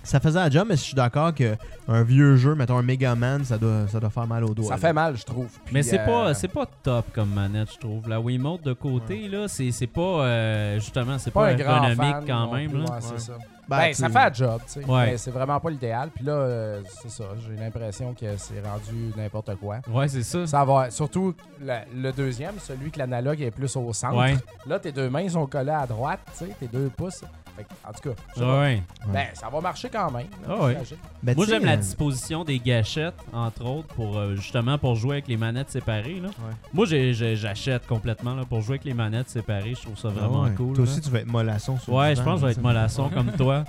S5: Ça faisait la job, mais je suis d'accord que un vieux jeu, mettons un Mega Man, ça doit, ça doit faire mal aux doigts.
S4: ça
S5: là.
S4: fait mal, je trouve. Puis,
S2: Mais c'est
S4: euh,
S2: pas c'est pas top comme manette, je trouve. La Wiimote de côté, là, c'est c'est pas, euh, justement, c'est
S4: pas
S2: pas,
S4: un grand fan
S2: ergonomique quand
S4: non
S2: même.
S4: plus,
S2: là.
S4: ouais, c'est
S5: Ouais.
S4: ça.
S5: Ben,
S4: Ben,
S5: tu-
S4: ça fait un job, tu sais.
S2: Ouais.
S4: Mais c'est vraiment pas l'idéal. Puis là, euh, c'est ça. J'ai l'impression que c'est rendu n'importe quoi.
S2: Ouais, c'est ça.
S4: Ça va. Surtout la- le deuxième, celui que l'analogue est plus au centre.
S2: Ouais,
S4: Là, tes deux mains sont collées à droite, tu sais, tes deux pouces. Fait que, en tout cas, je sais pas.
S2: ouais.
S4: ben, ça va marcher quand même. là,
S2: Ah ouais.
S4: j'imagine.
S5: Ben,
S2: Moi,
S5: tu sais,
S2: j'aime la
S5: euh,
S2: disposition des gâchettes, entre autres, pour euh, justement pour jouer avec les manettes séparées. Là.
S5: Ouais.
S2: Moi, j'ai- j'ai- j'achète complètement là, pour jouer avec les manettes séparées. Je trouve ça vraiment
S5: Ah ouais.
S2: cool.
S5: Toi
S2: là.
S5: aussi, tu vas être mollasson sur
S2: ouais,
S5: le
S2: je
S5: divan,
S2: pense que je vais
S5: là,
S2: être
S5: ça.
S2: mollasson comme toi.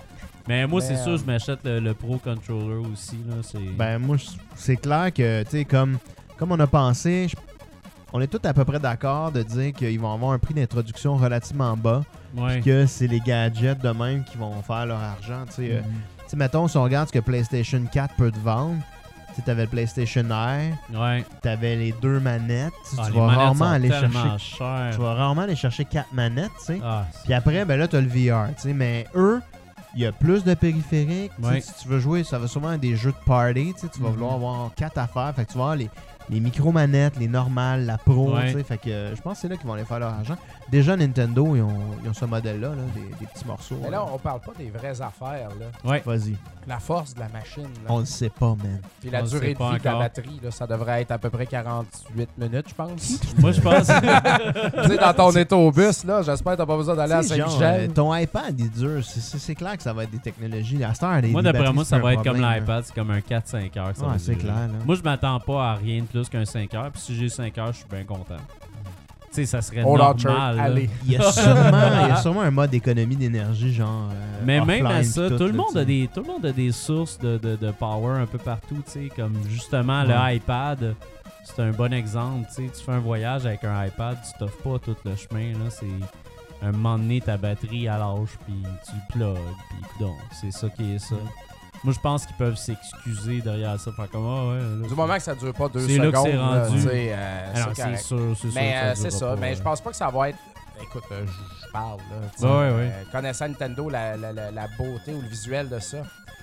S2: Mais moi,
S4: Mais,
S2: c'est sûr,
S4: euh,
S2: je m'achète le, le Pro Controller aussi. Là, c'est...
S5: Ben, moi, je- c'est clair que, tu sais, comme, comme on a pensé, je- on est tous à peu près d'accord de dire qu'ils vont avoir un prix d'introduction relativement bas,
S2: ouais.
S5: que c'est les gadgets de même qui vont faire leur argent, tu sais. euh,
S3: Mhm.
S5: Tu sais, mettons, si on regarde ce que PlayStation 4 peut te vendre, tu sais, t'avais le PlayStation Air,
S2: ouais.
S5: t'avais les deux manettes, tu
S2: Ah, les
S5: vas
S2: manettes
S5: rarement
S2: sont
S5: aller
S2: tellement
S5: chercher...
S2: chères.
S5: Tu vas rarement aller chercher quatre manettes, tu sais.
S2: Ah, c'est-
S5: Puis après, ben là, t'as le VR, tu sais. Mais eux, il y a plus de périphériques. tu sais,
S2: Ouais.
S5: Si tu veux jouer, ça va souvent être des jeux de party, tu sais. Tu vas
S3: Mhm.
S5: vouloir avoir quatre affaires. Fait que tu vas avoir les, les micro-manettes, les normales, la pro,
S2: Ouais.
S5: tu sais. Fait que euh, je pense que c'est là qu'ils vont aller faire leur argent. Déjà, Nintendo, ils ont, ils ont ce modèle-là, là, des, des petits morceaux.
S4: Mais là, on parle pas des vraies affaires, là.
S2: Ouais.
S5: Vas-y.
S4: La force de la machine, là.
S5: On le sait pas, man.
S4: Puis la
S2: on sait
S4: durée de
S2: pas
S4: vie de la
S2: encore.
S4: batterie, là, ça devrait être à peu près 48 minutes, je pense.
S2: Moi, je pense.
S4: tu sais, dans ton autobus, là, j'espère que t'as pas besoin d'aller à
S5: Tu sais, genre, euh,
S4: Saint-Michel.
S5: ton iPad, il est dur. C'est- C'est c'est clair que ça va être des technologies. À cette heure, les-
S2: moi,
S5: les
S2: d'après
S5: batteries,
S2: moi,
S5: c'est
S2: ça
S5: un
S2: va être comme
S5: problème, là.
S2: l'iPad. C'est comme un 4-5 heures. ça
S5: Ouais,
S2: va
S5: c'est
S2: durer.
S5: clair, là.
S2: Moi, je m'attends pas à rien de plus qu'un 5 heures. Puis si j'ai 5 heures, je suis bien content. Tu sais, ça serait
S4: Old Orchard,
S2: euh, normal. là.
S4: allez.
S5: Il y, a sûrement, il y a sûrement un mode d'économie d'énergie, genre. euh,
S2: Mais même à
S5: offline
S2: ça,
S5: pis
S2: tout, le
S5: là,
S2: monde
S5: tu sais.
S2: a des, tout le monde a des sources de, de, de power un peu partout, tu sais, comme justement le
S5: Ouais.
S2: iPad, c'est un bon exemple, tu sais, tu fais un voyage avec un iPad, tu t'offres pas tout le chemin, là, c'est un moment donné, ta batterie à l'âge, puis tu plugs, puis donc, c'est ça qui est ça. Moi, je pense qu'ils peuvent s'excuser derrière ça, faire comme, ah ouais, là,
S4: Du moment que ça dure pas deux
S2: C'est là
S4: secondes,
S2: que c'est
S4: là,
S2: rendu.
S4: tu sais, euh,
S2: Alors,
S4: c'est
S2: c'est
S4: correct.
S2: sûr, c'est sûr.
S4: Mais euh,
S2: que
S4: c'est
S2: durera
S4: ça.
S2: pas,
S4: Mais
S2: là.
S4: je pense pas que ça va être. Écoute, euh, je je parle. Là, tu sais,
S2: Ouais, ouais,
S4: euh,
S2: ouais.
S4: connaissant Nintendo, la, la- la- la beauté ou le visuel de ça,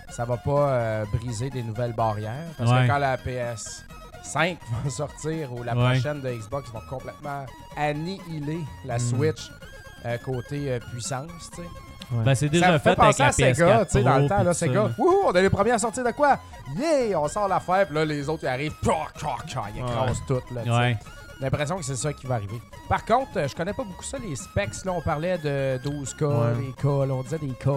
S4: ça va pas euh, briser des nouvelles barrières. Parce
S2: Ouais.
S4: que quand la PS5 va sortir ou la
S2: Ouais.
S4: prochaine de Xbox va complètement annihiler la
S5: Mm.
S4: Switch euh, côté euh, puissance, tu sais.
S2: Ben, c'est
S4: ça
S2: déjà
S4: me
S2: fait,
S4: fait
S2: avec
S4: penser
S2: la
S4: à Sega,
S2: PS4
S4: tu sais, dans
S2: Pro,
S4: le temps,
S2: puis
S4: là,
S2: tout ça,
S4: Sega. Wouhou, on est les premiers à sortir de quoi? Yeah, on sort l'affaire, puis là, les autres, ils arrivent, ploc, ploc, ploc, ils écrasent tout, là, tu sais.
S2: Ouais.
S4: J'ai l'impression que c'est ça qui va arriver. Par contre, euh, je connais pas beaucoup ça, les specs. Là, on parlait de 12K,
S5: Ouais.
S4: les K, là, on disait des K.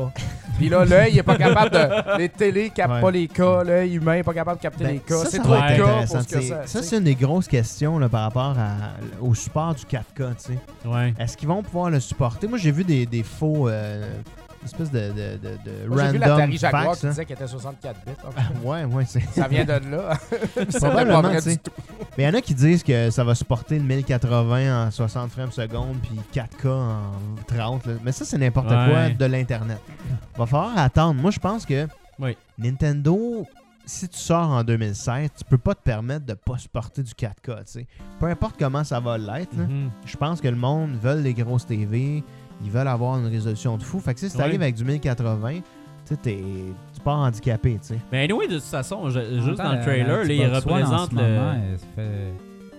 S4: Puis là, l'œil est pas capable de. Les télés captent
S5: Ouais.
S4: pas les K, l'œil humain est pas capable de capter
S5: Ben,
S4: les K.
S5: ça,
S4: C'est
S5: ça
S4: trop
S5: va
S4: de
S5: être
S4: K
S5: intéressant.
S4: pour ce que
S5: tu sais.
S4: ça.
S5: Ça,
S4: tu sais.
S5: c'est une des grosses questions là, par rapport à- au support du 4K. tu sais.
S2: Ouais.
S5: Est-ce qu'ils vont pouvoir le supporter? Moi, j'ai vu des, des faux. euh, espèce de, de, de, de
S4: Moi, J'ai vu
S5: random
S4: l'Atari Jaguar
S5: facts,
S4: qui
S5: hein.
S4: disait qu'elle était 64 bits. hein.
S5: Ouais, ouais, c'est.
S4: ça vient de là. C'est
S5: Probablement,
S4: pas vrai
S5: tu sais.
S4: du tout.
S5: Mais il y en a qui disent que ça va supporter le 1080 en 60 frames seconde puis 4K en 30. là. Mais ça, c'est n'importe
S2: Ouais.
S5: quoi de l'Internet. va falloir attendre. Moi, je pense que
S2: Oui.
S5: Nintendo, si tu sors en 2016, tu peux pas te permettre de pas supporter du 4K. tu sais. Peu importe comment ça va l'être, là,
S2: Mhm.
S5: je pense que le monde veut les grosses TV, ils veulent avoir une résolution de fou. Fait que si tu
S2: Ouais.
S5: arrives avec du 1080, tu sais, t'es- tu pars handicapé, tu sais.
S2: Mais Ben, anyway, de toute façon, je-
S3: En même
S2: Euh, juste
S3: temps,
S2: dans le
S3: la-
S2: trailer,
S3: la
S2: là, il
S3: Xbox One, en
S2: représente
S3: ce
S2: le.
S3: moment, elle, se fait,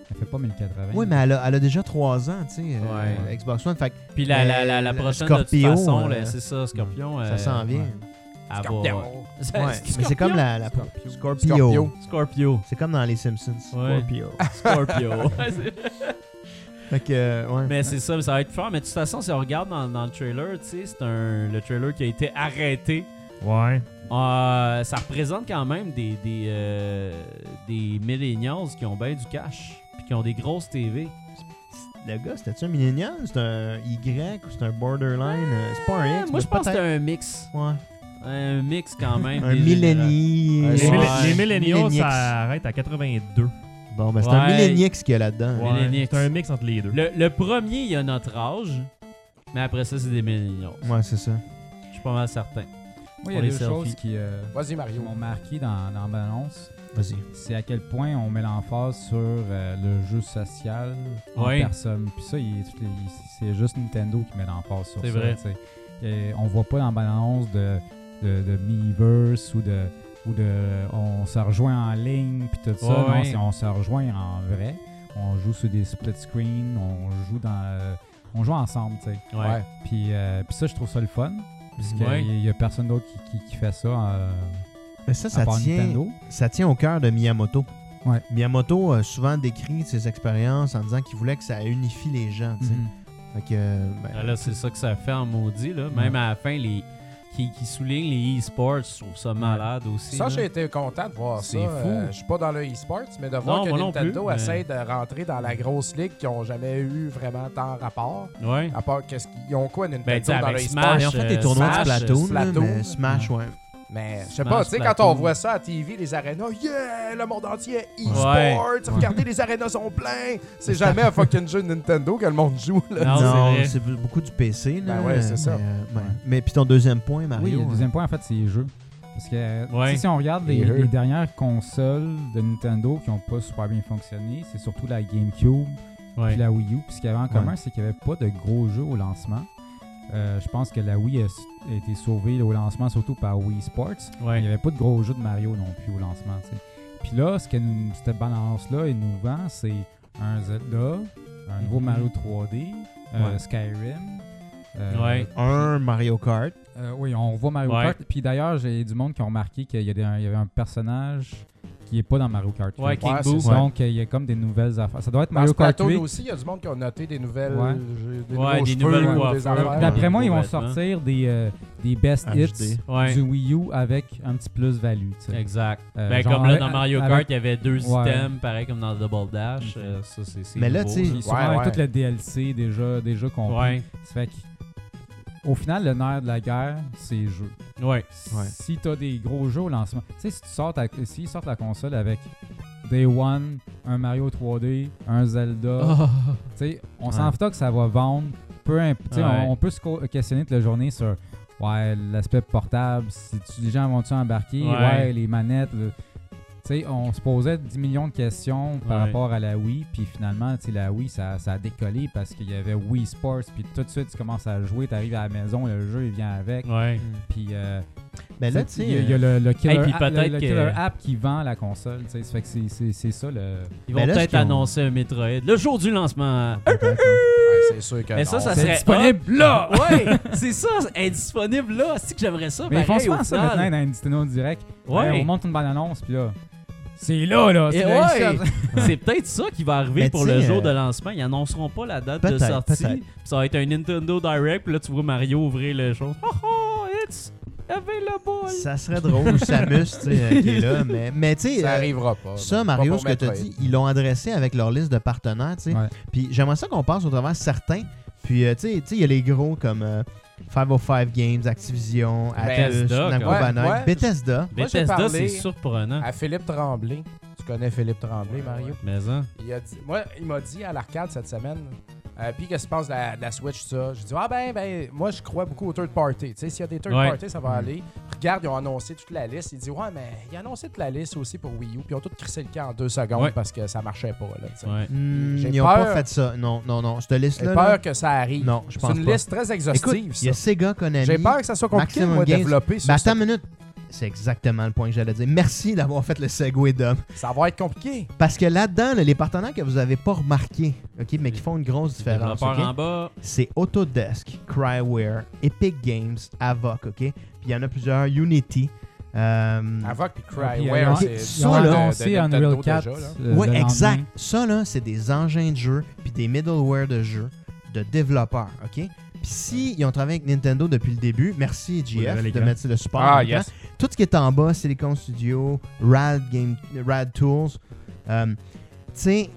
S3: elle fait pas 1080.
S5: Oui, mais elle a, elle a déjà 3 ans, tu sais, euh,
S2: Ouais.
S5: Xbox One. Fait que
S2: Puis la, la, la, la
S5: Euh,
S2: prochaine,
S5: Scorpio,
S2: de toute façon,
S5: euh,
S2: là, c'est ça, Scorpion. euh,
S5: ça s'en vient.
S2: elle va-
S5: Ah, Ouais.
S2: Ça-
S5: Mais c'est comme la, la-
S4: Scorpio.
S5: Scorpio.
S4: Scorpio.
S2: Scorpio.
S5: C'est comme dans les Simpsons.
S2: Ouais.
S5: Scorpio.
S2: Scorpio.
S5: fait que, euh, ouais.
S2: mais c'est ça, ça va être fort. Mais de toute façon, si on regarde dans, dans le trailer, tu sais, c'est un, le trailer qui a été arrêté.
S6: Ouais.
S2: Euh, ça représente quand même des, des, euh, des millennials qui ont bien du cash. Puis qui ont des grosses TV.
S5: Le gars, c'était-tu un millénial? C'est un Y ou c'est un borderline? Euh, C'est pas un X,
S2: Moi,
S5: mais
S2: je pense que c'est
S5: peut-être-
S2: un mix.
S5: Ouais.
S2: Un mix quand même.
S5: Un
S2: des générations.
S5: milléni...
S2: Ouais.
S6: Les,
S2: Ouais.
S6: millen- les millennials,
S5: Millennials.
S6: ça arrête à 82.
S5: Bon, ben c'est un
S2: Ouais.
S5: millénix qu'il y a là-dedans.
S2: Ouais. Millennials.
S6: C'est un mix entre les deux.
S2: Le, le premier, il a notre âge. Mais après ça, c'est des millennials.
S5: Ouais, c'est ça.
S2: Je suis pas mal certain.
S3: Moi, il y
S2: Pour
S3: a
S2: les
S3: deux
S2: selfies.
S3: choses qui, euh,
S4: Vas-y,
S3: qui
S4: Mario.
S3: m'ont marqué dans, dans l'annonce.
S5: Vas-y.
S3: C'est à quel point on met l'emphase sur euh, le jeu social en
S2: Oui.
S3: personne. Puis ça, il est tout- il- c'est juste Nintendo qui met l'emphase sur ça.
S2: C'est vrai.
S3: tu sais. Et on voit pas dans l'annonce de, de, de Miiverse ou de, ou de on se rejoint en ligne puis tout ça.
S2: Ouais,
S3: Non,
S2: ouais.
S3: c'est on se rejoint en vrai. On joue sur des split screen, on joue dans euh, on joue ensemble, tu sais.
S4: Ouais.
S3: Puis, euh, puis ça, je trouve ça le fun. Parce qu'il
S2: Ouais.
S3: y, a personne d'autre qui, qui- qui fait ça euh,
S5: Mais ça,
S3: à
S5: ça
S3: part
S5: tient,
S3: Nintendo.
S5: ça tient au cœur de Miyamoto.
S3: Ouais.
S5: Miyamoto a souvent décrit ses expériences en disant qu'il voulait que ça unifie les gens. tu sais.
S3: Mhm.
S5: Fait que, euh, ben,
S2: Ah, là, c'est ça que ça fait en maudit. Là. Même
S3: Ouais.
S2: à la fin, les, qui, qui soulignent les e-sports, je trouve ça malade aussi.
S4: Ça,
S2: là.
S4: j'ai été content de voir ça.
S2: C'est fou.
S4: Euh, je suis pas dans le e-sports, mais de voir
S2: Non,
S4: que
S2: moi non
S4: Nintendo
S2: plus, mais-
S4: essaie de rentrer dans la grosse ligue qui n'ont jamais eu vraiment tant rapport.
S2: Ouais.
S4: À part qu'est-ce qu'ils ont quoi Nintendo
S2: Ben, tu sais,
S4: dans le
S2: avec
S4: e-sport?
S2: Smash.
S5: ils ont fait des
S2: euh,
S5: tournois de
S2: Smash,
S5: Splatoon, là,
S4: Splatoon.
S5: mais Smash, ouais.
S4: Mais je sais
S2: Smash,
S4: pas, tu sais, quand
S2: Splatoon.
S4: on voit ça à TV, les arénas, yeah, le monde entier, e-sports,
S2: Ouais.
S4: regardez, les arénas sont pleins. C'est jamais un fucking jeu de Nintendo que le monde joue, là.
S2: Non, Ah, c'est vrai.
S5: c'est beaucoup du PC. Là,
S4: Ben ouais, c'est ça.
S5: Mais, euh, ouais.
S3: Ouais.
S5: Mais puis ton deuxième point,
S3: Oui,
S5: Mario.
S3: le
S5: hein.
S3: deuxième point, en fait, c'est les jeux. Parce que euh,
S2: Ouais.
S3: tu sais, si on regarde les,
S4: Les jeux.
S3: les dernières consoles de Nintendo qui n'ont pas super bien fonctionné, c'est surtout la GameCube
S2: Ouais.
S3: puis la Wii U. Puis ce qu'il y avait en commun,
S5: Ouais.
S3: c'est qu'il n'y avait pas de gros jeux au lancement. Euh, je pense que la Wii a, s- a été sauvée là, au lancement surtout par Wii Sports.
S2: Ouais.
S3: Il n'y avait pas de gros jeux de Mario non plus au lancement. tu sais. Puis là, ce que nous, cette balance-là et nous vend, c'est un Zelda, un nouveau
S2: Mhm.
S3: Mario 3D, euh,
S5: Ouais.
S3: Skyrim. euh,
S2: Ouais.
S5: hein. Un Mario Kart.
S3: euh, oui, on voit Mario
S2: Ouais.
S3: Kart. Puis d'ailleurs, j'ai du monde qui ont remarqué qu'il y, a des- il y avait un personnage qui est pas dans Mario Kart.
S2: Ouais,
S3: huit.
S2: King Boo.
S4: c'est ça.
S3: Donc, il y a comme des nouvelles affaires. Ça doit être
S4: Dans
S3: Mario Kart
S4: Splatoon
S3: 8.
S4: aussi, il y a du monde qui a noté des nouvelles. euh,
S3: Ouais.
S4: Des
S2: Ouais,
S4: nouveaux
S2: des
S4: cheveux,
S2: nouvelles
S4: ou
S2: coiffures.
S4: des affaires.
S3: D'après moi, ils vont
S2: Complètement.
S3: sortir des, euh, des best
S5: HD.
S3: hits
S2: Ouais.
S3: du Wii U avec un petit plus-value. tu sais.
S2: Exact.
S3: Euh,
S2: ben,
S3: genre
S2: comme là,
S3: avec-
S2: dans Mario
S3: avec-
S2: Kart, il y avait deux
S3: Ouais.
S2: items, pareil comme dans Double Dash. euh, ça, c'est c'est
S5: Mais là,
S2: nouveau,
S5: tu sais,
S3: Puis sûrement
S4: Ouais, ouais.
S3: avec tout le DLC déjà, déjà qu'on
S2: Ouais.
S3: Ça fait que- au final, le nerf de la guerre, c'est les jeux.
S2: Ouais.
S5: Ouais.
S3: Si t'as des gros jeux au lancement, tu sais, si tu sors ta, s'ils sortent la console avec Day One, un Mario 3D, un Zelda,
S2: Ah.
S3: tu sais, on s'en
S5: Ouais.
S3: fout que ça va vendre. Peu imp- tu sais,
S2: Ouais.
S3: on, on peut se co- questionner toute la journée sur ouais, l'aspect portable, si tu, les gens vont-tu embarquer,
S2: Ouais.
S3: ouais. les manettes. le- Tu sais, on se posait 10 millions de questions par
S2: Ouais.
S3: rapport à la Wii, puis finalement, tu sais, la Wii, ça, ça a décollé parce qu'il y avait Wii Sports, puis tout de suite, tu commences à jouer, tu arrives à la maison, le jeu, il vient avec.
S2: Ouais.
S3: Puis euh,
S5: Mais Ben là, tu
S3: il y a-
S5: sais,
S3: il y a le, le killer,
S2: puis
S3: app- le-
S2: peut-être
S3: le
S2: que-
S3: killer app qui vend la console. tu sais. Ça fait que c'est- c'est c'est ça le.
S2: Ils
S5: Mais
S2: vont
S5: Ben là, ce
S2: peut-être
S5: qu'ils ont-
S2: annoncer un Metroid. Le jour du lancement.
S5: euh, peut-être, ouais.
S4: Ouais, c'est sûr que
S2: Mais ça,
S4: non.
S2: ça
S3: hein. C'est
S2: serait
S3: disponible
S2: hot, là.
S4: Ah,
S2: Ouais, c'est ça, est disponible là. C'est que j'aimerais ça.
S3: Mais ils font
S2: pareil, au
S3: souvent ça
S2: final.
S3: maintenant dans Nintendo Direct.
S2: Ouais.
S3: Hey, on monte une bonne annonce, puis là. C'est là, là.
S2: Et
S3: c'est là,
S2: Eh ouais.
S3: ils sortent.
S2: C'est peut-être ça qui va arriver
S5: Mais
S2: pour
S5: tu sais,
S2: le jour
S5: euh,
S2: de lancement. Ils annonceront pas la date de
S5: peut-être,
S2: sortie.
S5: peut-être.
S2: Puis Ça va être un Nintendo Direct. Puis là, tu vois Mario ouvrir le chose. Oh, oh, it's available.
S5: euh, ça serait drôle, Samus, tu sais, euh, qui est là. Mais, mais tu sais,
S4: Ça
S5: euh,
S4: arrivera pas.
S5: ça,
S4: Pas
S5: Mario,
S4: pour
S5: ce que tu as
S4: Metroid.
S5: dit, ils l'ont adressé avec leur liste de partenaires, tu sais.
S3: Ouais.
S5: Puis j'aimerais ça qu'on passe au travers certains. Puis, euh, tu sais, tu sais, il y a les gros comme euh, 505 Games, Activision, Atlus,
S2: Bethesda,
S5: Namco
S4: quoi.
S5: Bandai,
S4: Ouais, ouais.
S5: Bethesda.
S4: Moi, j'ai
S2: Bethesda,
S4: parlé
S2: c'est surprenant.
S4: À Philippe Tremblay. Tu connais Philippe Tremblay, Mario?
S2: Mais hein.
S4: Il a dit- moi, il m'a dit à l'arcade cette semaine, Euh, puis que se passe de la, de la Switch, ça. J'ai dit, ah ben, ben, moi, je crois beaucoup aux third party. Tu sais, s'il y a des third
S2: Ouais.
S4: party, ça
S5: Mm.
S4: va aller. Regarde, ils ont annoncé toute la liste. Ils disent, ouais, mais ils ont annoncé toute la liste aussi pour Wii U. Puis ils ont tout crissé le camp en deux secondes
S2: Ouais.
S4: parce que ça marchait pas, là, tu sais.
S2: Ouais.
S5: Hmm,
S4: J'ai
S5: ils ont
S4: peur.
S5: pas fait ça. Non, non, non. Cette
S4: J'ai
S5: liste-là.
S4: peur
S5: là,
S4: que ça arrive.
S5: Non, je
S4: C'est
S5: pense
S4: une
S5: pas.
S4: liste très
S5: Écoute,
S4: exhaustive,
S5: il y a
S4: ça.
S5: Sega, Konami.
S4: J'ai peur que ça soit compliqué
S5: Maximum
S4: de
S5: Games.
S4: développer sur
S5: Ben,
S4: ce-
S5: attends une minute. C'est exactement le point que j'allais dire. Merci d'avoir fait le segway d'homme.
S4: Ça va être compliqué.
S5: Parce que là-dedans, là, les partenaires que vous avez pas remarqués, OK, mais qui font une grosse différence,
S2: Développeur
S5: OK?
S2: en bas.
S5: c'est Autodesk, Cryware, Epic Games, Avoc, OK? Puis il y en a plusieurs, Unity. euh,
S4: Avoc puis
S3: Puis,
S4: Cryware,
S3: euh,
S4: c'est
S3: Ils ont
S5: Ça, là,
S3: annoncé Unreal 4. euh,
S5: oui,
S3: le
S5: exact.
S3: lendemain.
S5: Ça, là, c'est des engins de jeu, puis des middleware de jeu, de développeurs, OK? Puis si ils ont travaillé avec Nintendo depuis le début, merci
S6: Oui,
S5: GF
S6: les
S5: de
S6: gars.
S5: mettre le support. en
S4: Ah,
S5: même temps.
S4: yes.
S5: Tout ce qui est en bas, Silicon Studio, Rad, Game, Rad Tools. euh, tu sais,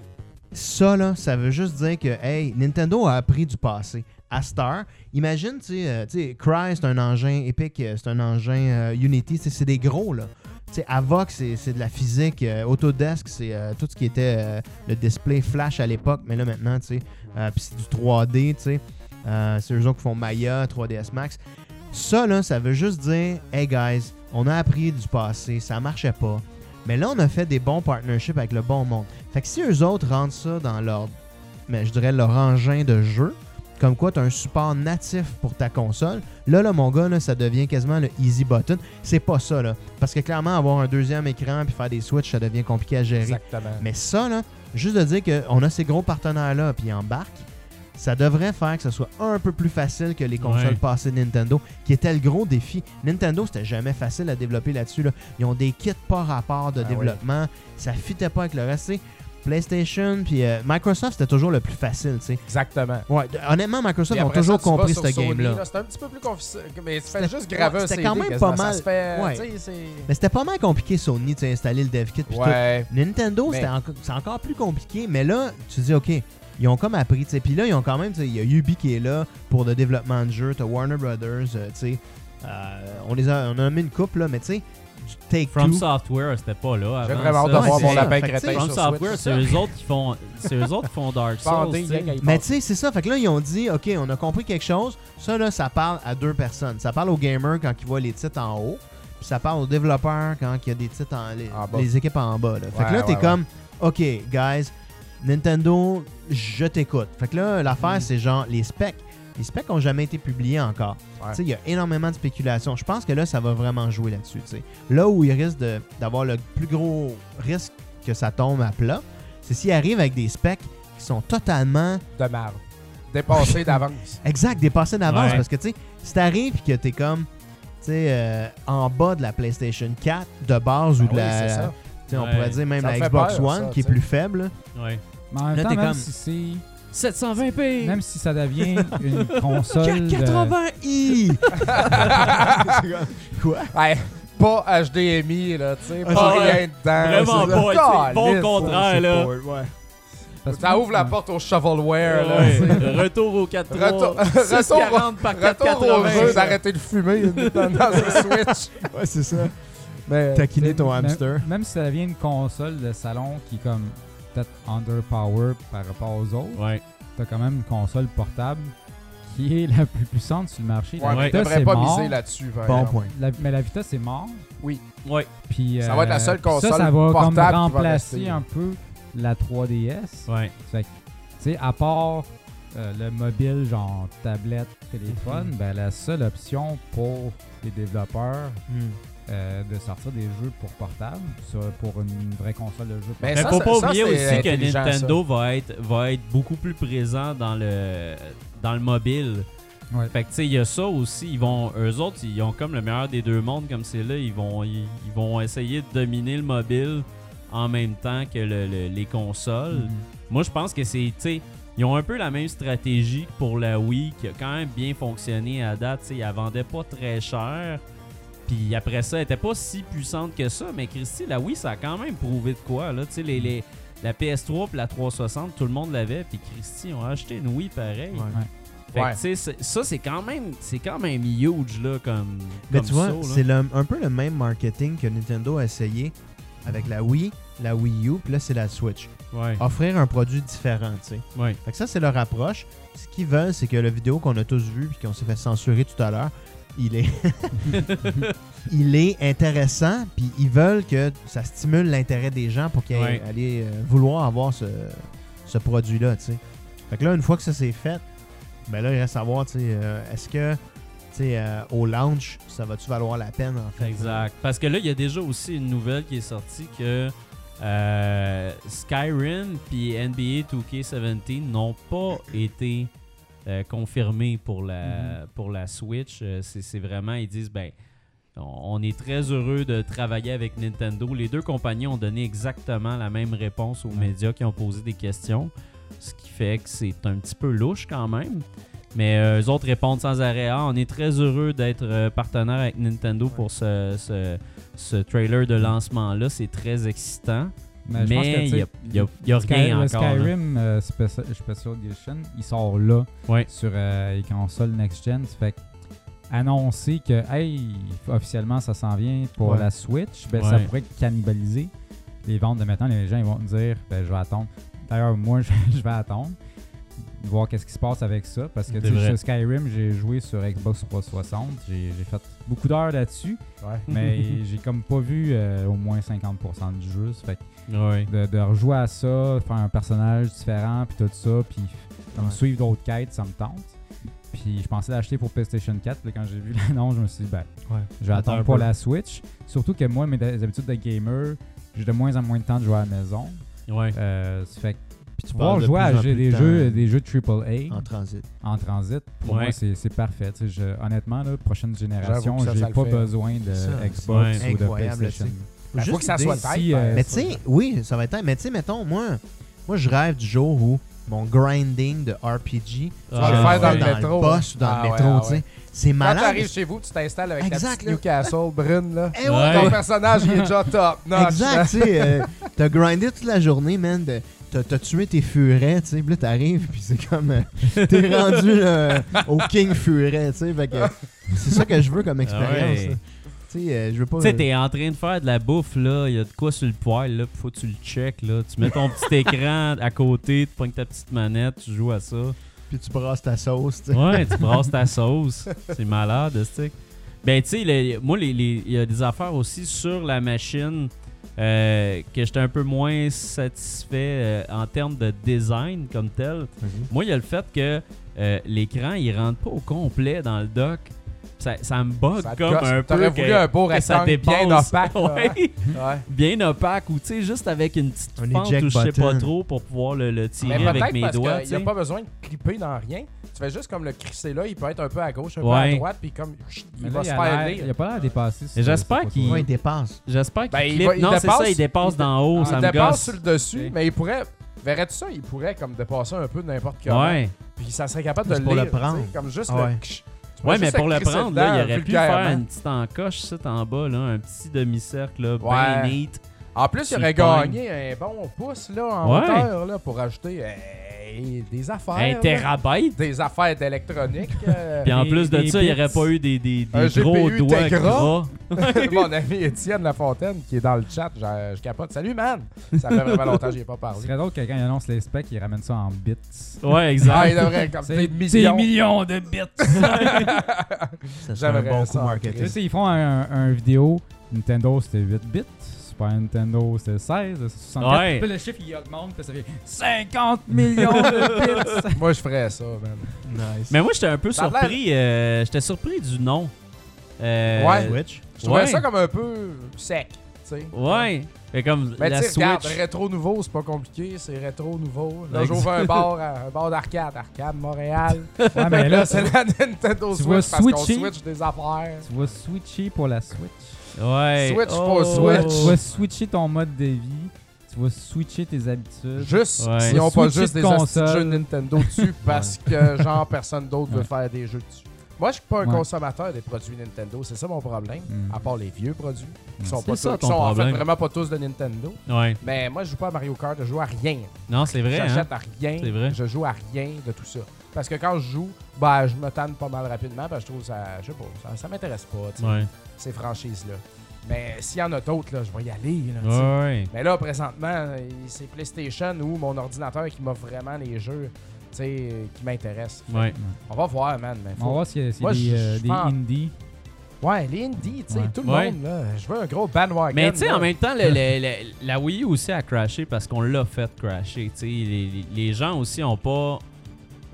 S5: ça, là, ça veut juste dire que, hey, Nintendo a appris du passé. À Star, imagine, tu sais, euh, tu sais, Cry, c'est un engin Epic, euh, c'est un engin euh, Unity, tu sais, c'est des gros, là. Tu sais, Avoc, c'est c'est de la physique. euh, Autodesk, c'est euh, tout ce qui était euh, le display flash à l'époque, mais là, maintenant, tu sais, euh, puis c'est du 3D, tu sais. Euh, c'est eux autres qui font Maya, 3DS Max. Ça, là, ça veut juste dire, hey guys, on a appris du passé, ça marchait pas. Mais là, on a fait des bons partnerships avec le bon monde. Fait que si eux autres rentrent ça dans leur, mais je dirais leur engin de jeu, comme quoi tu as un support natif pour ta console, là, là, mon gars, là, ça devient quasiment le easy button. C'est pas ça, là. Parce que clairement, avoir un deuxième écran puis faire des switches, ça devient compliqué à gérer.
S4: Exactement.
S5: Mais ça, là, juste de dire qu'on a ces gros partenaires-là puis ils embarquent, ça devrait faire que ce soit un peu plus facile que les consoles
S2: Ouais.
S5: passées de Nintendo, qui était le gros défi. Nintendo, c'était jamais facile à développer là-dessus. là. Ils ont des kits par rapport de
S4: Ah
S5: développement. Ça fitait pas avec le reste. tu sais. PlayStation, puis euh, Microsoft, c'était toujours le plus facile. tu sais.
S4: Exactement.
S5: Ouais, d- honnêtement, Microsoft
S4: Puis
S5: ont
S4: après
S5: toujours
S4: ça, tu vas
S5: compris
S4: sur
S5: ce
S4: Sony,
S5: game-là.
S4: là, C'est un petit peu plus confus, mais tu fais
S5: C'était-
S4: juste graver
S5: ouais,
S4: un
S5: c'était
S4: CD.
S5: quand même
S4: quasiment,
S5: pas mal.
S4: Ça se fait,
S5: Ouais.
S4: tu sais, c'est-
S5: Mais c'était pas mal compliqué, Sony, de installer le dev kit. puis tout.
S4: Ouais.
S5: Nintendo,
S4: Mais-
S5: c'était enco- c'est encore plus compliqué, mais là, tu dis, OK, ils ont comme appris, tu sais. Puis là, ils ont quand même, tu sais, il y a Ubi qui est là pour le développement de jeu, t'as Warner Brothers, euh, tu sais. Euh, on, les a, on a mis une coupe, là, mais tu sais, du Take
S2: From
S5: Two.
S2: Software, c'était pas là.
S4: J'ai
S2: avant
S4: vraiment hâte
S2: ça.
S4: d'avoir
S5: Ouais,
S4: mon
S5: c'est
S4: lapin
S5: ça. Fait que,
S4: crétin
S5: tu sais,
S2: From
S4: sur
S2: Software, c'est
S4: Switch.
S2: eux autres qui font, c'est eux autres qui font Dark Souls.
S4: Bandé,
S2: tu sais.
S4: gars, il
S5: Mais
S4: part.
S5: tu sais, c'est ça. Fait que là, ils ont dit, OK, on a compris quelque chose. Ça, là, ça parle à deux personnes. Ça parle aux gamers quand ils voient les titres en haut. Puis ça parle aux développeurs quand il y a des titres en... Les,
S4: En bas.
S5: les équipes en bas. là. Fait que
S4: Ouais,
S5: là, t'es
S4: ouais,
S5: comme, OK, guys, Nintendo, je t'écoute. Fait que là, l'affaire,
S4: Mm.
S5: c'est genre les specs. Les specs n'ont jamais été publiés encore.
S4: Ouais.
S5: Tu sais, Il y a énormément de spéculation. Je pense que là, ça va vraiment jouer là-dessus. tu sais. Là où il risque de- d'avoir le plus gros risque que ça tombe à plat, c'est s'il arrive avec des specs qui sont totalement
S4: de marre. Dépassé d'avance.
S5: Exact, dépasser d'avance.
S2: Ouais.
S5: Parce que, tu sais, si t'arrives et que t'es comme, tu sais, euh, en bas de la PlayStation 4 de base ou
S4: Ben
S5: de
S4: oui,
S5: la.
S4: c'est ça.
S5: tu sais, On
S2: Ouais.
S5: pourrait dire même
S4: Ça
S5: la
S4: fait
S5: Xbox
S4: peur,
S5: One
S4: ça,
S5: qui est
S4: tu sais.
S5: plus faible.
S2: Ouais.
S3: Mais en même
S5: Là,
S3: temps,
S5: t'es
S3: même
S5: comme-
S3: si c'est.
S2: 720p.
S3: Même si ça devient une console. euh,
S5: 480i! Quoi?
S4: Ouais, pas HDMI, là, tu sais. Pas
S2: ouais.
S4: rien dedans.
S2: Vraiment
S4: c'est ça.
S2: pas. tu sais, Bon
S4: Calisse.
S2: contraire là.
S3: parce que-
S4: Ça ouvre la porte au shovelware, euh, là.
S2: Ouais.
S4: tu sais.
S2: Retour au 4
S4: Retour- retour- Retour au jeu d'arrêter de fumer dans dans le Switch.
S5: Ouais, c'est ça.
S4: Mais
S5: Taquiner ton
S3: Même-
S5: hamster.
S3: Même si ça devient une console de salon qui est comme peut-être underpower par rapport aux autres,
S2: Ouais.
S3: t'as quand même une console portable qui est la plus puissante sur le marché.
S4: ouais,
S3: la
S4: mais
S3: Vita,
S4: devrais
S3: c'est
S4: pas
S3: mort.
S4: miser là-dessus. par
S5: Bon
S4: exemple.
S5: point.
S3: La- mais la Vita, c'est mort.
S2: Ouais.
S3: Puis,
S4: Ça
S3: euh,
S4: va être la seule console
S3: Ça, ça va
S4: portable qui
S3: comme
S4: va
S3: remplacer
S4: rester.
S3: un peu la 3DS.
S2: Ouais.
S3: Tu sais, à part euh, le mobile, genre tablette,
S4: Mhm.
S3: téléphone, ben, la seule option pour les développeurs
S6: Hmm.
S3: euh, de sortir des jeux pour portable, sur- pour une vraie console de jeu
S4: Mais
S2: Mais
S4: ça,
S2: faut
S4: ça-
S2: pas
S4: ça,
S2: oublier
S4: c'est
S2: aussi que
S4: intelligent,
S2: Nintendo va être, va être beaucoup plus présent dans le, dans le mobile.
S3: Ouais.
S2: Fait que tu sais, il y a ça aussi. Ils vont, eux autres, ils ont comme le meilleur des deux mondes, comme c'est là. Ils vont, ils, ils vont essayer de dominer le mobile en même temps que le- le- les consoles.
S4: Mm-hmm.
S3: Mhm.
S2: Moi, je pense que c'est, tu sais, ils ont un peu la même stratégie que pour la Wii qui a quand même bien fonctionné à date. Tu sais, elle vendait pas très cher. Puis après ça, elle était pas si puissante que ça. Mais Christy, la Wii, ça a quand même prouvé de quoi, là. Tu sais, les, les- la PS3 puis la 360, tout le monde l'avait. Puis Christy, on a acheté une Wii pareil.
S5: Ouais.
S2: Fait
S4: Ouais.
S2: que, tu sais, c'est- ça, c'est quand même, c'est quand même huge, là, comme,
S5: Mais
S2: comme
S5: tu vois,
S2: saut, là.
S5: c'est le- un peu le même marketing que Nintendo a essayé avec la Wii, la Wii U, puis là, c'est la Switch.
S2: Ouais.
S5: Offrir un produit différent, tu sais.
S2: Ouais.
S5: Fait que ça, c'est leur approche. Ce qu'ils veulent, c'est que la vidéo qu'on a tous vue puis qu'on s'est fait censurer tout à l'heure, il est, il est intéressant, puis ils veulent que ça stimule l'intérêt des gens pour qu'ils
S2: Ouais.
S5: aillent aller, euh, vouloir avoir ce, ce produit-là, tu sais. Fait que là, une fois que ça c'est fait, ben là, il reste à voir, tu sais, euh, est-ce que, tu sais, euh, au launch, ça va-tu valoir la peine, en fait?
S2: Exact. Parce que là, il y a déjà aussi une nouvelle qui est sortie que euh, Skyrim puis NBA 2K17 n'ont pas été euh, confirmés pour la, pour la Switch. Euh, C'est c'est vraiment, ils disent, ben, on on est très heureux de travailler avec Nintendo. Les deux compagnies ont donné exactement la même réponse aux médias qui ont posé des questions, ce qui fait que c'est un petit peu louche quand même. Mais euh, eux autres répondent sans arrêt. Ah, on est très heureux d'être euh, partenaire avec Nintendo pour ce, ce- ce trailer de lancement-là. C'est très excitant.
S3: Ben, je pense que,
S2: Mais
S3: tu
S2: il
S3: sais,
S2: n'y a, y a- y a
S3: Sky-
S2: rien
S3: le
S2: encore. là.
S3: Skyrim euh, Speci- Special Edition, il sort là
S2: Ouais.
S3: sur euh, les consoles next-gen. Ça Fait que annoncer que, hey, officiellement, ça s'en vient pour
S5: Ouais.
S3: la Switch, ben, ça
S2: Ouais.
S3: pourrait cannibaliser les ventes de maintenant. Les gens ils vont dire, ben, je vais attendre. D'ailleurs, moi, je, je vais attendre voir qu'est-ce qui se passe avec ça. Parce que
S2: C'est
S3: tu sais,
S2: vrai.
S3: sur Skyrim, j'ai joué sur Xbox 360. J'ai j'ai fait beaucoup d'heures là-dessus,
S4: Ouais.
S3: mais j'ai comme pas vu euh, au moins 50% du jeu. Ça Fait que
S2: Ouais.
S3: de, de rejouer à ça, faire un personnage différent, puis tout ça, puis comme
S5: Ouais.
S3: suivre d'autres quêtes, ça me tente. Puis je pensais l'acheter pour PlayStation 4, puis quand j'ai vu l'annonce, je me suis dit, ben,
S5: Ouais.
S3: je vais
S5: Attends un
S3: attendre pour
S5: peu.
S3: la Switch. Surtout que moi, mes habitudes de gamer, j'ai de moins en moins de temps de jouer à la maison.
S2: Ouais.
S3: Euh, ça fait que
S5: Puis tu
S3: pouvoir
S5: parles de
S3: jouer à
S5: plus en
S3: j'ai
S5: plus
S3: des
S5: de temps
S3: jeux, des jeux AAA
S5: en transit.
S3: en, transit, pour
S2: Ouais.
S3: moi, c'est c'est parfait. Tu sais, je- honnêtement, là, prochaine génération,
S4: que ça,
S3: j'ai
S4: ça le
S3: pas
S4: fait.
S3: besoin de
S5: Ça,
S3: Xbox
S5: c'est
S3: ou de
S5: incroyable,
S3: PlayStation.
S5: tu sais.
S4: Ben, faut
S5: Juste
S4: que ça
S5: l'idée,
S4: soit le type,
S3: si,
S4: ben,
S3: euh,
S5: Mais tu sais, oui, ça va être. Mais tu sais, mettons, moi, moi, je rêve du jour où mon grinding de RPG,
S4: Tu
S2: Ah,
S4: vas
S5: je
S4: Ah, le faire dans
S5: fais
S4: le métro.
S5: boss ou dans
S4: Ah
S5: le
S4: ouais,
S5: métro,
S4: ah
S5: tu sais.
S4: ouais.
S5: C'est
S4: Quand
S5: malade.
S4: t'arrives chez vous, tu t'installes avec ta
S5: Exact,
S4: petite
S5: là.
S4: Newcastle brune, là.
S5: Eh ouais,
S2: Ouais.
S4: Ton personnage, il est déjà top. notch, là.
S5: Exact, tu sais. euh, t'as grindé toute la journée, man. de- t'as- T'as tué tes furets, tu sais. Puis là, t'arrives, puis c'est comme. euh, T'es rendu euh, au King Furet, tu sais. Fait que c'est ça que je veux comme expérience.
S2: Ah, ouais.
S5: là. Tu sais, euh, je veux pas.
S2: Tu sais, t'es en train de faire de la bouffe, là. Il y a de quoi sur le poêle, là. puis Faut que tu le check, là. Tu mets ton petit écran à côté, tu prends ta petite manette, tu joues à ça.
S5: Puis tu brasses ta sauce, tu sais.
S2: Ouais, tu brasses ta sauce. C'est malade, stick. Ben, tu sais, le- moi, les- les- il y a des affaires aussi sur la machine euh, que j'étais un peu moins satisfait euh, en termes de design comme tel.
S4: Mhm.
S2: Moi, il y a le fait que euh, l'écran, il rentre pas au complet dans le dock. Ça, ça me bug
S4: Ça te
S2: comme
S4: gosse.
S2: un peu.
S4: T'aurais voulu
S2: que-
S4: un beau
S2: que ça
S4: rectangle bien
S2: dépasse.
S4: opaque, là,
S2: Ouais.
S4: Ouais.
S2: Bien opaque, ou tu sais, juste avec une petite
S5: Un
S2: fente
S5: eject
S2: ou je sais pas
S5: button.
S2: trop pour pouvoir le, le
S4: Mais
S2: tirer avec
S4: peut-être
S2: mes
S4: parce
S2: doigts.
S4: qu'il n'y
S2: tu
S4: a
S2: sais.
S4: pas besoin de clipper dans rien. Tu fais juste comme le crisser là, il peut être un peu à gauche, un peu
S2: Ouais.
S4: à droite, puis comme chut, il
S3: Mais
S4: va
S3: là,
S4: se
S3: il a
S4: faire
S3: l'air-
S4: lire.
S3: Il a pas l'air dépassé. sur-
S2: j'espère
S3: sur
S2: qu'il-
S3: photo-là.
S5: Ouais, dépasse.
S2: J'espère qu'il
S4: Ben, il
S2: clip.
S4: va- il
S2: non, c'est ça,
S4: dépasse.
S2: il dépasse
S4: Il
S2: d'en haut,
S4: Il
S2: ça me
S4: dépasse
S2: gosse.
S4: sur le dessus,
S2: Oui.
S4: mais il pourrait. Verrais-tu ça? Il pourrait comme dépasser un peu de n'importe comment.
S2: Ouais.
S4: Puis ça serait capable de
S5: Juste
S4: le
S5: pour le
S4: lire. tu sais,
S5: prendre.
S4: Comme juste
S5: Ah ouais.
S4: le. ksh. Tu peux
S2: Ouais,
S4: juste
S2: mais pour le
S4: crisser
S2: prendre, là, il
S4: dedans,
S2: aurait pu
S4: vulgairement.
S2: faire une petite encoche, ça, en bas, là, un petit demi-cercle, là, bien
S4: Ouais.
S2: neat.
S4: En plus, il
S2: Tu
S4: aurait
S2: le pognes.
S4: gagné un bon pouce là, en
S2: Ouais.
S4: hauteur là, pour ajouter euh, des affaires.
S2: Un
S4: là.
S2: terabyte.
S4: Des affaires d'électronique. euh,
S2: Puis en
S3: Des-
S2: plus de
S3: des
S2: ça, il n'y
S3: bits.
S2: aurait pas eu des, des, des
S4: Un
S2: gros
S4: GPU
S2: doigts
S4: Tegra.
S2: gras.
S4: Mon ami Étienne Lafontaine qui est dans le chat, je, je capote. Salut man! Ça fait vraiment longtemps que j'y ai pas
S3: Ce
S4: parlé.
S3: serait Ah, drôle que quand il annonce les specs, il ramène ça en bits.
S2: Ouais,
S4: Ah, il
S2: exact.
S4: devrait comme des
S3: c'est
S4: millions.
S3: millions de bits.
S5: Ça serait un
S4: J'aimerais
S5: bon
S4: ça
S5: coup
S4: en
S5: marketing.
S3: Tu sais, ils font un, un vidéo. Nintendo, c'était 8 bits. Super Nintendo, c'était 16. c'était 64.
S2: Ouais.
S3: Puis le chiffre, il augmente. Puis ça fait 50 millions de bits.
S4: Moi je ferais ça, man.
S5: Nice.
S2: Mais moi, j'étais un peu
S4: Ça a l'air-
S2: surpris. euh, j'étais surpris du nom. Euh,
S4: Ouais.
S5: Switch.
S4: Je trouvais
S2: Ouais.
S4: ça comme un peu sec, tu sais.
S2: Ouais. Mais comme
S4: Mais
S2: la
S4: Ben, tu sais, regarde,
S2: Switch.
S4: rétro nouveau, c'est pas compliqué, c'est rétro nouveau. Là,
S2: Exact.
S4: j'ouvre un bar, à- un bar d'arcade, arcade Montréal.
S3: Ouais,
S2: Ben
S3: mais là,
S4: c'est
S3: tu
S4: la Nintendo
S3: tu
S4: Switch
S3: vas
S4: parce qu'on
S3: switcher.
S4: switch des affaires.
S3: vas switcher pour la Switch.
S2: Ouais.
S4: Switch
S2: Oh.
S4: for
S3: Tu vas
S4: Switch.
S3: switcher ton mode de vie. Tu vas switcher tes habitudes.
S4: Juste,
S2: Ouais.
S4: s'ils n'ont pas
S3: Switcher
S4: juste
S3: de
S4: des hosties de
S3: console.
S4: jeux Nintendo dessus parce que, genre, personne d'autre veut
S3: Ouais.
S4: faire des jeux dessus. Moi, je suis pas un
S3: Ouais.
S4: consommateur des produits Nintendo, c'est ça mon problème.
S3: Mm.
S4: À part les vieux produits, qui sont,
S2: C'est
S4: pas
S2: ça,
S4: tous- qui
S2: ton
S4: sont en fait
S2: problème.
S4: vraiment pas tous de Nintendo.
S2: Ouais.
S4: Mais moi, je joue pas à Mario Kart, je joue à rien.
S2: Non, c'est vrai. hein.
S4: J'achète à rien.
S2: C'est vrai.
S4: Je joue à rien de tout ça. Parce que quand je joue, ben, je me tanne pas mal rapidement parce que je trouve ça, je sais pas, ça, ça m'intéresse pas, tu sais,
S2: Ouais.
S4: ces franchises-là. Mais s'il y en a d'autres, là, je vais y aller. là, tu sais.
S2: Ouais.
S4: Mais là, présentement, c'est PlayStation ou mon ordinateur qui m'offre vraiment les jeux tu sais, qui m'intéressent.
S2: Ouais.
S4: On va voir, man. Mais
S3: On va
S4: faut...
S3: voir s'il y a s'il y a
S4: Moi,
S3: des,
S4: je-
S3: euh,
S4: je
S3: des
S4: pense-
S3: indies.
S4: Ouais, les indies, tu sais,
S3: Ouais.
S4: tout le
S2: Ouais.
S4: monde, là. Je veux un gros bandwagon.
S2: Mais tu sais, en
S4: là.
S2: même temps, le- le- le- la Wii U aussi a crashé parce qu'on l'a fait crasher. tu sais. Les, les gens aussi ont pas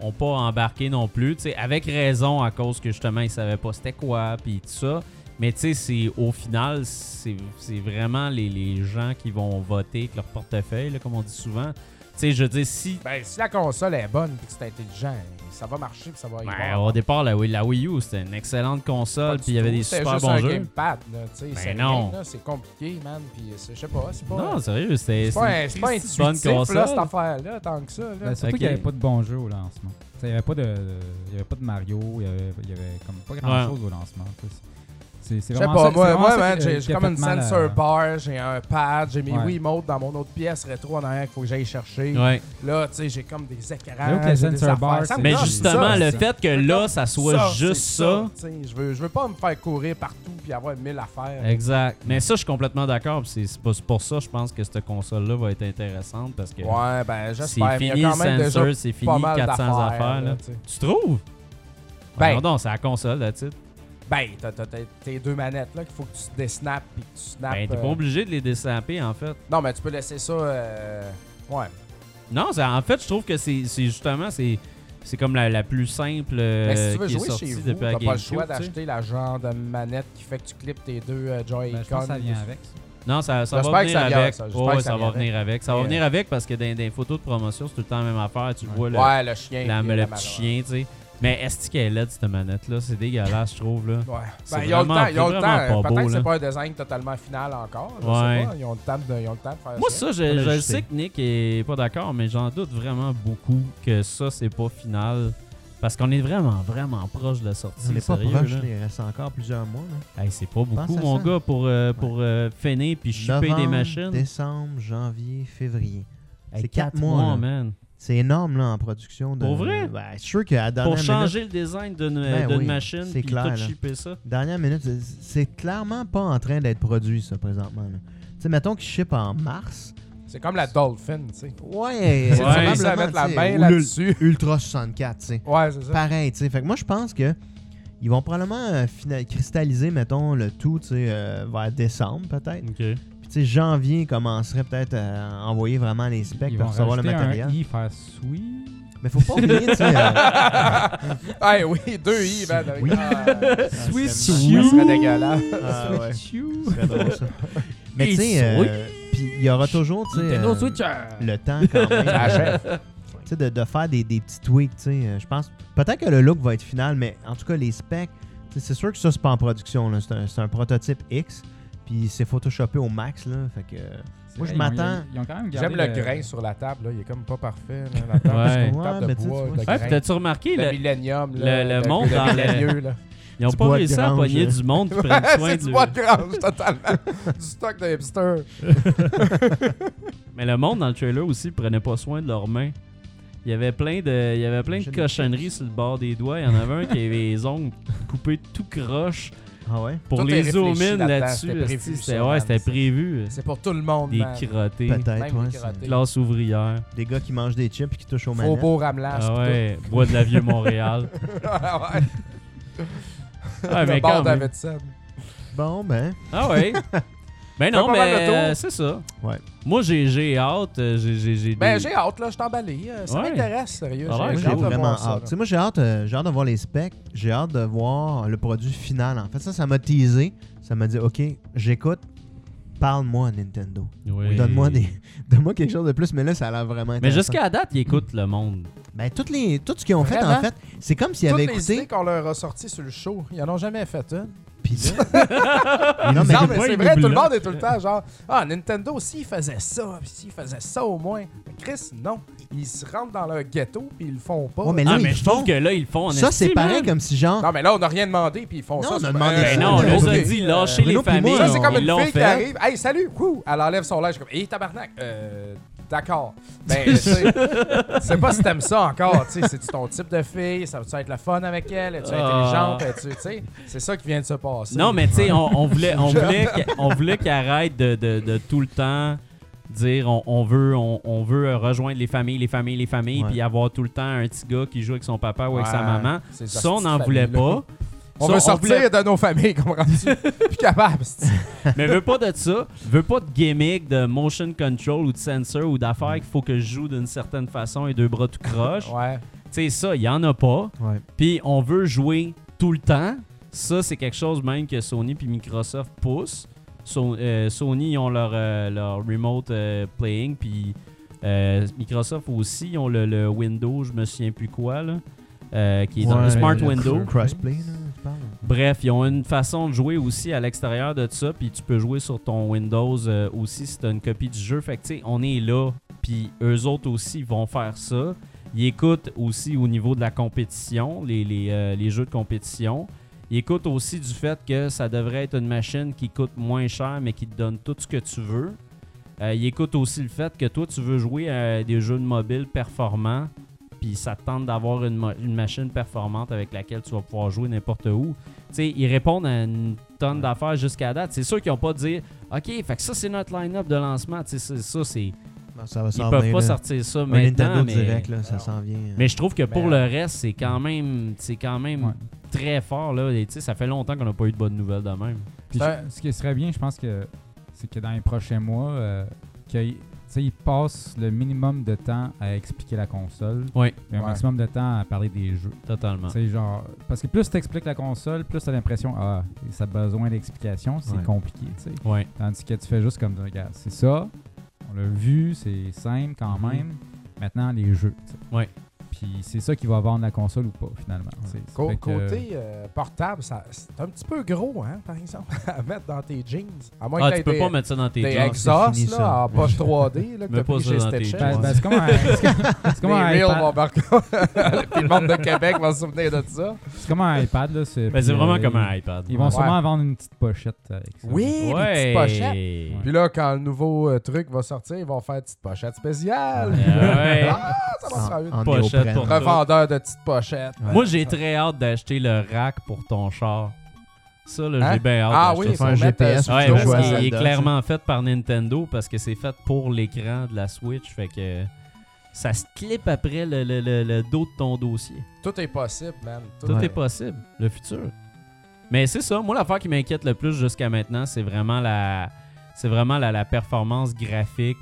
S2: ont pas embarqué non plus, tu sais, avec raison à cause que justement ils savaient pas c'était quoi puis tout ça. Mais tu sais, c'est- au final, c'est c'est vraiment les, les gens qui vont voter avec leur portefeuille, là, comme on dit souvent. Tu sais, je veux dire, si
S4: Ben, si la console est bonne et que c'est intelligent, ça va marcher puis ça va y
S2: Ben,
S4: voir.
S2: au départ, la Wii, la Wii U, c'était une excellente
S4: Pas
S2: console,
S4: du
S2: puis il y avait
S4: tout,
S2: des
S4: c'était
S2: super
S4: juste
S2: bons
S4: un
S2: jeux.
S4: gamepad, là, tu sais,
S2: Ben
S4: c'est
S2: non.
S4: rien, là, c'est compliqué, man. Puis, c'est- je sais pas, c'est pas.
S2: Non, sérieux, c'était
S4: c'est pas, un- c'est
S2: c'était
S4: pas
S2: une petite bonne
S4: intuitif, là, cette
S2: console.
S4: affaire-là, tant que ça. Là.
S3: Ben, surtout
S2: Ok.
S3: qu'il n'y avait pas de bons jeux au lancement. Tu sais, Il n'y avait, pas de- il y avait pas de Mario, il n'y avait, il y avait comme pas grand-chose au lancement. tu sais. C'est
S4: Je sais
S3: c'est vraiment
S4: pas,
S3: ça- c'est
S4: moi,
S3: vraiment
S4: moi
S3: ça
S4: man,
S3: qui-
S4: j'ai
S3: qui
S4: j'ai
S3: a
S4: comme une
S3: fait mal à-
S4: sensor bar, j'ai un pad, j'ai mes
S3: Ouais.
S4: Wiimote dans mon autre pièce rétro en arrière qu'il faut que j'aille chercher.
S2: Ouais.
S4: Là, tu sais, j'ai comme des écrans.
S3: Là où que la
S4: j'ai des
S3: sensor
S4: affaires.
S3: bar,
S4: Ça me
S3: c'est-
S2: Mais
S4: gosse,
S2: justement,
S4: ça,
S2: le
S4: ça.
S2: fait que là, ça soit juste
S4: c'est
S2: ça.
S4: tu sais, Je veux, je veux pas me faire courir partout puis avoir mille affaires.
S2: Exact. Mais ça, je suis complètement d'accord. puis C'est c'est pas- c'est pour ça, je pense que cette console-là va être intéressante parce que
S4: Ouais, ben j'espère.
S2: c'est
S4: mais il y a
S2: fini
S4: quand même déjà
S2: Sensor, c'est
S4: pas
S2: fini
S4: mal
S2: 400
S4: d'affaires,
S2: affaires. là.
S4: tu sais.
S2: Tu trouves?
S4: Ben.
S2: Ben, non, c'est la console, là, titre.
S4: Ben, t'as t'as- t'as tes deux manettes là qu'il faut que tu désnappes puis que tu snappes.
S2: Ben, t'es pas
S4: euh,
S2: obligé de les dessaper, en fait.
S4: Non, mais tu peux laisser ça. euh, Ouais.
S2: Non, c'est- en fait, je trouve que c'est c'est justement, c'est c'est comme la, la plus simple euh,
S4: Mais Ben, si tu veux
S2: qui est
S4: jouer
S2: sortie
S4: chez vous,
S2: depuis la
S4: t'as pas le
S2: GameCube,
S4: choix
S2: tu sais.
S4: d'acheter la genre de manette qui fait que tu clips tes deux euh,
S3: Ben,
S4: Joy-Con.
S3: je pense que ça vient avec.
S2: Non, ça, ça
S4: J'espère
S2: va
S4: que
S2: venir
S4: ça
S2: avec.
S4: vient avec ça, j'espère
S2: Oh,
S4: que
S2: ouais,
S4: ça
S2: ça
S4: vient
S2: va venir avec. Ça va
S4: Et,
S2: venir avec parce que dans des photos de promotion, c'est tout le temps la même affaire. Tu vois le,
S4: Ouais, le chien.
S2: la-
S4: puis
S2: le
S4: la
S2: petit
S4: malade.
S2: chien, tu sais. Mais est-ce qu'elle est laide, cette manette-là? C'est dégueulasse, je trouve, là.
S4: Ouais.
S2: C'est
S4: Ben, ils ont le
S2: vraiment-
S4: temps, ils ont
S2: c'est
S4: le
S2: vraiment
S4: temps.
S2: pas
S4: Peut-être
S2: beau,
S4: que
S2: là.
S4: c'est pas un design totalement final encore. Je
S2: Ouais.
S4: sais pas. Ils ont le temps de, ils ont le temps de faire
S2: Moi,
S4: ça.
S2: ça, je,
S5: On a
S2: je le
S5: ajusté.
S2: sais que Nick est pas d'accord, mais j'en doute vraiment beaucoup que ça, c'est pas final. Parce qu'on est vraiment, vraiment proche de la sortie.
S5: On n'est pas
S2: sérieux,
S5: proche,
S2: là.
S5: là, il reste encore plusieurs mois. Là.
S2: Hey, c'est pas beaucoup,
S5: Pense à
S2: mon
S5: ça.
S2: gars, pour, euh, pour euh, feiner puis shipper des
S5: Novembre,
S2: machines.
S5: décembre, janvier, février.
S2: Hey,
S5: c'est
S2: quatre
S5: quatre mois, là.
S2: man.
S5: C'est énorme là en production. De...
S2: Pour vrai?
S5: Ben, je suis sûr qu'à la dernière
S2: Pour changer le design d'une
S5: Ben
S2: d'une
S5: oui,
S2: machine,
S5: c'est
S2: puis
S5: clair,
S2: tout
S5: là.
S2: shipper ça.
S5: Dernière minute, c'est- c'est clairement pas en train d'être produit, ça, présentement. là. Tu sais, mettons qu'ils ship en mars.
S4: C'est comme la Dolphin, tu sais.
S5: Ouais,
S2: C'est
S5: c'est
S2: Ouais.
S5: probablement,
S4: Ça va mettre la
S5: tu sais,
S4: main
S5: ou
S4: là-dessus.
S5: l'Ul- Ultra 64, tu sais.
S4: Ouais, c'est ça.
S5: Pareil, tu sais. Fait que moi, je pense que ils vont probablement euh, fina- cristalliser, mettons, le tout, tu sais, euh, vers décembre, peut-être.
S2: OK.
S5: Puis, tu sais, janvier commencerait peut-être à envoyer vraiment les specs
S3: Ils
S5: pour
S3: vont
S5: recevoir le
S3: rajouter
S5: matériel.
S3: un i faire sweet.
S5: Mais faut pas oublier, tu sais. euh,
S4: Ah oui, deux I, man. Avec
S5: Oui.
S4: ah,
S5: Swiss
S4: ça serait dégueulasse.
S5: euh, Mais tu sais,
S2: Et
S5: euh, puis il y aura toujours, tu sais, euh, le temps quand même euh,
S4: Ça achève.
S5: tu sais, de, de faire des, des petits tweaks. tu sais, euh, Je pense peut-être que le look va être final, mais en tout cas, les specs, tu sais, c'est sûr que ça, c'est pas en production. là. C'est un, c'est un prototype X, puis c'est photoshopé au max. Là, fait que, Moi, je
S3: Ils ont-
S5: m'attends-
S3: Ils ont quand même gardé
S4: J'aime le grain sur la table, là. Il est comme pas parfait, là, la table.
S2: Ouais.
S4: C'est comme une
S5: Ouais,
S4: table de
S5: mais tu sais,
S4: bois,
S5: tu vois,
S4: le
S5: c'est-
S2: Ah,
S4: grain.
S2: puis t'as-tu remarqué,
S4: Le
S2: le-
S4: millennium,
S2: le-
S4: là,
S2: le monde
S4: le
S2: dans le-
S4: millénieux, là.
S2: ils ont
S5: du
S2: pas
S5: bois de
S2: réussi à
S5: grange,
S2: pogner
S5: euh.
S2: du monde qui prennent
S4: Ouais,
S2: soin
S4: c'est
S2: de
S4: du bois de grange, totalement. du stock de hipster.
S2: Mais le monde dans le trailer aussi prenait pas soin de leurs mains. Il y avait plein de, il y avait plein de
S5: Imagine
S2: cochonneries sur le bord des doigts. Il y en avait un qui avait les ongles coupés tout croche.
S5: ah ouais?
S2: Pour
S4: Tout est
S2: les
S4: réfléchi
S2: zoom in
S4: là-dedans,
S2: là-dessus,
S4: c'était prévu,
S2: esti,
S4: ça,
S2: c'était
S4: man,
S2: ouais, c'était
S4: ça.
S2: prévu. euh,
S4: C'est pour tout le monde,
S2: Des
S4: man.
S2: crottés,
S5: Peut-être,
S4: Même
S5: ouais,
S4: les
S5: c'est-
S4: karatés.
S2: classe ouvrière.
S5: Des gars qui mangent des chips et qui touchent aux
S4: Faux
S5: manettes.
S4: beau ramelage.
S2: Ah ouais, bois de la vieux Montréal.
S4: ouais.
S2: Ah, mais
S4: le bord
S2: quand même.
S4: Davidson.
S5: Bon, ben,
S2: Ah ouais. Ben
S4: Fait
S2: non,
S4: pas mal le
S2: mais
S4: tour.
S2: euh, c'est ça.
S5: Ouais.
S2: Moi j'ai j'ai hâte, euh, j'ai j'ai j'ai
S4: Ben,
S2: des-
S4: j'ai hâte, là. Je suis emballé. Euh, Ça
S2: Ouais.
S4: m'intéresse, sérieux.
S2: Ah ouais,
S5: moi,
S4: J'ai
S5: j'ai
S4: hâte de
S5: vraiment
S4: voir ça.
S5: hâte. Tu sais, moi, j'ai hâte, euh, j'ai hâte de voir les specs. J'ai hâte de voir le produit final. En fait, ça, ça m'a teasé. Ça m'a dit, OK, j'écoute. Parle-moi, Nintendo.
S2: Oui.
S5: Donne-moi des... Donne quelque chose de plus. Mais là, ça a l'air vraiment
S2: Mais
S5: intéressant.
S2: jusqu'à la date, ils écoutent le monde.
S5: Ben, toutes les, tout ce qu'ils ont fait,
S4: Vraiment?
S5: en fait, c'est comme s'ils
S4: Toutes
S5: avaient
S4: les idées
S5: écouté.
S4: qu'on leur a sorties sur le show, ils en ont jamais fait hein? une.
S5: Puis là- non, mais,
S4: non,
S6: des
S4: mais
S6: fois,
S4: c'est
S6: ils
S4: vrai, tout
S6: oublient
S4: le
S6: là.
S4: monde est tout le temps genre Ah, Nintendo, s'ils faisaient ça, puis s'ils faisaient ça au moins. Mais Chris, non. Ils se rentrent dans leur ghetto, puis ils le font pas.
S5: Ouais, mais là,
S2: Ah
S5: ils
S2: mais je trouve
S5: font-
S2: que là ils le font en
S5: ça,
S2: esti,
S5: c'est pareil
S2: man.
S5: comme si, genre,
S4: Non, mais là, on n'a rien demandé, puis ils font
S5: Non,
S4: ça.
S5: on a
S4: c'est-
S5: demandé
S4: Euh,
S5: ça.
S2: Ben non, on
S5: Ouais,
S2: leur
S5: ouais.
S2: a
S4: ok.
S2: dit lâchez
S5: Bruno
S2: les
S5: puis moi,
S2: familles.
S4: Ça, c'est comme
S2: ils
S4: une
S2: l'ont
S4: fille qui
S2: fait.
S4: arrive. Hey, salut, wouh! Elle enlève son linge. comme Hey, tabarnak, euh, D'accord. Ben, tu sais, c'est pas si t'aimes ça encore. tu sais, C'est ton type de fille. Ça va être le fun avec elle? Es-tu
S2: Ah.
S4: intelligente? Es-tu- tu sais, C'est ça qui vient de se passer.
S2: Non, mais tu sais, on, on voulait, on voulait, qu'elle- on voulait qu'elle arrête de, de- de tout le temps dire on, on veut, on, on veut rejoindre les familles, les familles, les familles,
S5: Ouais.
S2: puis avoir tout le temps un petit gars qui joue avec son papa ou avec sa
S4: Ouais,
S2: maman.
S4: ces
S2: Ça, on
S4: hosties
S2: n'en
S4: de
S2: voulait
S4: familles-là.
S2: pas.
S4: On
S2: Ça,
S4: veut sortir
S2: voulait-
S4: de nos familles, comprends-tu? Plus capable. c'est-
S2: mais veut pas de ça. Veut pas de gimmick, de motion control ou de sensor ou d'affaires qu'il faut que je joue d'une certaine façon et deux bras tout croche.
S4: Ouais.
S2: Tu sais, ça, il y en a pas.
S5: Ouais.
S2: Puis on veut jouer tout le temps. Ça, c'est quelque chose même que Sony puis Microsoft poussent. So- euh, Sony, ils ont leur, euh, leur remote euh, playing, puis euh, Microsoft aussi, ils ont le, le Windows, je me souviens plus quoi, là, euh, qui est dans le
S5: Ouais,
S2: Smart
S5: le
S2: Window.
S5: Crossplay, là, tu parles.
S2: Bref, ils ont une façon de jouer aussi à l'extérieur de ça, puis tu peux jouer sur ton Windows euh, aussi si tu as une copie du jeu. Fait que tu sais, on est là, puis eux autres aussi vont faire ça. Ils écoutent aussi au niveau de la compétition, les, les, euh, les jeux de compétition. Ils écoutent aussi du fait que ça devrait être une machine qui coûte moins cher, mais qui te donne tout ce que tu veux. Euh, ils écoutent aussi le fait que toi, tu veux jouer à des jeux de mobile performants, puis ça te tente d'avoir une, mo- une machine performante avec laquelle tu vas pouvoir jouer n'importe où. Tu sais, ils répondent à une tonne d'affaires jusqu'à date. C'est sûr qu'ils n'ont pas dit OK, fait que ça, c'est notre line-up de lancement. Tu sais, c'est- ça, c'est.
S5: Non, ça va
S2: Ils
S5: s'en
S2: peuvent
S5: venir,
S2: pas
S5: là.
S2: sortir ça
S5: Un
S2: maintenant.
S5: Nintendo
S2: Mais,
S5: direct, là, ça s'en vient.
S2: mais je trouve que pour
S4: Mais,
S2: le reste, c'est quand même, c'est quand même
S3: Ouais.
S2: très fort. Là. Et, tu sais, ça fait longtemps qu'on n'a pas eu de bonnes nouvelles de même.
S3: Puis
S4: C'est
S3: je- ce qui serait bien, je pense que c'est que dans les prochains mois, euh, qu'ils passent le minimum de temps à expliquer la console,
S2: Oui,
S3: et un
S4: Ouais.
S3: maximum de temps à parler des jeux.
S2: totalement.
S3: C'est genre parce que plus t'expliques la console, plus t'as l'impression ah ça a besoin d'explication, c'est
S5: Ouais.
S3: compliqué, tu sais.
S2: Ouais.
S3: Tandis que tu fais juste comme regarde, c'est ça, on l'a vu, c'est simple quand
S2: Mhm.
S3: même. Maintenant les jeux. tu sais.
S2: Ouais.
S3: Puis c'est ça qui va vendre la console ou pas finalement. tu sais. Ça
S4: Co-
S3: fait que-
S4: côté euh, portable, ça- c'est un petit peu gros, hein, par exemple, à mettre dans tes jeans. À moins
S2: Ah,
S4: que
S2: tu
S4: t'aies
S2: peux
S4: des-
S2: pas mettre ça dans tes
S4: des
S2: jeans.
S4: exhausts,
S5: fini, ça.
S4: là, en poche 3D, là, que
S2: Mets
S4: t'as
S2: pas
S4: pris
S2: ça
S4: chez
S2: dans tes jeans.
S4: Stitch.
S3: Ben, ben, c'est comme un, c'est comme- c'est
S4: Les
S3: comme un
S4: Reels
S3: iPad.
S4: vont marquer- Puis le monde de Québec va se souvenir de ça.
S3: C'est comme un iPad, là. C'est
S2: Ben, c'est
S3: puis,
S2: vraiment
S3: euh,
S2: comme un
S3: ils-
S2: iPad.
S3: Ils vont
S2: Ouais.
S3: sûrement vendre une petite pochette avec ça.
S4: Oui,
S2: Ouais.
S4: les petites pochettes.
S2: Ouais.
S4: Puis là, quand le nouveau euh, truc va sortir, ils vont faire une petite pochette spéciale.
S2: Ouais.
S4: Ah, ça va se faire une
S5: En, en
S2: Pochette pour-
S5: néoprène.
S4: Revendeur de petites pochettes.
S5: Ouais.
S2: Moi, j'ai très hâte d'acheter le rack pour ton char. Ça, là,
S4: Hein?
S2: j'ai bien hâte.
S4: Ah
S2: d'acheter
S4: oui,
S5: te
S4: il
S5: faire un GPS
S2: Ouais,
S5: Plutôt
S2: parce
S5: jouer à
S2: qu'il est
S5: Zelda,
S2: clairement fait par Nintendo parce que c'est fait pour l'écran de la Switch. Fait que ça se clip après le, le- le- le dos de ton dossier.
S4: Tout est possible, man. Tout,
S2: Tout est possible. Le futur. Mais c'est ça. Moi, l'affaire qui m'inquiète le plus jusqu'à maintenant, c'est vraiment la c'est vraiment la, la performance graphique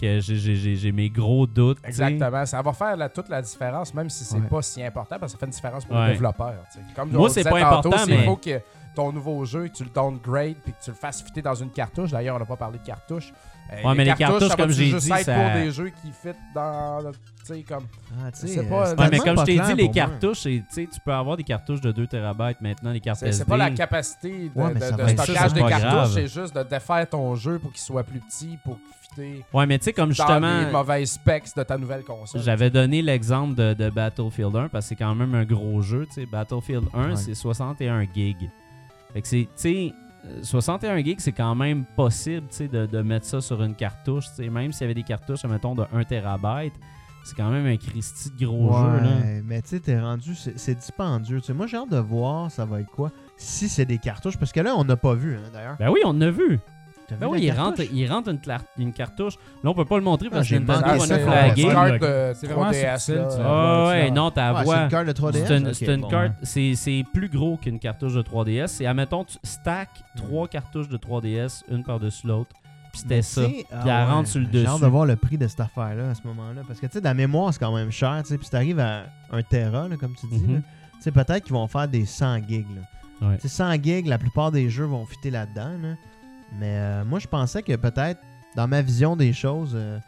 S2: que j'ai- j'ai j'ai- j'ai mes gros doutes. tu sais.
S4: Exactement. Ça va faire la- toute la différence, même si c'est
S5: Ouais.
S4: pas si important, parce que ça fait une différence pour
S2: Ouais.
S4: le développeur. tu sais. Comme
S2: Moi,
S4: on
S2: c'est
S4: disait
S2: pas
S4: tantôt,
S2: important,
S4: s'il
S2: mais-
S4: faut que ton nouveau jeu, que tu le downgrade puis que tu le fasses fitter dans une cartouche. D'ailleurs, on n'a pas parlé de cartouche. Euh,
S2: Ouais, mais les cartouches,
S4: ça
S2: comme
S4: va-tu
S2: j'ai
S4: juste
S2: dit,
S4: être
S2: ça-
S4: pour des jeux qui fit dans. le- Tu sais, comme.
S5: Ah, tu sais,
S4: Je sais
S5: euh,
S4: pas,
S5: c'est
S4: Ouais,
S2: Ouais, mais
S5: tellement
S2: comme je
S5: pas
S2: t'ai dit,
S5: clair
S2: les
S5: pour moi.
S2: cartouches, c'est- tu sais, tu peux avoir des cartouches de 2 TB maintenant, les cartes
S4: C'est c'est
S2: SD.
S4: pas la capacité de,
S5: Ouais,
S4: de-
S5: mais ça
S4: de
S5: va être-
S4: stockage
S2: ça,
S4: des
S2: c'est pas
S4: cartouches,
S2: grave.
S4: c'est juste de défaire ton jeu pour qu'il soit plus petit, pour fitter
S2: Ouais, mais tu sais, comme
S4: dans
S2: justement...
S4: les mauvais specs de ta nouvelle console.
S2: J'avais donné l'exemple de, de Battlefield 1 parce que c'est quand même un gros jeu. tu sais. Battlefield 1,
S5: Ouais.
S2: c'est 61 gigs. Fait que c'est, tu sais, euh, 61 gigs, c'est quand même possible tu sais, de, de mettre ça sur une cartouche. tu sais. Même s'il y avait des cartouches, mettons, de 1 TB, c'est quand même un Christy de gros jeu. Là.
S5: Ouais, Mais tu sais, t'es rendu, c'est c'est dispendieux. Tu sais, moi, j'ai hâte de voir, ça va être quoi. Si c'est des cartouches, parce que là, on n'a pas vu, hein, d'ailleurs.
S2: Ben oui, on a vu.
S5: T'as vu
S2: Ben
S5: la
S2: oui, il rentre,
S5: cartouche?
S2: il rentre une, clar- une cartouche. Là, on peut pas le montrer parce
S5: Ah,
S2: que
S5: j'ai
S2: Nintendo
S5: manqué
S4: Ah,
S2: va
S5: ça.
S2: nous
S4: c'est
S2: flaguer.
S4: une carte de
S3: C'est vraiment
S4: 3DS.
S3: subtil, tu
S4: là.
S3: vois.
S2: Ah
S3: Ouais,
S2: ouais,
S3: tu
S2: non, ta
S5: Ah, c'est
S2: voix.
S5: une carte de 3DS.
S2: C'est une,
S5: Ok,
S2: c'est une
S5: bon.
S2: carte, c'est- c'est plus gros qu'une cartouche de 3DS. C'est, admettons, tu stack trois cartouches de 3DS, une par-dessus l'autre. Puis c'était
S5: Mais
S2: ça.
S5: tu sais, ah
S2: elle rentre sur le
S5: J'ai hâte
S2: dessus.
S5: de voir le prix de cette affaire-là à ce moment-là. Parce que, tu sais, la mémoire, c'est quand même cher. tu sais, Puis si t'arrives à un Tera, là, comme tu dis,
S2: Mhm.
S5: là, tu sais, peut-être qu'ils vont faire des 100 gigs. là.
S2: Ouais.
S5: Tu sais, 100 gigs, la plupart des jeux vont fitter là-dedans. là. Mais euh, moi, je pensais que peut-être, dans ma vision des choses, euh,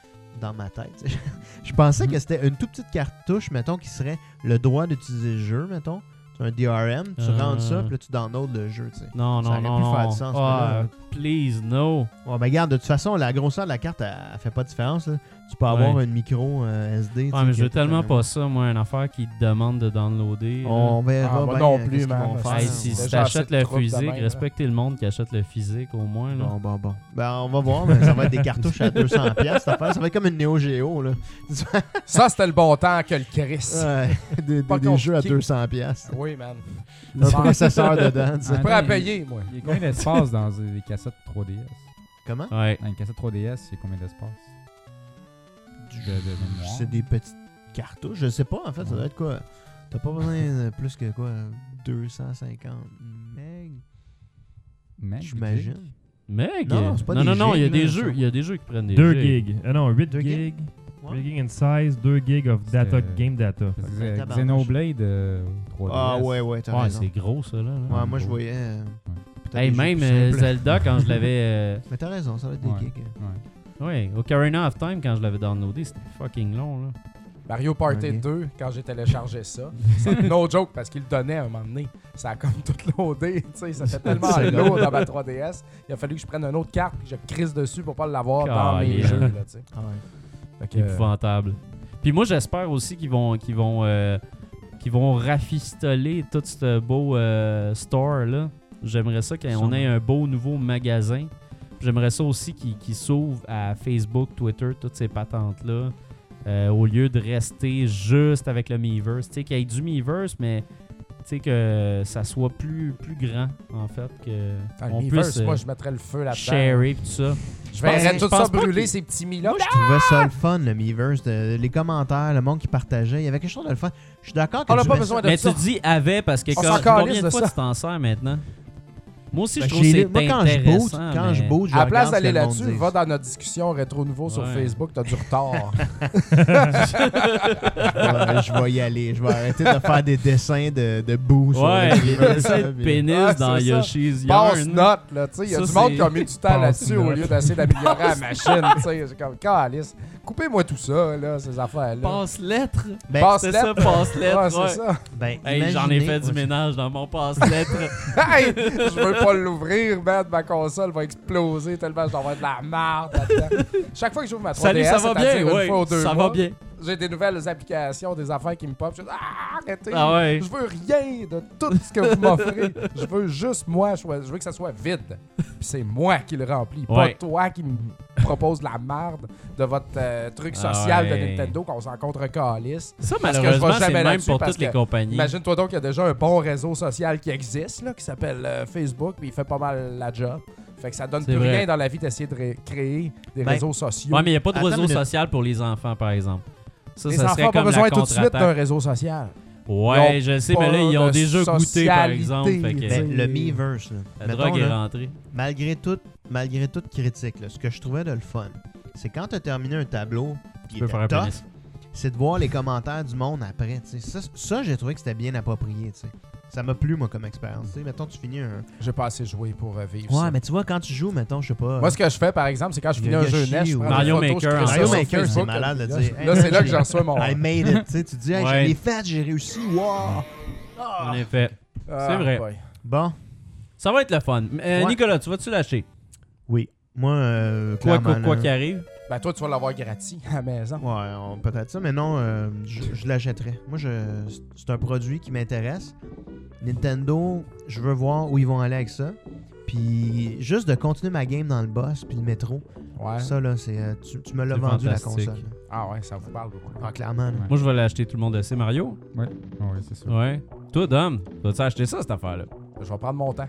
S5: dans ma tête, tu sais, je pensais
S2: Mm-hmm.
S5: que c'était une toute petite cartouche, mettons, qui serait le droit d'utiliser le jeu, mettons. Tu as un DRM, tu
S2: Ah.
S5: rentres ça, puis là, tu downloads le jeu, tu sais.
S2: Non,
S5: Ça
S2: non,
S5: aurait
S2: non.
S5: pu faire
S2: non.
S5: du sens,
S2: Ah,
S5: mais là,
S2: puis Please, no.
S5: Ouais, ben regarde, de toute façon, la grosseur de la carte, elle, elle fait pas de différence. là. Tu peux avoir
S2: Ouais.
S5: une micro euh, SD. tu
S2: Ah,
S5: sais,
S2: mais
S5: que
S2: je veux
S5: t'as
S2: tellement
S5: vraiment-
S2: pas ça, moi, une affaire qui te demande de downloader. là.
S5: On verra.
S4: Ah, moi
S5: bien,
S4: non
S5: euh,
S4: plus,
S5: qu'est-ce qu'ils
S4: man.
S5: vont
S4: Ça,
S5: faire.
S2: Hey, si
S4: Déjà
S2: si
S4: assez
S2: t'achètes
S4: de
S2: le
S4: troubles de
S2: physique,
S4: même, là.
S2: respectez le monde qui achète le physique au moins. Là.
S5: Bon, bon, bon. Ben, on va voir. mais ça va être des cartouches à 200$. piastres, cette affaire. Ça va être comme une Neo Geo. Là.
S4: Ça, c'était le bon temps que le Chris.
S5: Ouais, des,
S4: Pas
S5: des- des jeux à
S4: compliqué.
S5: 200$. piastres.
S4: Oui, man.
S5: Un processeur dedans. tu sais.
S3: Ah.
S4: Prêt à
S3: Attends,
S4: payer, moi.
S3: Il y a combien d'espace dans les cassettes 3DS
S5: Comment
S2: Ouais.
S3: Dans Ah, une cassette 3DS, il y a combien d'espace de, de mémoire
S5: C'est des petites cartouches. Je sais pas, en fait. Ça doit être quoi T'as pas besoin de plus que quoi 250 meg
S3: Meg,
S5: J'imagine.
S2: Mais
S5: Non, c'est pas
S2: non,
S5: des
S2: non, non, il y a
S5: gigs, là,
S2: des
S5: ça.
S2: jeux, il y a des jeux qui prennent des
S6: 2
S2: gigs.
S6: gigs. Ah non, 8
S5: Deux
S6: gigs.
S5: Ouais.
S6: 3 gigs in size, 2 gigs of
S3: C'était-
S6: data, game data.
S3: Parce que
S5: Ouais,
S3: Xe-
S5: tabarnouche.
S3: Xenoblade euh, 3DS.
S5: Ah ouais, ouais, t'as
S2: Ouais,
S5: raison.
S2: c'est gros ça là. là.
S5: Ouais, moi je voyais. euh, peut-être
S2: Hey,
S5: des jeux
S2: même
S5: plus
S2: euh,
S5: simples.
S2: Zelda quand je l'avais euh,
S5: Mais t'as raison, ça va être des hein.
S3: Ouais.
S5: gigs.
S3: Ouais.
S2: ouais, Ocarina of Time quand je l'avais downloadé, c'était fucking long là.
S4: Mario Party
S5: Ok.
S4: 2, quand j'ai téléchargé ça, c'est no joke parce qu'il le donnait à un moment donné. Ça a comme tout loadé, tu sais, ça fait tellement
S5: C'est
S4: lourd dans ma 3DS. Il a fallu que je prenne une autre carte et que je crisse dessus pour pas l'avoir dans mes
S2: Calais.
S4: jeux, là, tu sais.
S5: Ah ouais.
S4: Fait que, euh,
S2: Épouvantable. Puis moi j'espère aussi qu'ils vont qu'ils vont euh, qu'ils vont rafistoler tout ce beau euh, store là. J'aimerais ça qu'on
S5: Sûrement.
S2: ait un beau nouveau magasin. J'aimerais ça aussi qu'ils qu'ils s'ouvrent à Facebook, Twitter, toutes ces patentes là. au lieu de rester juste avec le Miiverse, tu sais qu'il y ait du Miiverse mais tu sais que ça soit plus plus grand en fait que
S4: dans Ah, le
S2: on
S4: Miiverse,
S2: puisse euh,
S4: moi, je mettrais le feu là-dedans.
S2: sharer pis tout ça. pense-
S4: Je verrais
S2: je
S4: tout
S2: pense
S4: ça
S2: pas
S4: brûler,
S2: qu'il-
S4: ces petits mis-là.
S5: Je trouvais ça le fun, le Miiverse. de- les commentaires, le monde qui partageait. Il y avait quelque chose de le fun. Je suis d'accord que
S4: On n'a
S5: tu
S4: pas
S5: mets
S4: besoin
S5: ça-
S4: de
S2: Mais
S4: ça.
S2: tu dis avait parce que
S4: On
S2: quand,
S4: s'en calisse
S2: combien
S4: de
S2: de fois
S4: ça.
S2: tu t'en sers maintenant? Moi aussi,
S5: Ben,
S2: je trouve que
S5: j'ai-
S2: c'est
S5: Moi, quand je boot,
S2: intéressant.
S5: quand je
S2: mais-
S5: boot, je
S4: À la place
S5: regarde ce que
S4: d'aller
S5: le monde
S4: là-dessus,
S5: dit.
S4: va dans notre discussion rétro-nouveau sur
S2: Ouais.
S4: Facebook, t'as du retard.
S5: Ouais, ben, je vais y aller. Je vais arrêter de faire des dessins de, de boue sur
S2: Ouais,
S5: le
S2: les
S5: Miiverse,
S2: dessins de
S5: puis-
S2: pénis
S4: Ouais, c'est
S2: dans
S4: ça.
S2: Yoshi's
S4: passe
S2: Yarn.
S4: note là, tu sais, il y a
S2: Ça,
S4: du monde
S2: c'est-
S4: qui a mis du temps
S3: Passe
S4: là-dessus au
S3: note.
S4: lieu d'essayer d'améliorer la machine, tu sais, c'est comme calice. Coupez-moi tout ça là, ces affaires là.
S2: Passe-lettre.
S5: Ben,
S4: Passe
S2: C'est
S4: lettre.
S2: ça, passe-lettre.
S4: Ouais, c'est ça.
S5: ben,
S2: Hey, j'en ai
S5: imaginez-
S2: fait du
S5: Ouais,
S2: ménage dans mon passe-lettre.
S4: Hey, je veux pas l'ouvrir, man, ma console va exploser tellement je dois avoir de la marde là-dedans. Chaque fois que j'ouvre ma 3DS,
S2: Salut, ça va
S4: c'est-à-dire
S2: bien?
S4: une
S2: Oui,
S4: fois aux deux
S2: ça
S4: mois,
S2: va bien.
S4: J'ai des nouvelles applications, des affaires qui me popent. Je dis, ah, arrêtez.
S2: Ah ouais.
S4: Je veux rien de tout ce que vous m'offrez. je veux juste moi. choisir. Je veux que ça soit vide. Puis c'est moi qui le remplis,
S2: Ouais.
S4: pas toi qui me propose la merde de votre euh, truc
S2: Ah
S4: social de
S2: ouais.
S4: Nintendo qu'on s'en contre calice.
S2: Ça,
S4: Parce que je vais
S2: malheureusement, c'est
S4: jamais
S2: même
S4: là-dessus
S2: pour
S4: parce
S2: toutes les
S4: que
S2: compagnies.
S4: Imagine-toi donc qu'il y a déjà un bon réseau social qui existe, là, qui s'appelle euh, Facebook, puis il fait pas mal la job. Fait que ça donne
S2: C'est
S4: plus
S2: vrai.
S4: rien dans la vie d'essayer de ré- créer des
S5: Ben,
S4: réseaux sociaux.
S2: Ouais, mais il n'y a pas de
S5: Attends une
S2: réseau
S5: minute.
S2: social pour les enfants, par exemple. Ça,
S4: Les
S2: ça
S4: enfants
S2: serait
S4: ont pas
S2: comme
S4: besoin
S2: la
S4: tout de suite d'un
S2: contre-attaque.
S4: réseau social.
S2: Ouais,
S4: Ils ont
S2: je sais, mais là, ils
S4: pas
S2: ont
S4: de
S2: déjà goûté, par
S4: socialité.
S2: exemple. fait que-
S5: Ben, le Miiverse, là.
S2: la
S5: Mettons,
S2: drogue est
S5: là,
S2: rentrée.
S5: malgré toute malgré toute critique, là, ce que je trouvais de le fun, c'est quand tu as terminé un tableau, qui
S2: Tu peux
S5: était
S2: faire un
S5: tough,
S2: pénis.
S5: c'est de voir les commentaires du monde après. tu sais. Ça, ça, j'ai trouvé que c'était bien approprié. tu sais. Ça m'a plu, moi, comme expérience. tu sais. Mettons, tu finis un.
S4: J'ai pas assez joué pour euh, vivre ça.
S5: Ouais, mais tu vois, quand tu joues, mettons, je sais pas.
S4: Moi, ce que je fais, par exemple, c'est quand je
S5: Le
S4: finis un jeu
S5: Yoshi
S4: NES, je
S5: ou-
S4: prends
S2: Mario
S4: des photos, je
S2: Maker,
S4: crée ça
S5: Mario
S4: sur
S5: Maker,
S4: Facebook,
S5: c'est malade de
S4: là,
S5: dire,
S4: je-
S5: hey,
S4: Là,
S5: man,
S4: c'est là que
S5: j'ai-
S4: je reçois mon.
S5: I made it. tu sais, tu dis, hey,
S2: Ouais.
S5: je l'ai fait, j'ai réussi. Wow.
S2: En effet.
S4: Ah,
S2: vrai.
S4: boy.
S5: Bon,
S2: Ça va être le fun. Euh,
S5: Ouais.
S2: Nicolas, tu vas-tu lâcher?
S5: oui. Moi, euh,
S2: Quoi quoi,
S5: clairement,
S2: quoi
S5: là-
S2: qu'il arrive.
S4: Ben, toi, tu vas l'avoir gratis à la maison.
S5: Ouais, on- peut-être ça, mais non, euh, je, je l'achèterais. Moi, je, c'est un produit qui m'intéresse. Nintendo, je veux voir où ils vont aller avec ça. Puis juste de continuer ma game dans le boss puis le métro,
S4: Ouais.
S5: ça là, c'est euh, tu, tu me l'as
S2: C'est
S5: vendu la
S2: fantastique.
S5: console. là.
S4: Ah, ouais, ça vous parle beaucoup.
S5: Ah, clairement. là.
S3: Ouais.
S2: Moi, je vais l'acheter, tout le monde le sait. Mario?
S3: Ah ouais, c'est sûr.
S2: Ouais. Toi, Dom, vas-tu acheter ça, cette affaire-là?
S4: Je vais prendre mon temps.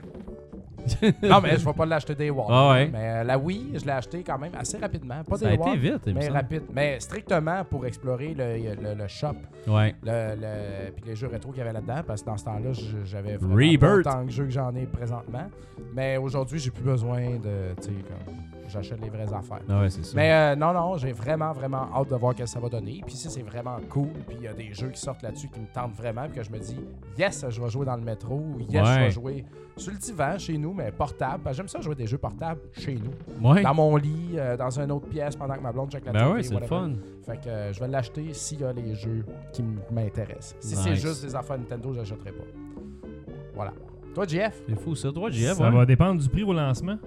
S4: non, mais je vais pas l'acheter Day One.
S2: Ah ouais.
S4: Mais euh, la Wii, je l'ai acheté quand même assez rapidement. Pas
S2: Ça a
S4: Day
S2: été
S4: One,
S2: vite, il me
S4: mais
S2: semble.
S4: rapide. Mais strictement pour explorer le, le- le shop
S2: Ouais.
S4: le, le- puis les jeux rétro qu'il y avait là-dedans, parce que dans ce temps-là, je- j'avais
S2: Rebirth.
S4: vraiment pas autant de jeux que j'en ai présentement. Mais aujourd'hui, j'ai plus besoin de. Tu sais, comme, j'achète les vraies affaires.
S2: Ah ouais, c'est ça.
S4: Mais euh, non, non, j'ai vraiment, vraiment hâte de voir ce que ça va donner. Puis si c'est vraiment cool, puis il y a des jeux qui sortent là-dessus qui me tentent vraiment, puis que je me dis, yes, je vais jouer dans le métro, ou yes, je
S2: Ouais.
S4: vais jouer sur le divan chez nous, mais portable. Parce que J'aime ça jouer des jeux portables chez nous.
S2: ouais.
S4: Dans mon lit, euh, dans une autre pièce, pendant que ma blonde check la
S2: Ben
S4: télé,
S2: ouais, c'est le
S4: whatever.
S2: fun.
S4: Fait que euh, je vais l'acheter s'il y a les jeux qui m- m'intéressent. Si c'est
S2: Nice.
S4: juste des affaires Nintendo, j'achèterai pas. Voilà. Toi, JF?
S2: C'est fou, ça. Toi, JF,
S6: Ça
S2: ouais.
S6: va dépendre du prix au lancement.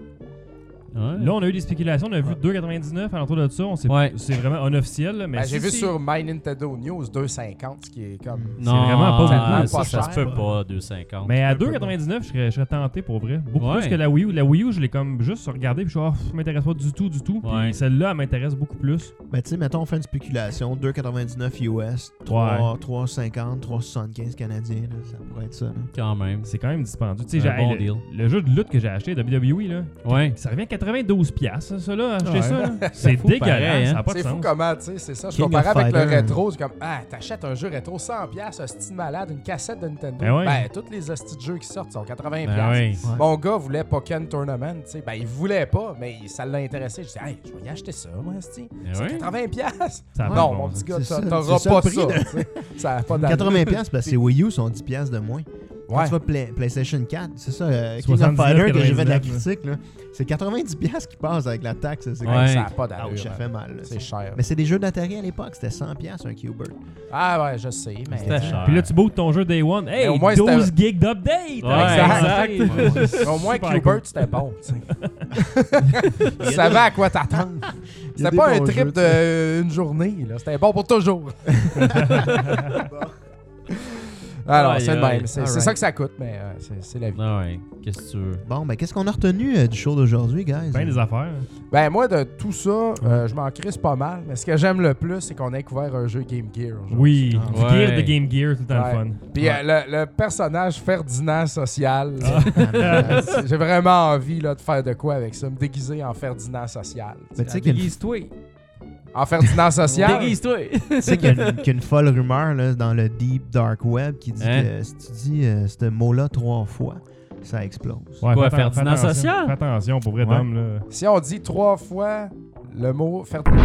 S2: Ouais.
S6: Là, on a eu des spéculations. On a vu 2,99 à l'entour de ça. On sait
S2: Ouais.
S6: C'est vraiment unofficiel. là, Mais
S4: Ben,
S6: si Hmm.
S4: J'ai vu
S6: c'est-
S4: sur My Nintendo News 2,50, ce qui est comme.
S2: Non,
S6: vraiment pas
S2: ah,
S4: beaucoup.
S2: ça,
S4: Pas
S2: ça
S4: cher.
S2: se fait pas, 2,50.
S6: Mais à 2,99, je serais, je serais tenté pour vrai. Beaucoup
S2: Ouais.
S6: plus que la Wii U. La Wii U, je l'ai comme juste regardé. Puis je suis, ah, pff, m'intéresse pas du tout, du tout. Puis
S2: Ouais.
S6: celle-là, elle m'intéresse beaucoup plus.
S5: Ben, tu sais, mettons, on fait une spéculation 2,99 US, 3, 3,50, 3,75 canadiens. là, ça pourrait être ça. là.
S2: quand même.
S6: C'est quand même dispendieux. Tu sais,
S2: Un
S6: j'ai-
S2: bon
S6: le,
S2: deal.
S6: le jeu de lutte que j'ai acheté, WWE, là,
S2: Ouais.
S6: ça revient à 92$. piastres, Ça, là, acheter
S5: Ouais.
S6: ça, là. c'est
S2: fou,
S6: dégueulasse.
S2: pareil, hein.
S6: Ça n'a pas de
S4: C'est fou
S6: sens.
S4: comment, tu sais, c'est ça. Je
S5: King
S4: comparais
S5: of
S4: avec le
S5: Fighter.
S4: rétro, c'est comme, ah, t'achètes un jeu rétro 100$, un style malade, une cassette de Nintendo.
S6: Ben ouais.
S4: tous les hosties de jeux qui sortent sont 80$.
S2: Ben ouais.
S5: Ouais.
S4: Mon gars voulait Pokémon Tournament, tu sais. Ben, il voulait pas, mais ça l'a intéressé. Je dis, hey, je vais y acheter ça, moi, hostie.
S2: Ben
S4: C'est
S2: ouais.
S4: 80$.
S6: Ça a pas de
S4: Non,
S6: bon
S4: mon
S6: sens.
S4: petit gars,
S5: C'est
S4: t'a-
S5: ça-
S4: t'auras
S5: c'est ça le
S4: pas ça.
S5: prix de-
S4: tu sais. Ça a pas
S2: Ben,
S4: d'allure.
S5: 80$, piastres, parce que c'est Wii U, sont 10$ piastres de moins. Quand
S4: Ouais.
S5: tu vas Play- PlayStation 4, c'est ça, euh, King of
S6: 79,
S5: Fighter que j'ai fait de la
S6: 99,
S5: critique, là. c'est 90$ piastres qui passe avec la taxe. C'est
S2: Ouais.
S5: comme
S4: Ça a pas d'allure.
S5: Ouch, ça fait
S4: hein.
S5: mal. là.
S4: C'est cher.
S5: Mais c'est des jeux d'Atari à l'époque, c'était 100$ piastres, un Cubert.
S4: Ah ouais, je sais, mais.
S2: C'était cher.
S6: Puis là, tu bootes ton jeu Day One. Hey,
S4: Mais au moins,
S6: 12 gigs d'update!
S2: Ouais,
S6: exact.
S4: Au moins,
S6: Super
S4: Cubert,
S6: cool.
S4: c'était bon. tu sais. Tu savais à quoi t'attendre. C'était pas un trip de euh, une journée. là. C'était bon pour toujours. Alors,
S2: Aïe,
S4: c'est le
S2: aïe.
S4: même. C'est c'est
S5: Alright.
S4: ça que ça coûte, mais euh, c'est- c'est la vie.
S2: Ah ouais. Qu'est-ce que tu veux?
S5: Bon, ben, qu'est-ce qu'on a retenu euh, du show d'aujourd'hui, guys? Ah,
S6: Ben des affaires.
S4: Ben, moi, de tout ça, euh, je m'en crisse pas mal. Mais ce que j'aime le plus, c'est qu'on ait couvert un jeu Game Gear. aujourd'hui.
S6: Oui. Du
S2: Ouais.
S6: Gear de Game Gear, tout le temps le
S4: Ouais.
S6: fun.
S4: Puis euh, le, le personnage Ferdinand social. là,
S5: Ah,
S4: c'est- J'ai vraiment envie là, de faire de quoi avec ça. Me déguiser en Ferdinand social. tu sais.
S5: Mais tu sais qu'il y a une-
S4: En Ferdinand social.
S5: tu sais qu'il y, a une- qu'il y a une folle rumeur là, dans le Deep Dark Web qui dit
S2: Hein?
S5: que si tu dis euh, ce mot-là trois fois, ça explose.
S6: Ouais,
S2: Quoi,
S6: fais atten-
S2: Ferdinand
S6: fais attention.
S2: Social?
S6: Fais attention, pour vrai,
S5: Ouais.
S6: Tom, là.
S4: Si on dit trois fois le mot Ferdinand.